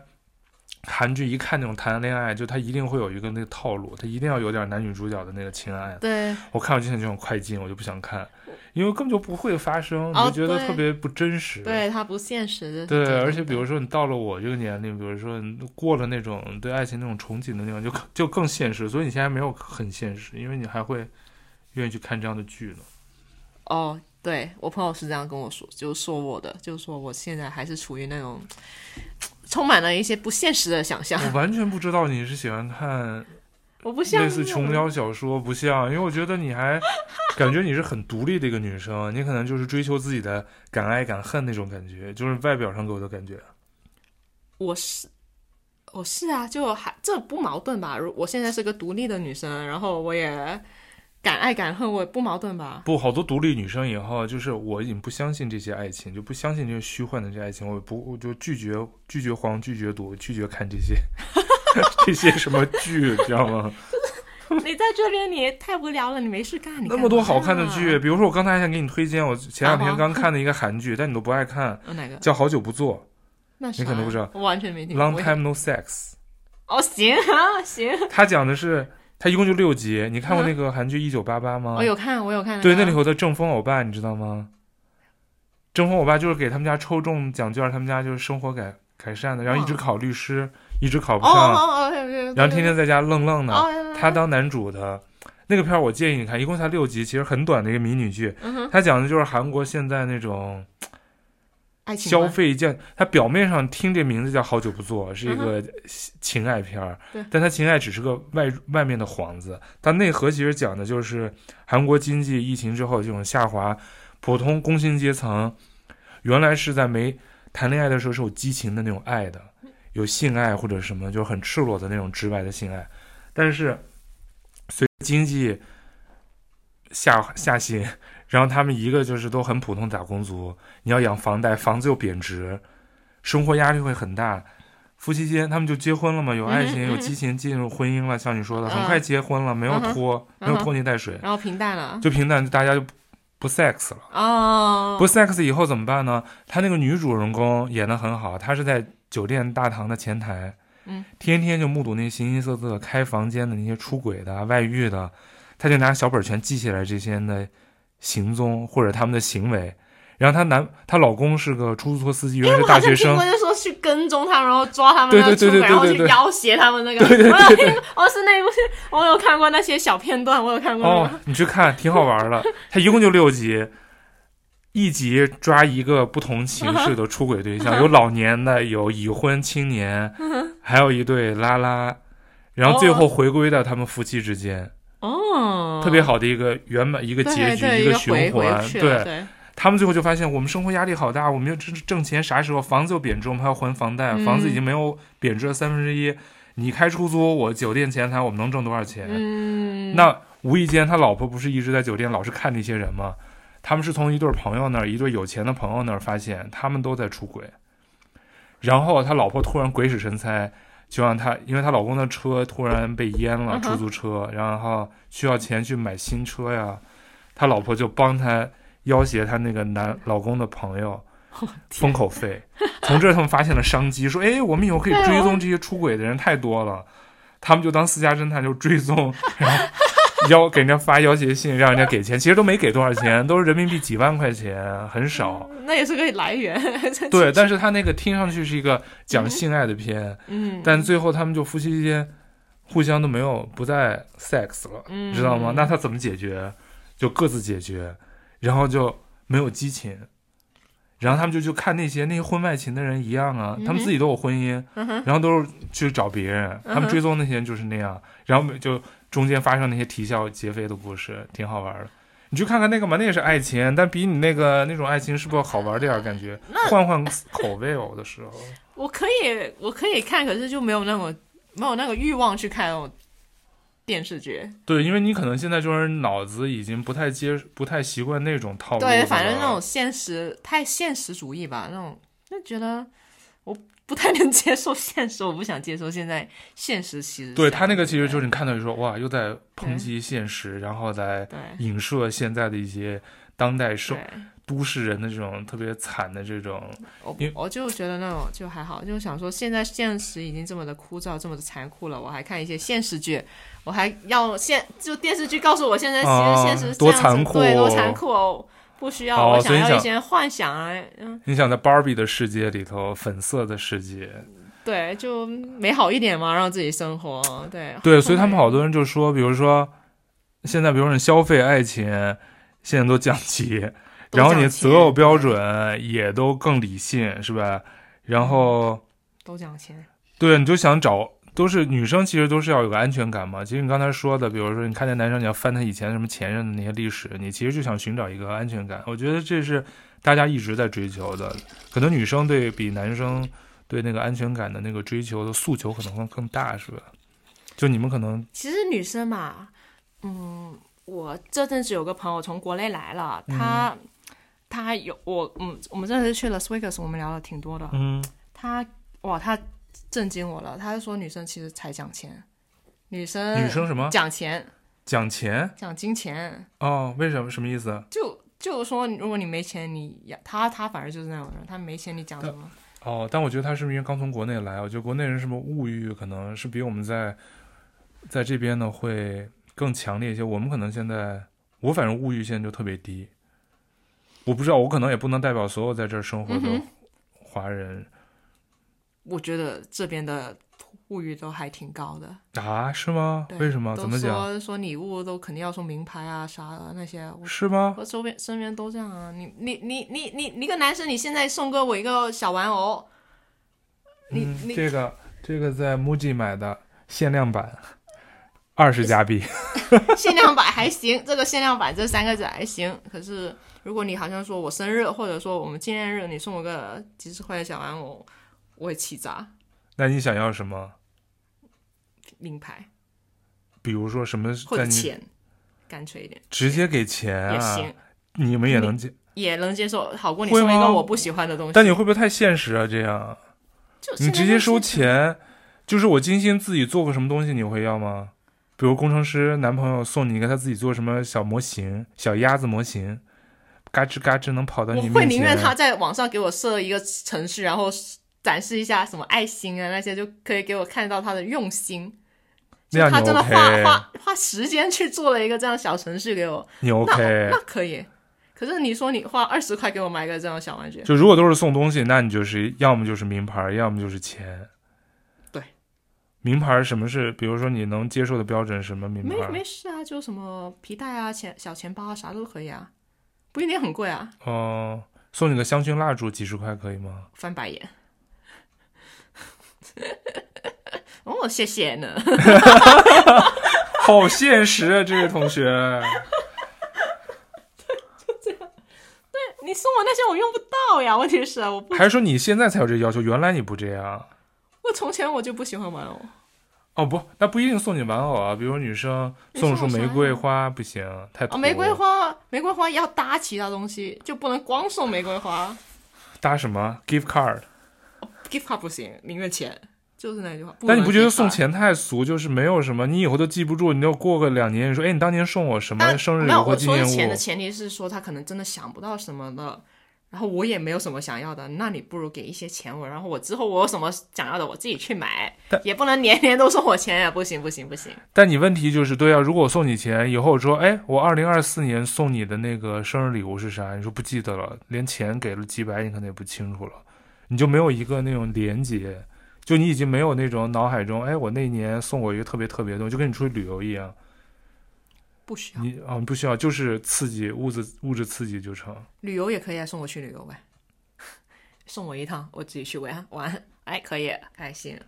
[SPEAKER 1] 韩剧一看那种谈恋爱，就他一定会有一个那个套路，他一定要有点男女主角的那个情爱。
[SPEAKER 2] 对，
[SPEAKER 1] 我看我就想这种快进，我就不想看，因为根本就不会发生，你
[SPEAKER 2] 哦
[SPEAKER 1] 就觉得
[SPEAKER 2] 对
[SPEAKER 1] 特别不真实。
[SPEAKER 2] 对，它不现实。
[SPEAKER 1] 对
[SPEAKER 2] 对，
[SPEAKER 1] 而且比如说你到了我这个年龄，比如说你过了那种对爱情那种憧憬的那种，就就更现实。所以你现在没有很现实，因为你还会愿意去看这样的剧呢。
[SPEAKER 2] 哦，对我朋友是这样跟我说，就说我的，就说我现在还是处于那种充满了一些不现实的想象。
[SPEAKER 1] 我完全不知道你是喜欢看
[SPEAKER 2] 我不 像
[SPEAKER 1] 类似琼瑶小说，不像，因为我觉得你 还感觉你是很独立的一个女生，你可能就是追求自己的敢爱敢恨那种感觉，就是外表上给我的感觉。
[SPEAKER 2] 我是我是啊，就还这不矛盾吧？如我现在是个独立的女生，然后我也敢爱敢恨，我也不矛 盾吧？
[SPEAKER 1] 不，好多独立女生以后就是我已经不相信这些爱情，就不相信这些虚幻的这些爱情，我不我就拒绝拒绝黄，拒绝赌，拒绝看这些 这些什么剧，知道 吗？
[SPEAKER 2] 你在这边你也太无聊了，你没事干，你
[SPEAKER 1] 那
[SPEAKER 2] 干
[SPEAKER 1] 么多
[SPEAKER 2] 嘛
[SPEAKER 1] 好看的
[SPEAKER 2] 啊
[SPEAKER 1] 剧，，比如说我刚才还想给你推荐，我前两
[SPEAKER 2] 好
[SPEAKER 1] 天
[SPEAKER 2] 啊
[SPEAKER 1] 刚看的一个韩剧，但你都不爱看，
[SPEAKER 2] 呃哪个？
[SPEAKER 1] 叫《好久不做
[SPEAKER 2] 那
[SPEAKER 1] 你可能
[SPEAKER 2] 啥
[SPEAKER 1] 不知道
[SPEAKER 2] 我完全没听过。
[SPEAKER 1] Long Time No Sex》，
[SPEAKER 2] 哦，行啊，行，
[SPEAKER 1] 它讲的是它一共就六集，你看过那个韩剧《一九八八》吗
[SPEAKER 2] 我？有看，我有看。
[SPEAKER 1] 哦对，那里头的正风欧巴你知道吗？正风欧巴就是给他们家抽中奖券，他们家就是生活改改善的，然后一直
[SPEAKER 2] 嗯
[SPEAKER 1] 考律师，一直考
[SPEAKER 2] 哦
[SPEAKER 1] 不上，
[SPEAKER 2] 哦哦，对对对
[SPEAKER 1] 然后天天在家愣愣的。
[SPEAKER 2] 哦，
[SPEAKER 1] 他当男主的那个片儿，我建议你看，一共才六集，其实很短的一个迷你剧。
[SPEAKER 2] 嗯哼
[SPEAKER 1] 他讲的就是韩国现在那种
[SPEAKER 2] 爱情
[SPEAKER 1] 消
[SPEAKER 2] 观
[SPEAKER 1] 费降，他表面上听这名字叫《好久不做》，是一个情爱片儿，
[SPEAKER 2] 嗯对
[SPEAKER 1] 但他情爱只是个外外面的幌子，它内核其实讲的就是韩国经济疫情之后这种下滑，普通工薪阶层原来是在没谈恋爱的时候是有激情的那种爱的，有性爱或者什么，就是很赤裸的那种直白的性爱，但是随着经济下下行，然后他们一个就是都很普通打工族，你要养房贷，房子又贬值，生活压力会很大。夫妻间他们就结婚了嘛，有爱情，
[SPEAKER 2] 嗯哼
[SPEAKER 1] 有激情，进入婚姻了。像你说的，
[SPEAKER 2] 嗯
[SPEAKER 1] 很快结婚了，没有拖，
[SPEAKER 2] 嗯哼
[SPEAKER 1] 没有拖泥带水，
[SPEAKER 2] 然后平淡了。
[SPEAKER 1] 就平淡，就大家就不不 sex 了。
[SPEAKER 2] 哦，
[SPEAKER 1] 不 sex 以后怎么办呢？她那个女主人公演的很好，她是在酒店大堂的前台，
[SPEAKER 2] 嗯，
[SPEAKER 1] 天天就目睹那些形形色色开房间的那些出轨的、啊外遇的，她就拿小本全记下来这些人的行踪或者他们的行为。然后她男她老公是个出租车司机，原来
[SPEAKER 2] 哎我
[SPEAKER 1] 是
[SPEAKER 2] 好
[SPEAKER 1] 大学
[SPEAKER 2] 像听
[SPEAKER 1] 生
[SPEAKER 2] 过，，就说去跟踪他们，然后抓他们
[SPEAKER 1] 对
[SPEAKER 2] 那个
[SPEAKER 1] 对
[SPEAKER 2] 出
[SPEAKER 1] 对
[SPEAKER 2] 轨，
[SPEAKER 1] 对
[SPEAKER 2] 然后
[SPEAKER 1] 对
[SPEAKER 2] 去
[SPEAKER 1] 对对
[SPEAKER 2] 要挟他们那个。
[SPEAKER 1] 对对对
[SPEAKER 2] 我有听，哦，是那一部是，我有看过那些小片段，我有看过那
[SPEAKER 1] 哦
[SPEAKER 2] 个。，
[SPEAKER 1] 你去看，挺好玩 的。它一共就六集，一集抓一个不同形式的出轨对
[SPEAKER 2] 嗯
[SPEAKER 1] 象，有老年的，有已婚青年，还有一对拉拉。然后最后回归到他们夫妻之间，
[SPEAKER 2] 哦，
[SPEAKER 1] 特别好的一个圆满一个
[SPEAKER 2] 对
[SPEAKER 1] 结局，
[SPEAKER 2] 对
[SPEAKER 1] 一
[SPEAKER 2] 一
[SPEAKER 1] 循
[SPEAKER 2] 回
[SPEAKER 1] 环。
[SPEAKER 2] 回去
[SPEAKER 1] 对
[SPEAKER 2] 了对，
[SPEAKER 1] 他们最后就发现，我们生活压力好大，我们又挣挣钱，啥时候房子又贬值，我们还要还房贷，
[SPEAKER 2] 嗯
[SPEAKER 1] 房子已经没有贬值了三分之一。你开出租，我酒店前台，我们能挣多少钱？
[SPEAKER 2] 嗯，
[SPEAKER 1] 那无意间，他老婆不是一直在酒店老是看那些人吗？他们是从一对朋友那儿，一对有钱的朋友那儿发现他们都在出轨，然后他老婆突然鬼使神差，就让他，因为她老公的车突然被淹了，
[SPEAKER 2] 嗯哼
[SPEAKER 1] 出租车，然后需要钱去买新车呀，他老婆就帮他要挟他那个男老公的朋 友。
[SPEAKER 2] 哦
[SPEAKER 1] 封口费，从这儿他们发现了商机，说：“哎，我们以后可以
[SPEAKER 2] 对啊
[SPEAKER 1] 追踪这些出轨的人太多了。”他们就当私家侦探，就追踪，然后要给人家发要挟信，让人家给钱，其实都没给多少钱，都是人民币几万块钱，很少。
[SPEAKER 2] 那也是个来源。
[SPEAKER 1] 对，但是他那个听上去是一个讲性爱的片，
[SPEAKER 2] 嗯，
[SPEAKER 1] 但最后他们就夫妻间互相都没有不再 sex 了，
[SPEAKER 2] 嗯
[SPEAKER 1] 你知道吗？那他怎么解决？就各自解决，然后就没有激情，然后他们就去看那些那些婚外情的人一样啊，他
[SPEAKER 2] 嗯
[SPEAKER 1] 们
[SPEAKER 2] 哼
[SPEAKER 1] 自己都有婚姻，
[SPEAKER 2] 嗯哼嗯
[SPEAKER 1] 然后都是去找别人，他们追踪那些人就是那样，然后就中间发生那些啼笑皆非的故事，挺好玩的。你去看看那个嘛，那也是爱情，但比你那个那种爱情是不是好玩点儿？感觉换换口味哦，有的时候。
[SPEAKER 2] 我可以，我可以看，可是就没有那么没有那个欲望去看那种电视剧。
[SPEAKER 1] 对，因为你可能现在就是脑子已经不太接、不太习惯那种套路了。
[SPEAKER 2] 对，反正那种现实太现实主义吧，那种就觉得我不太能接受现实，我不想接受现在现实其实。
[SPEAKER 1] 对他那个其实就是你看到就说哇，又在抨击现实，然后再
[SPEAKER 2] 对
[SPEAKER 1] 影射现在的一些当代社
[SPEAKER 2] 对
[SPEAKER 1] 都市人的这种特别惨的这种，
[SPEAKER 2] 我
[SPEAKER 1] 因为
[SPEAKER 2] 我就觉得那种就还好，就想说现在现实已经这么的枯燥，这么的残酷了，我还看一些现实剧，我还要现就电视剧告诉我现在其
[SPEAKER 1] 啊
[SPEAKER 2] 实现实是这
[SPEAKER 1] 多
[SPEAKER 2] 样子
[SPEAKER 1] 残酷
[SPEAKER 2] 对，多
[SPEAKER 1] 哦
[SPEAKER 2] 残酷哦，不需要，
[SPEAKER 1] 哦
[SPEAKER 2] 我
[SPEAKER 1] 所
[SPEAKER 2] 想
[SPEAKER 1] 以你
[SPEAKER 2] 要
[SPEAKER 1] 想
[SPEAKER 2] 一些幻想啊，嗯，
[SPEAKER 1] 你想在 Barbie 的世界里头，粉色的世界，
[SPEAKER 2] 嗯对，就美好一点嘛，让自己生活，对
[SPEAKER 1] 对，所以他们好多人就说，比如说现在，比如说你消费爱情，现在都降级，
[SPEAKER 2] 都
[SPEAKER 1] 然后你
[SPEAKER 2] 讲
[SPEAKER 1] 择
[SPEAKER 2] 钱
[SPEAKER 1] 偶标准也都更理性，是吧？
[SPEAKER 2] 嗯
[SPEAKER 1] 然后
[SPEAKER 2] 都讲钱，
[SPEAKER 1] 对，你就想找。都是女生，其实都是要有个安全感嘛。其实你刚才说的，比如说你看见男生，你要翻他以前什么前任的那些历史，你其实就想寻找一个安全感。我觉得这是大家一直在追求的。可能女生对比男生对那个安全感的那个追求的诉求可能会更大，是吧？就你们可能
[SPEAKER 2] 其实女生嘛，嗯，我这阵子有个朋友从国内来了，她、
[SPEAKER 1] 嗯
[SPEAKER 2] 她有我，嗯，我们这次去了 Swiggers，我们聊了挺多的。
[SPEAKER 1] 嗯，
[SPEAKER 2] 她哇，她震惊我了，她就说女生其实才讲钱，女生
[SPEAKER 1] 女生什啊么
[SPEAKER 2] 呃讲钱
[SPEAKER 1] 讲钱
[SPEAKER 2] 讲金钱，
[SPEAKER 1] 哦？为什么？什么意思？
[SPEAKER 2] 就就说如果你没钱，你呀，她她反而就是那种人，她没钱你讲什么？
[SPEAKER 1] 哦，但我觉得他是不是因为刚从国内来？我觉啊得国内人什么物欲可能是比我们在在这边呢会更强烈一些。我们可能现在，我反正物欲现在就特别低。我不知道，我可能也不能代表所有在这儿生活的
[SPEAKER 2] 嗯
[SPEAKER 1] 华人、
[SPEAKER 2] 我觉得这边的物欲都还挺高的。
[SPEAKER 1] 啊，是吗？
[SPEAKER 2] 对
[SPEAKER 1] 为什么？
[SPEAKER 2] 都
[SPEAKER 1] 怎么讲？
[SPEAKER 2] 说说礼物都肯定要送名牌啊啥的那些，我
[SPEAKER 1] 是吗？嗯
[SPEAKER 2] 我周边身边都这样啊，你你你你你你一个男生，你现在送给我一个小玩偶，你
[SPEAKER 1] 嗯，
[SPEAKER 2] 你
[SPEAKER 1] 这个这个在 MUJI 买的限量版，二十加币。
[SPEAKER 2] 限量版还行，这个限量版这三个字还行。可是如果你好像说我生日，或者说我们纪念日，你送我个几十块的小玩偶，我会气炸。
[SPEAKER 1] 那你想要什么？
[SPEAKER 2] 名牌
[SPEAKER 1] 比如说什么
[SPEAKER 2] 或
[SPEAKER 1] 在
[SPEAKER 2] 者
[SPEAKER 1] 你
[SPEAKER 2] 钱，干脆一点
[SPEAKER 1] 直接给钱
[SPEAKER 2] 也
[SPEAKER 1] 啊？
[SPEAKER 2] 行，
[SPEAKER 1] 你们也能接，
[SPEAKER 2] 也能接受，好过你
[SPEAKER 1] 会
[SPEAKER 2] 送一
[SPEAKER 1] 吗
[SPEAKER 2] 个我不喜欢的东西。
[SPEAKER 1] 但你会不会太现实啊？这样
[SPEAKER 2] 就
[SPEAKER 1] 你
[SPEAKER 2] 现在
[SPEAKER 1] 直接
[SPEAKER 2] 都
[SPEAKER 1] 收
[SPEAKER 2] 是
[SPEAKER 1] 钱，就是我精心自己做个什么东西，你会要吗？比如工程师男朋友送你一个他自己做什么小模型、小鸭子模型，嘎吱嘎吱能跑到你面
[SPEAKER 2] 我
[SPEAKER 1] 前。
[SPEAKER 2] 会宁愿他在网上给我设一个程序，然后展示一下什么爱心啊那些，就可以给我看到他的用心。
[SPEAKER 1] 那样
[SPEAKER 2] 就他
[SPEAKER 1] 你
[SPEAKER 2] 真的
[SPEAKER 1] OK
[SPEAKER 2] 花花花时间去做了一个这样小程序给我，
[SPEAKER 1] 你
[SPEAKER 2] 那
[SPEAKER 1] OK
[SPEAKER 2] 那。可以。可是你说你花二十块给我买一个这样的小玩具，
[SPEAKER 1] 就如果都是送东西，那你就是要么就是名牌，要么就是钱。
[SPEAKER 2] 对，
[SPEAKER 1] 名牌什么是？比如说你能接受的标准什么名牌？
[SPEAKER 2] 没没事啊，就什么皮带啊、钱小钱包啊，啥都可以啊，不一定很贵啊。
[SPEAKER 1] 哦、送你个香薰蜡烛几十块可以吗？
[SPEAKER 2] 翻白眼。 哦，谢谢呢。
[SPEAKER 1] 好现实啊，这位同学。
[SPEAKER 2] 你送我那些我用不到呀，问题是啊我不
[SPEAKER 1] 还是说你现在才有这要求？原来你不这样
[SPEAKER 2] 我从前我就不喜欢玩偶，
[SPEAKER 1] 哦？不，那不一定送你玩偶啊。比如女生
[SPEAKER 2] 你
[SPEAKER 1] 送束
[SPEAKER 2] 送我啥
[SPEAKER 1] 玫
[SPEAKER 2] 呀
[SPEAKER 1] 瑰花不行，太土、
[SPEAKER 2] 哦，玫瑰花，玫瑰花要搭其他东西，就不能光送玫瑰花。
[SPEAKER 1] 搭什么 gift card？
[SPEAKER 2] gift card 不行，宁愿钱，就是那句话。
[SPEAKER 1] 但你不觉得送
[SPEAKER 2] 不能 gift card？
[SPEAKER 1] 钱太俗？就是没有什么，你以后都记不住，你就过个两年，你说，哎，你当年送我什么
[SPEAKER 2] 但
[SPEAKER 1] 生日
[SPEAKER 2] 没
[SPEAKER 1] 礼
[SPEAKER 2] 有，
[SPEAKER 1] 物或
[SPEAKER 2] 我
[SPEAKER 1] 纪
[SPEAKER 2] 说
[SPEAKER 1] 念
[SPEAKER 2] 钱的
[SPEAKER 1] 物？
[SPEAKER 2] 前提是说他可能真的想不到什么的，然后我也没有什么想要的，那你不如给一些钱我，然后我之后我有什么想要的我自己去买，也不能年年都送我钱呀，不行不行不行。
[SPEAKER 1] 但你问题就是，对啊，如果我送你钱，以后我说，哎，我二零二四年送你的那个生日礼物是啥？你说不记得了，连钱给了几百，你可能也不清楚了，你就没有一个那种连接，就你已经没有那种脑海中，哎，我那年送我一个特别特别的东西，就跟你出去旅游一样，
[SPEAKER 2] 不需要，
[SPEAKER 1] 你啊、不需要，就是刺激物质物质刺激就成。
[SPEAKER 2] 旅游也可以啊，送我去旅游呗， 送我一趟，我自己去玩玩， 哎，可以，开心。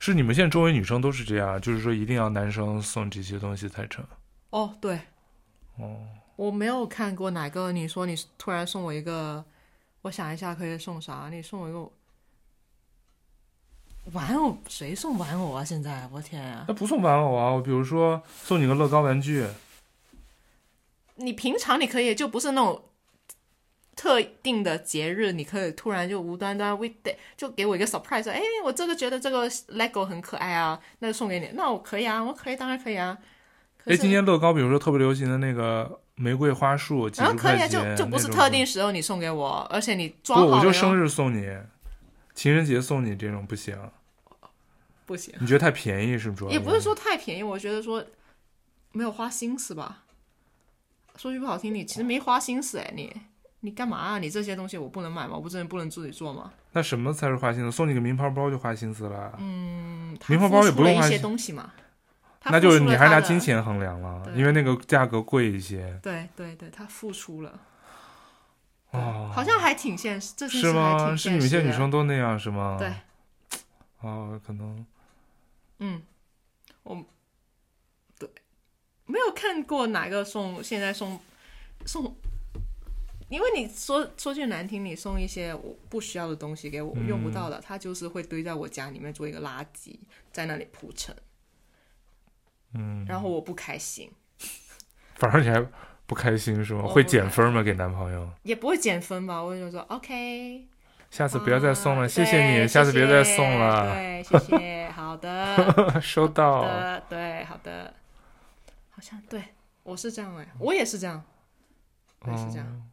[SPEAKER 1] 是你们现在周围女生都是这样，就是说一定要男生送这些东西才成。
[SPEAKER 2] 哦，对，
[SPEAKER 1] 哦，
[SPEAKER 2] 我没有看过哪个你说你突然送我一个，我想一下可以送啥？你送我一个玩偶，谁送玩偶啊？现在我天啊！
[SPEAKER 1] 那不送玩偶啊，我比如说送你个乐高玩具，
[SPEAKER 2] 你平常你可以就不是那种特定的节日，你可以突然就无端端 weekday 就给我一个 surprise，说哎，我这个觉得这个 lego 很可爱啊，那就送给你，那我可以啊，我可以，当然可以啊。可
[SPEAKER 1] 哎，
[SPEAKER 2] 是
[SPEAKER 1] 今天乐高，比如说特别流行的那个玫瑰花束几
[SPEAKER 2] 然
[SPEAKER 1] 十
[SPEAKER 2] 后可
[SPEAKER 1] 块
[SPEAKER 2] 以啊，
[SPEAKER 1] 钱，
[SPEAKER 2] 就就不是
[SPEAKER 1] 那种
[SPEAKER 2] 特定时候你送给我，而且你
[SPEAKER 1] 不，
[SPEAKER 2] 装好了
[SPEAKER 1] 我就
[SPEAKER 2] 哟
[SPEAKER 1] 生日送你，情人节送你这种不 行，
[SPEAKER 2] 不行，
[SPEAKER 1] 你觉得太便宜是不是主要
[SPEAKER 2] 也
[SPEAKER 1] 原因？
[SPEAKER 2] 不是说太便宜，我觉得说没有花心思吧。说句不好听，你
[SPEAKER 1] 哦
[SPEAKER 2] 其实没花心思哎，你你干嘛啊？你这些东西我不能买吗？我不真的不能自己做吗？
[SPEAKER 1] 那什么才是花心思？送你个名牌包就花心思了，
[SPEAKER 2] 嗯，他
[SPEAKER 1] 名牌包也
[SPEAKER 2] 付
[SPEAKER 1] 不
[SPEAKER 2] 出
[SPEAKER 1] 用
[SPEAKER 2] 了
[SPEAKER 1] 花
[SPEAKER 2] 一些
[SPEAKER 1] 心
[SPEAKER 2] 东西嘛，他
[SPEAKER 1] 那
[SPEAKER 2] 付
[SPEAKER 1] 就是
[SPEAKER 2] 出
[SPEAKER 1] 你
[SPEAKER 2] 了
[SPEAKER 1] 还
[SPEAKER 2] 他
[SPEAKER 1] 拿
[SPEAKER 2] 的
[SPEAKER 1] 金。钱衡量了，
[SPEAKER 2] 对
[SPEAKER 1] 因为那个价格贵一些
[SPEAKER 2] 对对对，他付出了，
[SPEAKER 1] 哦，
[SPEAKER 2] 好像还挺现实，这件
[SPEAKER 1] 是
[SPEAKER 2] 事还
[SPEAKER 1] 吗？
[SPEAKER 2] 挺
[SPEAKER 1] 是
[SPEAKER 2] 现
[SPEAKER 1] 你们
[SPEAKER 2] 实
[SPEAKER 1] 现在女
[SPEAKER 2] 的
[SPEAKER 1] 生都那样是吗？
[SPEAKER 2] 对，
[SPEAKER 1] 哦，可能
[SPEAKER 2] 嗯，我对没有看过哪个送现在送送，因为你说说句难听，你送一些我不需要的东西给我、
[SPEAKER 1] 嗯
[SPEAKER 2] 用不到的，它就是会堆在我家里面做一个垃圾，在那里铺陈，
[SPEAKER 1] 嗯，
[SPEAKER 2] 然后我不开心，
[SPEAKER 1] 反而你还不开心是吗？
[SPEAKER 2] 我
[SPEAKER 1] 会
[SPEAKER 2] 不
[SPEAKER 1] 减分吗？给男朋友？
[SPEAKER 2] 也不会减分吧，我就说 OK，
[SPEAKER 1] 下次不要再送了，
[SPEAKER 2] 啊
[SPEAKER 1] 谢谢你，
[SPEAKER 2] 对
[SPEAKER 1] 下次别再送
[SPEAKER 2] 谢
[SPEAKER 1] 了。
[SPEAKER 2] 对，谢谢，好的。
[SPEAKER 1] 收到，
[SPEAKER 2] 的，对，好的，好像对我是这样哎、我也是这样，对，是这样。
[SPEAKER 1] 嗯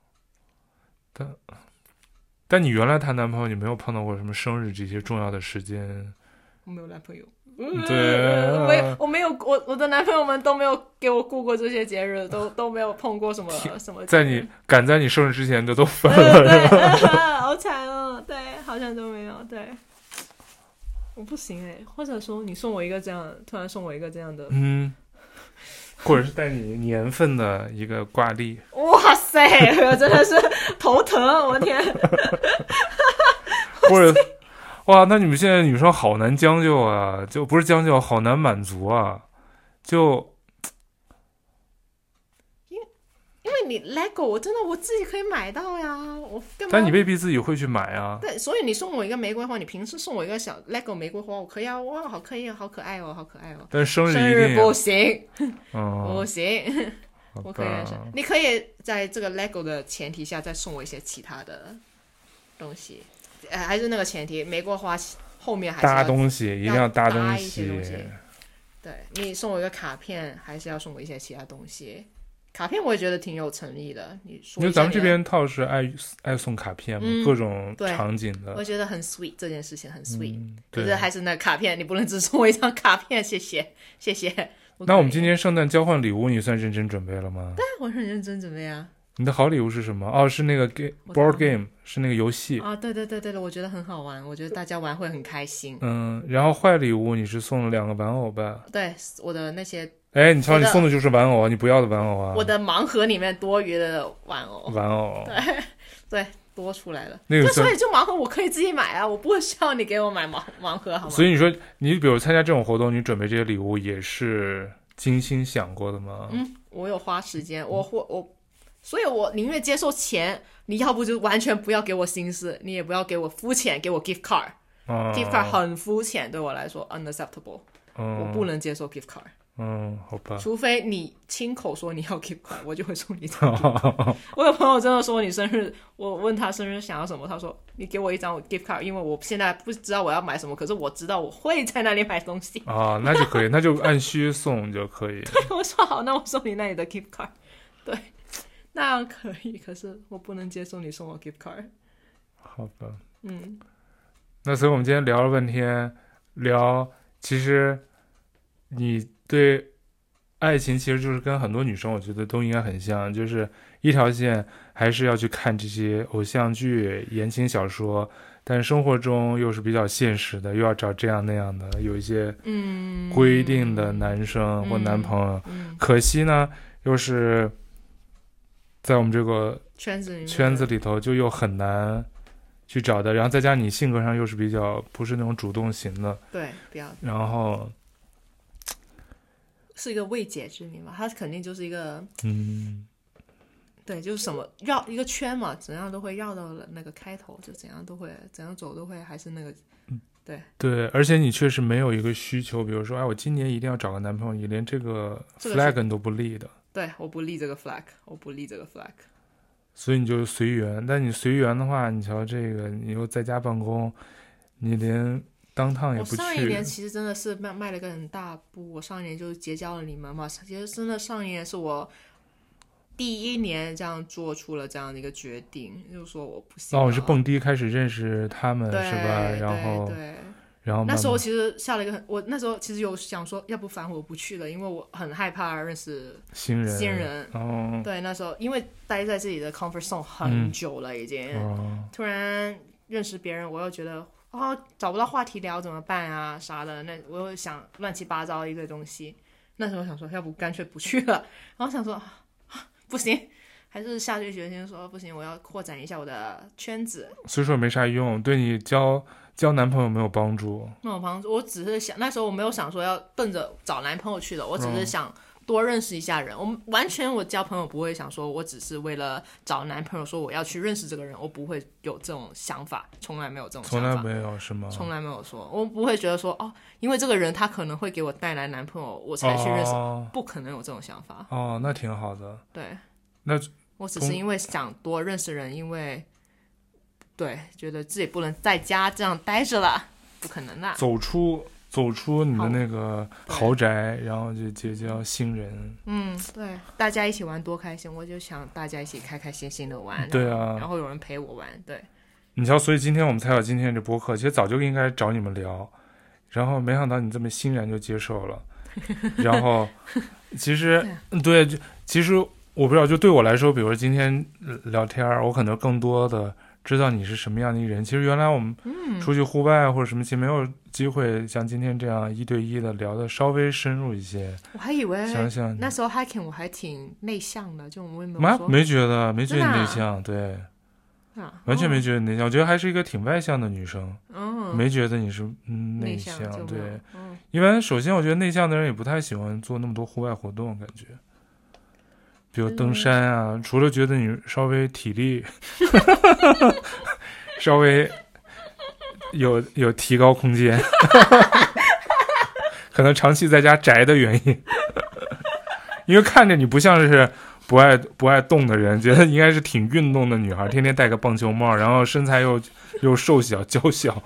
[SPEAKER 1] 但你原来谈男朋友，你没有碰到过什么生日这些重要的时间？
[SPEAKER 2] 我没有男朋友，
[SPEAKER 1] 对啊
[SPEAKER 2] 我没有，我没有，我我的男朋友们都没有给我过过这些节日， 都都没有碰过什么什么节
[SPEAKER 1] 在
[SPEAKER 2] 日。
[SPEAKER 1] 你赶在你生日之前就都分
[SPEAKER 2] 呃
[SPEAKER 1] 了。
[SPEAKER 2] 对，呃 好惨哦，对，好像都没有，对，我不行哎，或者说你送我一个这样，突然送我一个这样的，
[SPEAKER 1] 嗯，或者是带你年份的一个挂 历，
[SPEAKER 2] 哇塞，我真的是头疼，我 的天，
[SPEAKER 1] 或者哇，那你们现在女生好难将就啊，就不是将就，好难满足啊，就
[SPEAKER 2] 因为你 LEGO，我真的我自己可以买到呀，我干嘛？
[SPEAKER 1] 但你未必自己会去买啊。
[SPEAKER 2] 对，所以你送我一个玫瑰花，你平时送我一个小 LEGO 玫瑰花，我可以啊，哇，好可以，好可爱哦，好可爱哦。
[SPEAKER 1] 但生日
[SPEAKER 2] 生
[SPEAKER 1] 一定
[SPEAKER 2] 日
[SPEAKER 1] 要
[SPEAKER 2] 不行，不
[SPEAKER 1] 嗯，
[SPEAKER 2] 行，
[SPEAKER 1] 好
[SPEAKER 2] 我可以
[SPEAKER 1] 吧
[SPEAKER 2] 忍受。你可以在这个 LEGO 的前提下再送我一些其他的东西，呃，还是那个前提，玫瑰花后面还是
[SPEAKER 1] 搭
[SPEAKER 2] 要
[SPEAKER 1] 东西一定要搭东
[SPEAKER 2] 搭一些
[SPEAKER 1] 西
[SPEAKER 2] 东，西对你送我一个卡片，还是要送我一些其他东西。卡片我也觉得挺有诚意的，你说
[SPEAKER 1] 因
[SPEAKER 2] 一
[SPEAKER 1] 为咱
[SPEAKER 2] 下
[SPEAKER 1] 们
[SPEAKER 2] 你
[SPEAKER 1] 这
[SPEAKER 2] 的，
[SPEAKER 1] 边套是爱爱送卡片嘛，
[SPEAKER 2] 嗯
[SPEAKER 1] 各种
[SPEAKER 2] 对
[SPEAKER 1] 场景的
[SPEAKER 2] 我，觉得很 sweet 这件事情很 sweet。
[SPEAKER 1] 嗯，
[SPEAKER 2] 可
[SPEAKER 1] 对
[SPEAKER 2] 是。还是那卡片，你不能只送我一张卡片， 谢谢谢谢。
[SPEAKER 1] 那我们今
[SPEAKER 2] 天，
[SPEAKER 1] 天圣诞交换礼物，你算认真准备了吗？
[SPEAKER 2] 我很认真准备啊
[SPEAKER 1] 你的好礼物是什么？哦，是那个 game
[SPEAKER 2] 我的
[SPEAKER 1] board game，是那个游戏。
[SPEAKER 2] 啊！对对对对对，我觉得很好玩，我觉得大家玩会很开心。
[SPEAKER 1] 嗯，然后坏礼物你是送了两个玩偶吧？
[SPEAKER 2] 对我的那些
[SPEAKER 1] 哎，你瞧，
[SPEAKER 2] 我
[SPEAKER 1] 你
[SPEAKER 2] 的
[SPEAKER 1] 送的就是玩偶啊，你不要的玩偶啊，
[SPEAKER 2] 我的盲盒里面多余的玩偶
[SPEAKER 1] 玩偶。
[SPEAKER 2] 多出来了，
[SPEAKER 1] 那个
[SPEAKER 2] 对，
[SPEAKER 1] 算
[SPEAKER 2] 所以就盲盒我可以自己买啊，我不会需要你给我买盲盲盒好吗？
[SPEAKER 1] 所以你说，你比如参加这种活动，你准备这些礼物也是精心想过的吗？
[SPEAKER 2] 嗯，我有花时间，我或我，所以我宁愿接受钱，你要不就完全不要给我心思，你也不要给我肤浅，给我 gift card，gift
[SPEAKER 1] 嗯
[SPEAKER 2] card 很肤浅，对我来说 unacceptable。
[SPEAKER 1] 嗯，
[SPEAKER 2] 我不能接受 gift card，、
[SPEAKER 1] 嗯，好吧。
[SPEAKER 2] 除非你亲口说你要 gift card，我就会送你 一张 gift card。我有朋友真的说你生日，我问他生日想要什么，他说你给我一张 gift card，因为我现在不知道我要买什么，可是我知道我会在那里买东西。
[SPEAKER 1] 啊，那就可以，那就按需送就可以。
[SPEAKER 2] 我说好，那我送你那里的 gift card，对，那样可以，可是我不能接受你送我 gift card。
[SPEAKER 1] 好吧。
[SPEAKER 2] 嗯，
[SPEAKER 1] 那所以我们今天聊了半天，聊其实你对爱情其实就是跟很多女生我觉得都应该很像，就是一条线还是要去看这些偶像剧、言情小说，但生活中又是比较现实的，又要找这样那样的，有一些
[SPEAKER 2] 嗯
[SPEAKER 1] 规定的男生或男朋友。
[SPEAKER 2] 嗯，
[SPEAKER 1] 可惜呢，又是在我们这个
[SPEAKER 2] 圈子里面的
[SPEAKER 1] 圈子里头就又很难去找的，然后再加上你性格上又是比较不是那种主动型的，
[SPEAKER 2] 对，不要
[SPEAKER 1] 然后
[SPEAKER 2] 是一个未解之谜嘛，他肯定就是一个
[SPEAKER 1] 嗯，
[SPEAKER 2] 对，就是什么绕一个圈嘛，怎样都会绕到了那个开头，就怎样都会怎样走都会还是那个
[SPEAKER 1] 对，而且你确实没有一个需求，比如说，哎，我今年一定要找个男朋友，你连这个
[SPEAKER 2] 这个
[SPEAKER 1] flag 你都不立的，
[SPEAKER 2] 对，我不立这个 flag，我不立这个 flag。
[SPEAKER 1] 所以你就随缘。但你随缘的话，你瞧这个，你又在家办公，你连当趟也
[SPEAKER 2] 我
[SPEAKER 1] 不
[SPEAKER 2] 上一年
[SPEAKER 1] 去，
[SPEAKER 2] 其实真的是迈迈了一个很大步，我上一年就结交了你们嘛，其实真的上一年是我第一年这样做出了这样的一个决定，就是说我不行了。
[SPEAKER 1] 哦，是蹦迪开始认识他们
[SPEAKER 2] 对
[SPEAKER 1] 是吧？然后
[SPEAKER 2] 对，对
[SPEAKER 1] 然后慢慢
[SPEAKER 2] 那时候其实下了一个很，我那时候其实有想说，要不反悔我不去了，因为我很害怕认识
[SPEAKER 1] 新人
[SPEAKER 2] 新人。
[SPEAKER 1] 哦
[SPEAKER 2] 对，那时候因为待在自己的 comfort zone 很久了，已经、
[SPEAKER 1] 哦，
[SPEAKER 2] 突然认识别人，我又觉得啊、找不到话题聊怎么办啊啥的，那我又想乱七八糟一堆东西。那时候想说，要不干脆不去了。然后想说、啊不行，还是下定决心说不行，我要扩展一下我的圈子。
[SPEAKER 1] 所以说没啥用，对你交交男朋友没有帮助。
[SPEAKER 2] 那我旁，我只是想，那时候我没有想说要奔着找男朋友去的，我只
[SPEAKER 1] 嗯
[SPEAKER 2] 是想多认识一下人。我们完全我交朋友不会想说，我只是为了找男朋友说我要去认识这个人，我不会有这种想法，从来没有这种想
[SPEAKER 1] 从
[SPEAKER 2] 法，
[SPEAKER 1] 来没有啊是吗？
[SPEAKER 2] 从来没有说，我不会觉得说哦，因为这个人他可能会给我带来男朋友，我才去认识，
[SPEAKER 1] 哦
[SPEAKER 2] 不可能有这种想法。
[SPEAKER 1] 哦，那挺好的。
[SPEAKER 2] 对
[SPEAKER 1] 那
[SPEAKER 2] 我只是因为想多认识人，因为对觉得自己不能在家这样待着了，不可能啦。
[SPEAKER 1] 走出走出你的
[SPEAKER 2] 啊好
[SPEAKER 1] 那个
[SPEAKER 2] 对
[SPEAKER 1] 豪宅，然后就结交新人。
[SPEAKER 2] 嗯，对，大家一起玩多开心！我就想大家一起开开心心的玩，
[SPEAKER 1] 对
[SPEAKER 2] 嗯然
[SPEAKER 1] 啊，
[SPEAKER 2] 后有人陪我玩，对，
[SPEAKER 1] 你瞧，所以今天我们才有今天这播客，其实早就应该找你们聊，然后没想到你这么欣然就接受 了，然后其实
[SPEAKER 2] 啊
[SPEAKER 1] 对，就其实我不知道，就对我来说，比如说今天呃聊天儿，我可能更多的知道你是什么样的一个人。其实原来我们
[SPEAKER 2] 嗯，
[SPEAKER 1] 出去户外或者什么，其实没有机会像今天这样一对一的聊的稍微深入一些。
[SPEAKER 2] 我还以为
[SPEAKER 1] 想想你
[SPEAKER 2] 哎那时候 hiking 我还挺内向的，就我也没有
[SPEAKER 1] 妈
[SPEAKER 2] 说
[SPEAKER 1] 没觉得，没觉得你
[SPEAKER 2] 真的啊
[SPEAKER 1] 内向，对，
[SPEAKER 2] 啊，
[SPEAKER 1] 完全没觉得你内向。我觉得还是一个挺外向的女生，
[SPEAKER 2] 嗯，嗯，
[SPEAKER 1] 没觉得你是嗯
[SPEAKER 2] 内
[SPEAKER 1] 向。
[SPEAKER 2] 就没有
[SPEAKER 1] 对，，
[SPEAKER 2] 嗯，
[SPEAKER 1] 因为首先我觉得内向的人也不太喜欢做那么多户外活动，感觉。比如登山啊，
[SPEAKER 2] 嗯
[SPEAKER 1] 除了觉得你稍微体力 稍微有有提高空间， 可能长期在家宅的原因，因为看着你不像是不爱不爱动的人，觉得应该是挺运动的女孩，天天戴个棒球帽，然后身材又又瘦小娇小，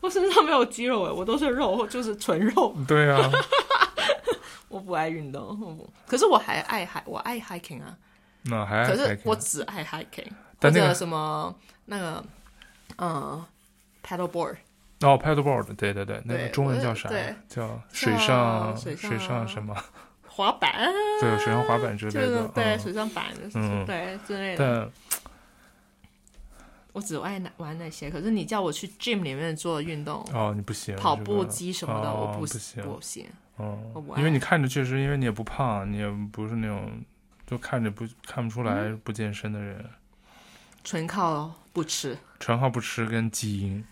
[SPEAKER 2] 我身上没有肌肉哎，我都是肉，就是纯肉，
[SPEAKER 1] 对啊，
[SPEAKER 2] 我不爱运动，我不，可是我还爱 hi，我爱 hiking 啊，
[SPEAKER 1] 那还
[SPEAKER 2] 可
[SPEAKER 1] 还
[SPEAKER 2] 是
[SPEAKER 1] 挺
[SPEAKER 2] 我只爱 hiking，
[SPEAKER 1] 但那
[SPEAKER 2] 或
[SPEAKER 1] 个
[SPEAKER 2] 者什么那个，嗯，paddleboard，
[SPEAKER 1] 哦，paddleboard，对对对，那个
[SPEAKER 2] 对
[SPEAKER 1] 中文
[SPEAKER 2] 我
[SPEAKER 1] 叫啥
[SPEAKER 2] 对？
[SPEAKER 1] 叫
[SPEAKER 2] 叫
[SPEAKER 1] 水上
[SPEAKER 2] 水上
[SPEAKER 1] 上什么？
[SPEAKER 2] 滑板，
[SPEAKER 1] 对，水上滑板之类
[SPEAKER 2] 就是
[SPEAKER 1] 的。
[SPEAKER 2] 对
[SPEAKER 1] 嗯
[SPEAKER 2] 水上板，
[SPEAKER 1] 嗯
[SPEAKER 2] 对之类的。
[SPEAKER 1] 但
[SPEAKER 2] 我只爱那玩那些，可是你叫我去 gym 里面做运动，
[SPEAKER 1] 哦，你不行，
[SPEAKER 2] 跑
[SPEAKER 1] 是吧
[SPEAKER 2] 步机什么的，
[SPEAKER 1] 哦
[SPEAKER 2] 我
[SPEAKER 1] 不
[SPEAKER 2] 行，
[SPEAKER 1] 行
[SPEAKER 2] 不行。我
[SPEAKER 1] 嗯
[SPEAKER 2] 不，
[SPEAKER 1] 因为
[SPEAKER 2] 爱
[SPEAKER 1] 你看着确实，因为你也不胖，你也不是那种就看着不看不出来
[SPEAKER 2] 嗯
[SPEAKER 1] 不健身的人，
[SPEAKER 2] 纯靠不吃。
[SPEAKER 1] 纯靠不吃跟基因。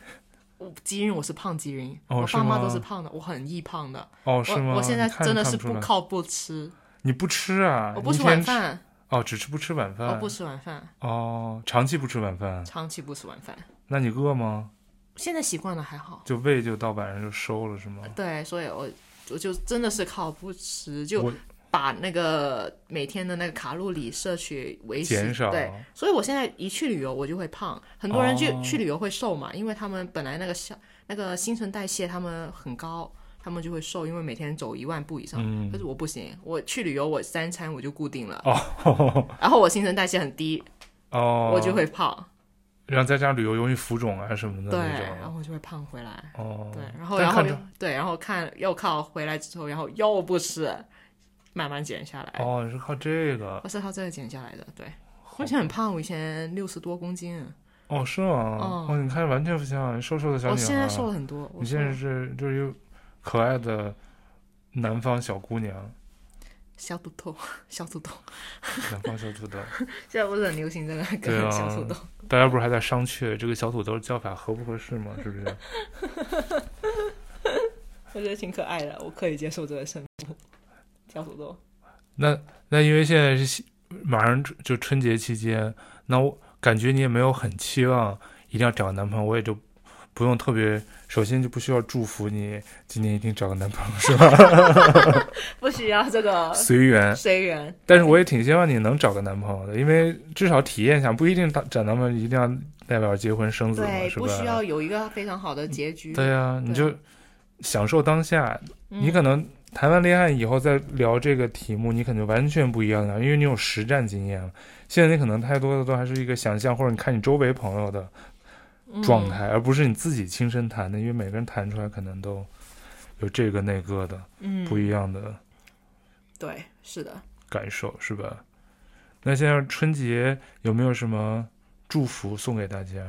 [SPEAKER 2] 我基因我是胖基因，
[SPEAKER 1] 哦
[SPEAKER 2] 我
[SPEAKER 1] 是
[SPEAKER 2] 爸妈
[SPEAKER 1] 吗
[SPEAKER 2] 都是胖的，我很易胖的。
[SPEAKER 1] 哦，是吗？
[SPEAKER 2] 我我现在
[SPEAKER 1] 你看
[SPEAKER 2] 真的
[SPEAKER 1] 看
[SPEAKER 2] 是
[SPEAKER 1] 不出
[SPEAKER 2] 不
[SPEAKER 1] 来
[SPEAKER 2] 靠不吃，
[SPEAKER 1] 你不吃啊？
[SPEAKER 2] 我不
[SPEAKER 1] 你
[SPEAKER 2] 吃
[SPEAKER 1] 一天
[SPEAKER 2] 晚饭，
[SPEAKER 1] 哦，只吃不吃晚
[SPEAKER 2] 我
[SPEAKER 1] 饭
[SPEAKER 2] 不吃晚饭，
[SPEAKER 1] 哦，长期不吃晚饭，
[SPEAKER 2] 长期不吃晚饭。
[SPEAKER 1] 那你饿吗？
[SPEAKER 2] 现在习惯了还好，
[SPEAKER 1] 就胃就到晚上就收了是吗？
[SPEAKER 2] 对，所以我我就真的是靠不吃，就
[SPEAKER 1] 我
[SPEAKER 2] 把那个每天的那个卡路里摄取维持
[SPEAKER 1] 减少
[SPEAKER 2] 对，所以我现在一去旅游我就会胖，很多人去、
[SPEAKER 1] 哦
[SPEAKER 2] 去旅游会瘦嘛，因为他们本来那个消那个新陈代谢他们很高，他们就会瘦，因为每天走一万步以上。
[SPEAKER 1] 嗯
[SPEAKER 2] 可是我不行，我去旅游我三餐我就固定了，
[SPEAKER 1] 哦
[SPEAKER 2] 然后我新陈代谢很低，
[SPEAKER 1] 哦，
[SPEAKER 2] 我就会胖，
[SPEAKER 1] 然后再加上旅游容易浮肿啊什么的
[SPEAKER 2] 对，
[SPEAKER 1] 那
[SPEAKER 2] 然
[SPEAKER 1] 种。
[SPEAKER 2] 后我就会胖回来。
[SPEAKER 1] 哦，
[SPEAKER 2] 对，然后
[SPEAKER 1] 但
[SPEAKER 2] 然后
[SPEAKER 1] 看
[SPEAKER 2] 又
[SPEAKER 1] 着
[SPEAKER 2] 对，然后看又靠回来之后，然后又不吃，慢慢减下来。
[SPEAKER 1] 哦，你是靠这个
[SPEAKER 2] 我是靠这个减下来的，对。我以前很胖，我以前六十多公斤，
[SPEAKER 1] 哦，是吗？
[SPEAKER 2] 哦
[SPEAKER 1] 哦，你看完全不像瘦瘦的小女
[SPEAKER 2] 我
[SPEAKER 1] 孩。
[SPEAKER 2] 现在瘦了，很多。我
[SPEAKER 1] 啊你现在是就是一个可爱的南方小姑娘，
[SPEAKER 2] 小土豆，小土豆，
[SPEAKER 1] 南方小土豆。
[SPEAKER 2] 现在不是很流行这个
[SPEAKER 1] 对啊
[SPEAKER 2] 梗，小土豆。
[SPEAKER 1] 大家不是还在商榷这个小土豆叫法合不合适吗？是不是？
[SPEAKER 2] 我觉得挺可爱的，我可以接受这个称呼，小土豆。
[SPEAKER 1] 那那因为现在是西马上春就春节期间，那我感觉你也没有很期望一定要找个男朋友，我也就不用特别，首先就不需要祝福你今年一定找个男 朋友是吧？
[SPEAKER 2] 不需要这 个
[SPEAKER 1] 随缘。
[SPEAKER 2] 随缘，
[SPEAKER 1] 但是我也挺希望你能找个男朋友的，因为至少体验一下，不一定找找男朋友一定要代表结婚生子嘛，
[SPEAKER 2] 对，
[SPEAKER 1] 是吧
[SPEAKER 2] 不？需要有一个非常好的结局。
[SPEAKER 1] 对呀、你
[SPEAKER 2] 对嗯
[SPEAKER 1] 就享受当下。你可能谈完恋爱以后再聊这个题目，你可能完全不一样了，因为你有实战经验了。现在你可能太多的都还是一个想象，或者你看你周围朋友的
[SPEAKER 2] 嗯
[SPEAKER 1] 状态，而不是你自己亲身谈的，因为每个人谈出来可能都有这个那个的
[SPEAKER 2] 嗯，
[SPEAKER 1] 不一样的
[SPEAKER 2] 对，是的，
[SPEAKER 1] 感受，是吧？那现在春节有没有什么祝福送给大家？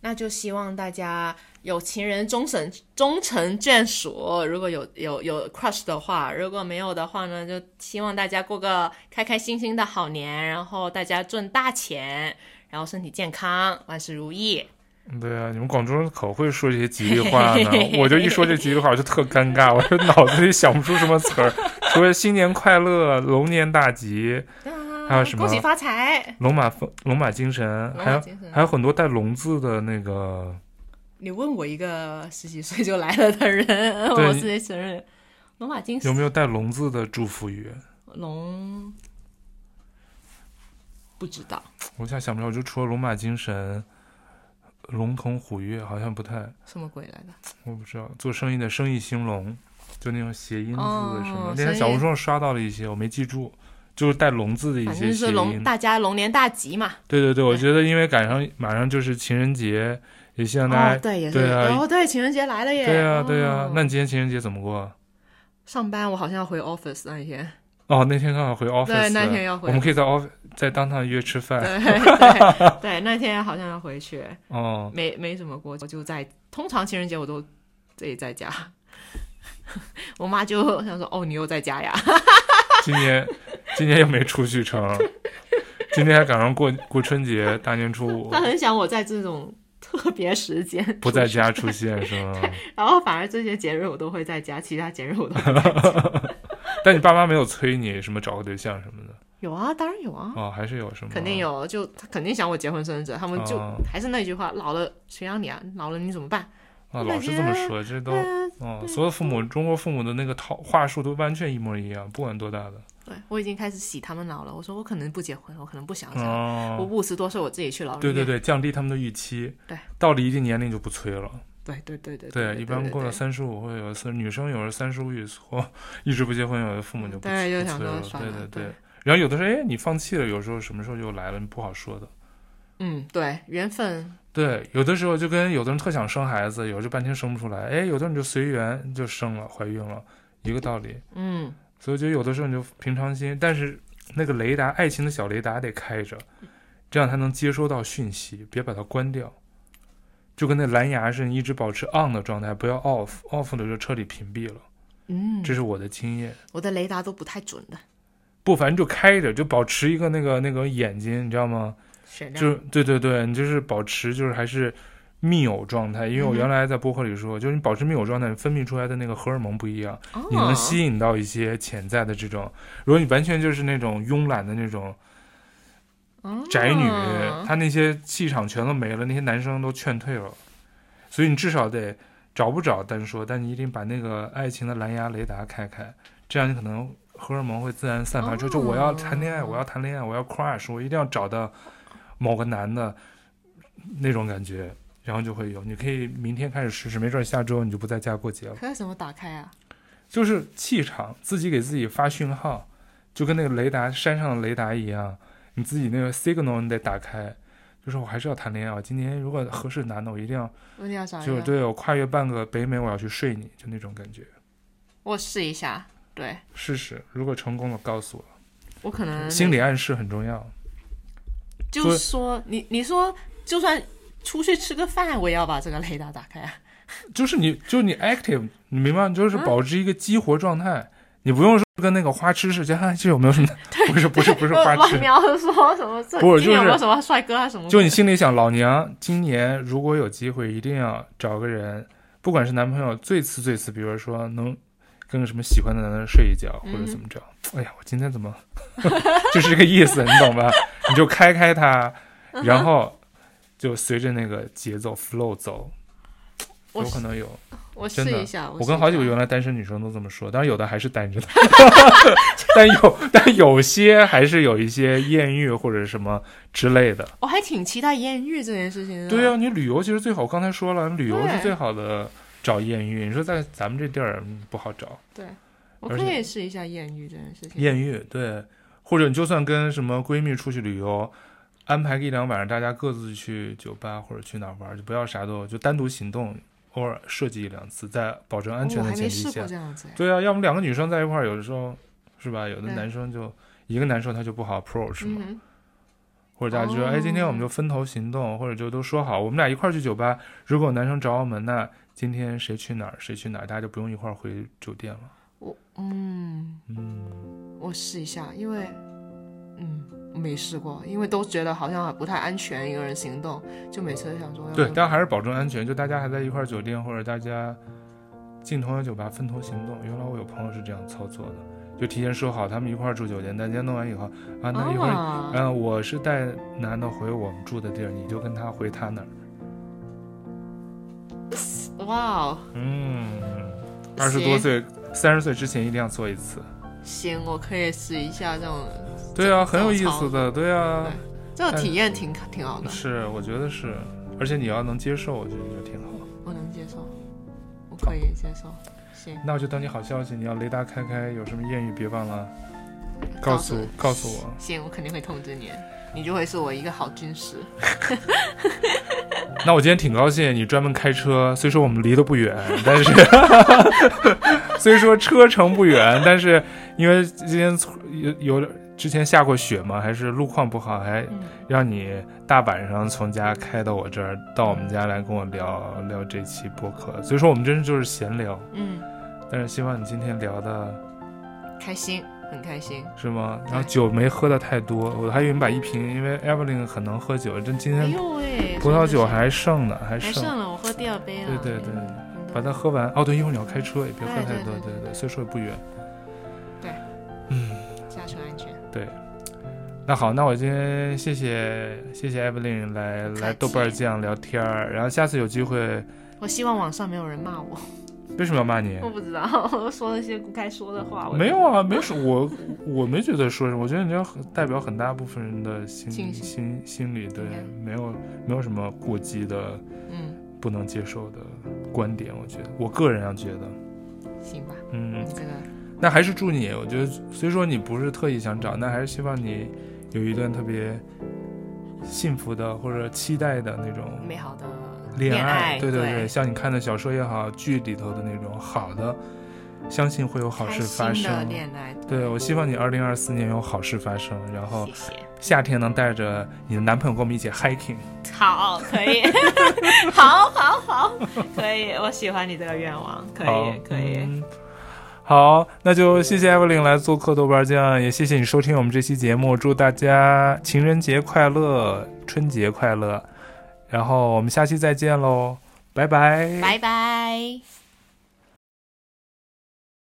[SPEAKER 2] 那就希望大家有情人终成终成眷属。如果有有有 crush 的话，如果没有的话呢，就希望大家过个开开心心的好年，然后大家赚大钱，然后身体健康，万事如意。
[SPEAKER 1] 对啊，你们广州人可会说这些吉利话呢。我就一说这吉利话，我就特尴尬，我就脑子里想不出什么词儿，除了新年快乐、龙年大吉、
[SPEAKER 2] 啊
[SPEAKER 1] 还有什么
[SPEAKER 2] 恭喜发财！
[SPEAKER 1] 龙马风、龙马精神，
[SPEAKER 2] 龙
[SPEAKER 1] 还
[SPEAKER 2] 马
[SPEAKER 1] 有
[SPEAKER 2] 精神
[SPEAKER 1] 还有很多带“龙”字的那个。
[SPEAKER 2] 你问我一个十几岁就来了的人，
[SPEAKER 1] 对
[SPEAKER 2] 我自己承认，罗马精
[SPEAKER 1] 有
[SPEAKER 2] 神
[SPEAKER 1] 没有带“龙”字的祝福语？
[SPEAKER 2] 龙不知道
[SPEAKER 1] 我现在想不出来，我就除了龙马精神、龙腾虎跃，好像不太，
[SPEAKER 2] 什么鬼来的。
[SPEAKER 1] 我不知道。做生意的生意兴隆，就那种谐音字
[SPEAKER 2] 哦
[SPEAKER 1] 什么。
[SPEAKER 2] 生意
[SPEAKER 1] 那天小红书上刷到了一些，我没记住，就是带“龙”字的一
[SPEAKER 2] 反
[SPEAKER 1] 些
[SPEAKER 2] 正
[SPEAKER 1] 谐
[SPEAKER 2] 是
[SPEAKER 1] 音。
[SPEAKER 2] 龙，大家龙年大吉嘛。
[SPEAKER 1] 对对对，我
[SPEAKER 2] 对
[SPEAKER 1] 觉得因为赶上马上就是情人节，也希望大家、
[SPEAKER 2] 哦，对，也是。
[SPEAKER 1] 对啊
[SPEAKER 2] 哦，对，情人节来了耶。
[SPEAKER 1] 对啊对啊
[SPEAKER 2] 哦。
[SPEAKER 1] 那你今天情人节怎么过？啊
[SPEAKER 2] 上班我好像要回 office 那 一天。
[SPEAKER 1] 哦，那天刚好回 office，
[SPEAKER 2] 对那天要回
[SPEAKER 1] 我们可以在 office 在当趟约吃饭。
[SPEAKER 2] 对对对，那天好像要回去，
[SPEAKER 1] 哦，
[SPEAKER 2] 没没怎么过，我就在。通常情人节我都自己在家。 我妈就想说：“哦，你又在家呀
[SPEAKER 1] 今年今年又没出去成， 今天还赶上过过春节，大年初？” 五
[SPEAKER 2] 她很想我在这种特别时间
[SPEAKER 1] 不在，家出现是吗？
[SPEAKER 2] 然后反而这些节日我都会在家，其他节日 我都
[SPEAKER 1] 但你爸妈没有催你什么找个对象什么的
[SPEAKER 2] 有啊，当然有啊，
[SPEAKER 1] 哦，还是有什么？
[SPEAKER 2] 肯定。有，就她肯定想我结婚生子，他们就
[SPEAKER 1] 哦
[SPEAKER 2] 还是那句话，老了谁让你啊，老了你怎么办？
[SPEAKER 1] 啊，老是这么说，这都
[SPEAKER 2] 对啊，
[SPEAKER 1] 哦，所有父母中国父母的那个套话术都完全一模一样，不管多大的。
[SPEAKER 2] 对，啊我已经开始洗他们脑了。我说我可能不结婚，我可能不想结婚，我
[SPEAKER 1] 哦，
[SPEAKER 2] 五十多岁我自己去老人
[SPEAKER 1] 对对
[SPEAKER 2] 院
[SPEAKER 1] 对，降低他们的预期。
[SPEAKER 2] 对，
[SPEAKER 1] 到了一定年龄就不催了。
[SPEAKER 2] 对对对对
[SPEAKER 1] 对，一般过了
[SPEAKER 2] 对
[SPEAKER 1] 三十五或者有三，女生有时三十五以后 一直不结婚，有的父母就不
[SPEAKER 2] 嗯对
[SPEAKER 1] 催
[SPEAKER 2] 就
[SPEAKER 1] 不
[SPEAKER 2] 想
[SPEAKER 1] 催
[SPEAKER 2] 说
[SPEAKER 1] 了。
[SPEAKER 2] 算
[SPEAKER 1] 对
[SPEAKER 2] 了
[SPEAKER 1] 对
[SPEAKER 2] 对
[SPEAKER 1] 对。然后有的时候，哎，你放弃了，有时候什么时候又来了，你不好说的。
[SPEAKER 2] 嗯对缘分
[SPEAKER 1] 对，有的时候就跟有的人特想生孩子，有的就半天生不出来，哎，有的你就随缘就生了，怀孕了，一个道理。
[SPEAKER 2] 嗯
[SPEAKER 1] 所以我觉得有的时候你就平常心，但是那个雷达，爱情的小雷达得开着，
[SPEAKER 2] 嗯
[SPEAKER 1] 这样才能接收到讯息，别把它关掉。就跟那蓝牙是你一直保持 on 的状态，不要 off，off 了就彻底屏蔽了。
[SPEAKER 2] 嗯，
[SPEAKER 1] 这是我的经验。
[SPEAKER 2] 我的雷达都不太准的，
[SPEAKER 1] 不，反正就开着，就保持一个那个那个眼睛，你知道吗？
[SPEAKER 2] 选量
[SPEAKER 1] 就是对对对，你就是保持就是还是密友状态，因为我
[SPEAKER 2] 嗯哼
[SPEAKER 1] 原来在播客里说，就是你保持密友状态，你分泌出来的那个荷尔蒙不一样，
[SPEAKER 2] 哦
[SPEAKER 1] 你能吸引到一些潜在的这种。如果你完全就是那种慵懒的那种宅女，
[SPEAKER 2] 哦
[SPEAKER 1] 她那些气场全都没了，那些男生都劝退了，所以你至少得找不找单说，但你一定把那个爱情的蓝牙雷达开开，这样你可能荷尔蒙会自然散发出。
[SPEAKER 2] 哦
[SPEAKER 1] 就我要谈恋爱，我要谈恋爱，我要 crush，我一定要找到某个男的那种感觉，然后就会有。你可以明天开始试试，没准下周你就不在家过节了。
[SPEAKER 2] 可以怎么打开啊？
[SPEAKER 1] 就是气场，自己给自己发讯号，就跟那个雷达山上的雷达一样，你自己那个 signal 你得打开，就是我还是要谈恋爱，我今年如果合适的男的，我一定要，
[SPEAKER 2] 我一定要找一
[SPEAKER 1] 就是
[SPEAKER 2] 个，
[SPEAKER 1] 对我跨越半个北美，我要去睡你，就那种感觉，
[SPEAKER 2] 我试一下。对
[SPEAKER 1] 试试，如果成功了告诉我，
[SPEAKER 2] 我可能
[SPEAKER 1] 心理暗示很重要，
[SPEAKER 2] 就
[SPEAKER 1] 作
[SPEAKER 2] 是说你你说就算出去吃个饭，我也要把这个雷达打开啊。
[SPEAKER 1] 就是你就是你 active，你明白吗，就是保持一个激活状态，你不用说跟那个花痴似的， 哎，这有没有什么？不是不是不是 花
[SPEAKER 2] 我
[SPEAKER 1] 痴，
[SPEAKER 2] 苗说什么这
[SPEAKER 1] 不是
[SPEAKER 2] 今年有没
[SPEAKER 1] 就
[SPEAKER 2] 有
[SPEAKER 1] 是
[SPEAKER 2] 什么帅哥啊什么？
[SPEAKER 1] 就你心里想，老娘今年如果有机会，一定要找个人，不管是男朋友，最次最次，比如说能跟个什么喜欢的男的睡一觉，或者怎么着。哎呀，我今天怎么 就是这个意思，你懂吧？你就开开它，然后就随着那个节奏 flow 走，有
[SPEAKER 2] 我
[SPEAKER 1] 可能有。
[SPEAKER 2] 我试
[SPEAKER 1] 真的
[SPEAKER 2] 一下，
[SPEAKER 1] 我跟好几个
[SPEAKER 2] 个
[SPEAKER 1] 原来单身女生都这么说，当然有的还是单着的， 但有但有些还是有一些艳遇或者什么之类的。
[SPEAKER 2] 我还挺期待艳遇这件事情的。
[SPEAKER 1] 对呀、啊你旅游其实最好。我刚才说了，旅游是
[SPEAKER 2] 对
[SPEAKER 1] 最好的找艳遇。你说在咱们这地儿嗯不好找，
[SPEAKER 2] 对，我
[SPEAKER 1] 而
[SPEAKER 2] 可
[SPEAKER 1] 且
[SPEAKER 2] 以试一下艳遇这件事情。
[SPEAKER 1] 艳遇，
[SPEAKER 2] 嗯
[SPEAKER 1] 对，或者你就算跟什么闺蜜出去旅游，安排个一两晚上，大家各自去酒吧或者去哪儿玩，就不要啥都，就单独行动，偶尔设计一两次，在保证安全
[SPEAKER 2] 我
[SPEAKER 1] 的
[SPEAKER 2] 哦还
[SPEAKER 1] 前
[SPEAKER 2] 没
[SPEAKER 1] 提
[SPEAKER 2] 试过
[SPEAKER 1] 下。
[SPEAKER 2] 这样子哎。
[SPEAKER 1] 对啊，要么两个女生在一块儿，有的时候是吧？有的
[SPEAKER 2] 嗯
[SPEAKER 1] 男生就、一个男生他就不好 approach 嘛，
[SPEAKER 2] 嗯
[SPEAKER 1] 或者大家就说，
[SPEAKER 2] 哦
[SPEAKER 1] 哎，今天我们就分头行动，或者就都说好，我们俩一块儿去酒吧。如果男生找我们，那今天谁去哪儿，谁去哪儿，大家就不用一块儿回酒店了。
[SPEAKER 2] 哼，嗯，
[SPEAKER 1] 嗯。
[SPEAKER 2] 我试一下，因为，嗯，没试过，因为都觉得好像不太安全，一个人行动，就每次都想说要
[SPEAKER 1] 对，
[SPEAKER 2] 不
[SPEAKER 1] 但还是保证安全。就大家还在一块儿酒店，或者大家进同一个酒吧分头行动。原来我有朋友是这样操作的，就提前说好他们一块儿住酒店，大家弄完以后啊，那一会儿，
[SPEAKER 2] 啊
[SPEAKER 1] 嗯、我是带男的回我们住的地儿，你就跟他回他那儿。呃
[SPEAKER 2] 哇哦，
[SPEAKER 1] 嗯，二十多岁、三十岁之前一定要做一次。
[SPEAKER 2] 行，我可以试一下这种，
[SPEAKER 1] 对啊，很有意
[SPEAKER 2] 早
[SPEAKER 1] 思的，对啊，
[SPEAKER 2] 这
[SPEAKER 1] 但
[SPEAKER 2] 种体验挺挺好的，
[SPEAKER 1] 是，我觉得是，而且你要能接受，我觉得就挺好。
[SPEAKER 2] 我能接受，我可以接受，行，
[SPEAKER 1] 那我就等你好消息，你要雷达开开，有什么艳遇别忘了告
[SPEAKER 2] 告
[SPEAKER 1] 诉
[SPEAKER 2] 诉
[SPEAKER 1] 告诉我。
[SPEAKER 2] 行，我肯定会通知你，你就会是我一个好军师，
[SPEAKER 1] 那我今天挺高兴，你专门开车，虽说我们离得不远，但是 虽说车程不远，但是因为今天有有之前下过雪嘛，还是路况不好，还
[SPEAKER 2] 嗯，
[SPEAKER 1] 让你大晚上从家开到我这儿，到我们家来跟我聊聊这期播客。所以说我们真是就是闲聊，
[SPEAKER 2] 嗯，
[SPEAKER 1] 但是希望你今天聊的
[SPEAKER 2] 开心，很开心，
[SPEAKER 1] 是吗？然后酒没喝的太多，我还以为你把一瓶，因为 Evelyn 很能喝酒，这今
[SPEAKER 2] 哎
[SPEAKER 1] 天
[SPEAKER 2] 呦喂，
[SPEAKER 1] 葡萄
[SPEAKER 2] 真的
[SPEAKER 1] 酒
[SPEAKER 2] 是
[SPEAKER 1] 还剩呢，还
[SPEAKER 2] 还
[SPEAKER 1] 剩。
[SPEAKER 2] 剩了，我喝第二杯
[SPEAKER 1] 对
[SPEAKER 2] 了，
[SPEAKER 1] 对对。
[SPEAKER 2] 嗯，
[SPEAKER 1] 把它喝完。哦，对，一会儿你要开车，也别喝
[SPEAKER 2] 哎
[SPEAKER 1] 太
[SPEAKER 2] 对
[SPEAKER 1] 多。
[SPEAKER 2] 对
[SPEAKER 1] 对
[SPEAKER 2] 对
[SPEAKER 1] 对，岁数也不远。
[SPEAKER 2] 对，
[SPEAKER 1] 嗯，
[SPEAKER 2] 驾车安全。
[SPEAKER 1] 那好，那我今天谢谢谢谢 Evelyn 来
[SPEAKER 2] 客
[SPEAKER 1] 来豆瓣
[SPEAKER 2] 气
[SPEAKER 1] 酱聊天儿，然后下次有机会，
[SPEAKER 2] 我希望网上没有人骂我，
[SPEAKER 1] 为什么要骂你
[SPEAKER 2] 我？不知道， 我说了些不该说的话。哦我
[SPEAKER 1] 嗯没有啊，没说，我我没觉得说什么，我觉得你这样很代表很大部分人的 心
[SPEAKER 2] 情绪
[SPEAKER 1] 心心理，对
[SPEAKER 2] 应该，
[SPEAKER 1] 没有没有什么过激的
[SPEAKER 2] 嗯，
[SPEAKER 1] 不能接受的观点，我觉得，我个人要觉得，
[SPEAKER 2] 行吧，
[SPEAKER 1] 嗯
[SPEAKER 2] 你，这个
[SPEAKER 1] 那还是祝你，我觉得虽说你不是特意想找，那还是希望你有一段特别幸福的或者期待的那种
[SPEAKER 2] 美好的
[SPEAKER 1] 恋
[SPEAKER 2] 爱，
[SPEAKER 1] 对
[SPEAKER 2] 对
[SPEAKER 1] 对，像你看的小说也好，剧里头的那种好的，相信会有好事发
[SPEAKER 2] 开心的
[SPEAKER 1] 生。
[SPEAKER 2] 恋爱，
[SPEAKER 1] 对，我希望你二零二四年有好事发生，然后
[SPEAKER 2] 谢谢。
[SPEAKER 1] 夏天能带着你的男朋友跟我们一起 hiking。
[SPEAKER 2] 好，可以， 好好好，可以，我喜欢你这个愿望，可
[SPEAKER 1] 好
[SPEAKER 2] 以，可以。
[SPEAKER 1] 嗯好，那就谢谢 Evelyn 来做客豆瓣酱，也谢谢你收听我们这期节目，祝大家情人节快乐，春节快乐，然后我们下期再见喽，拜拜
[SPEAKER 2] 拜拜。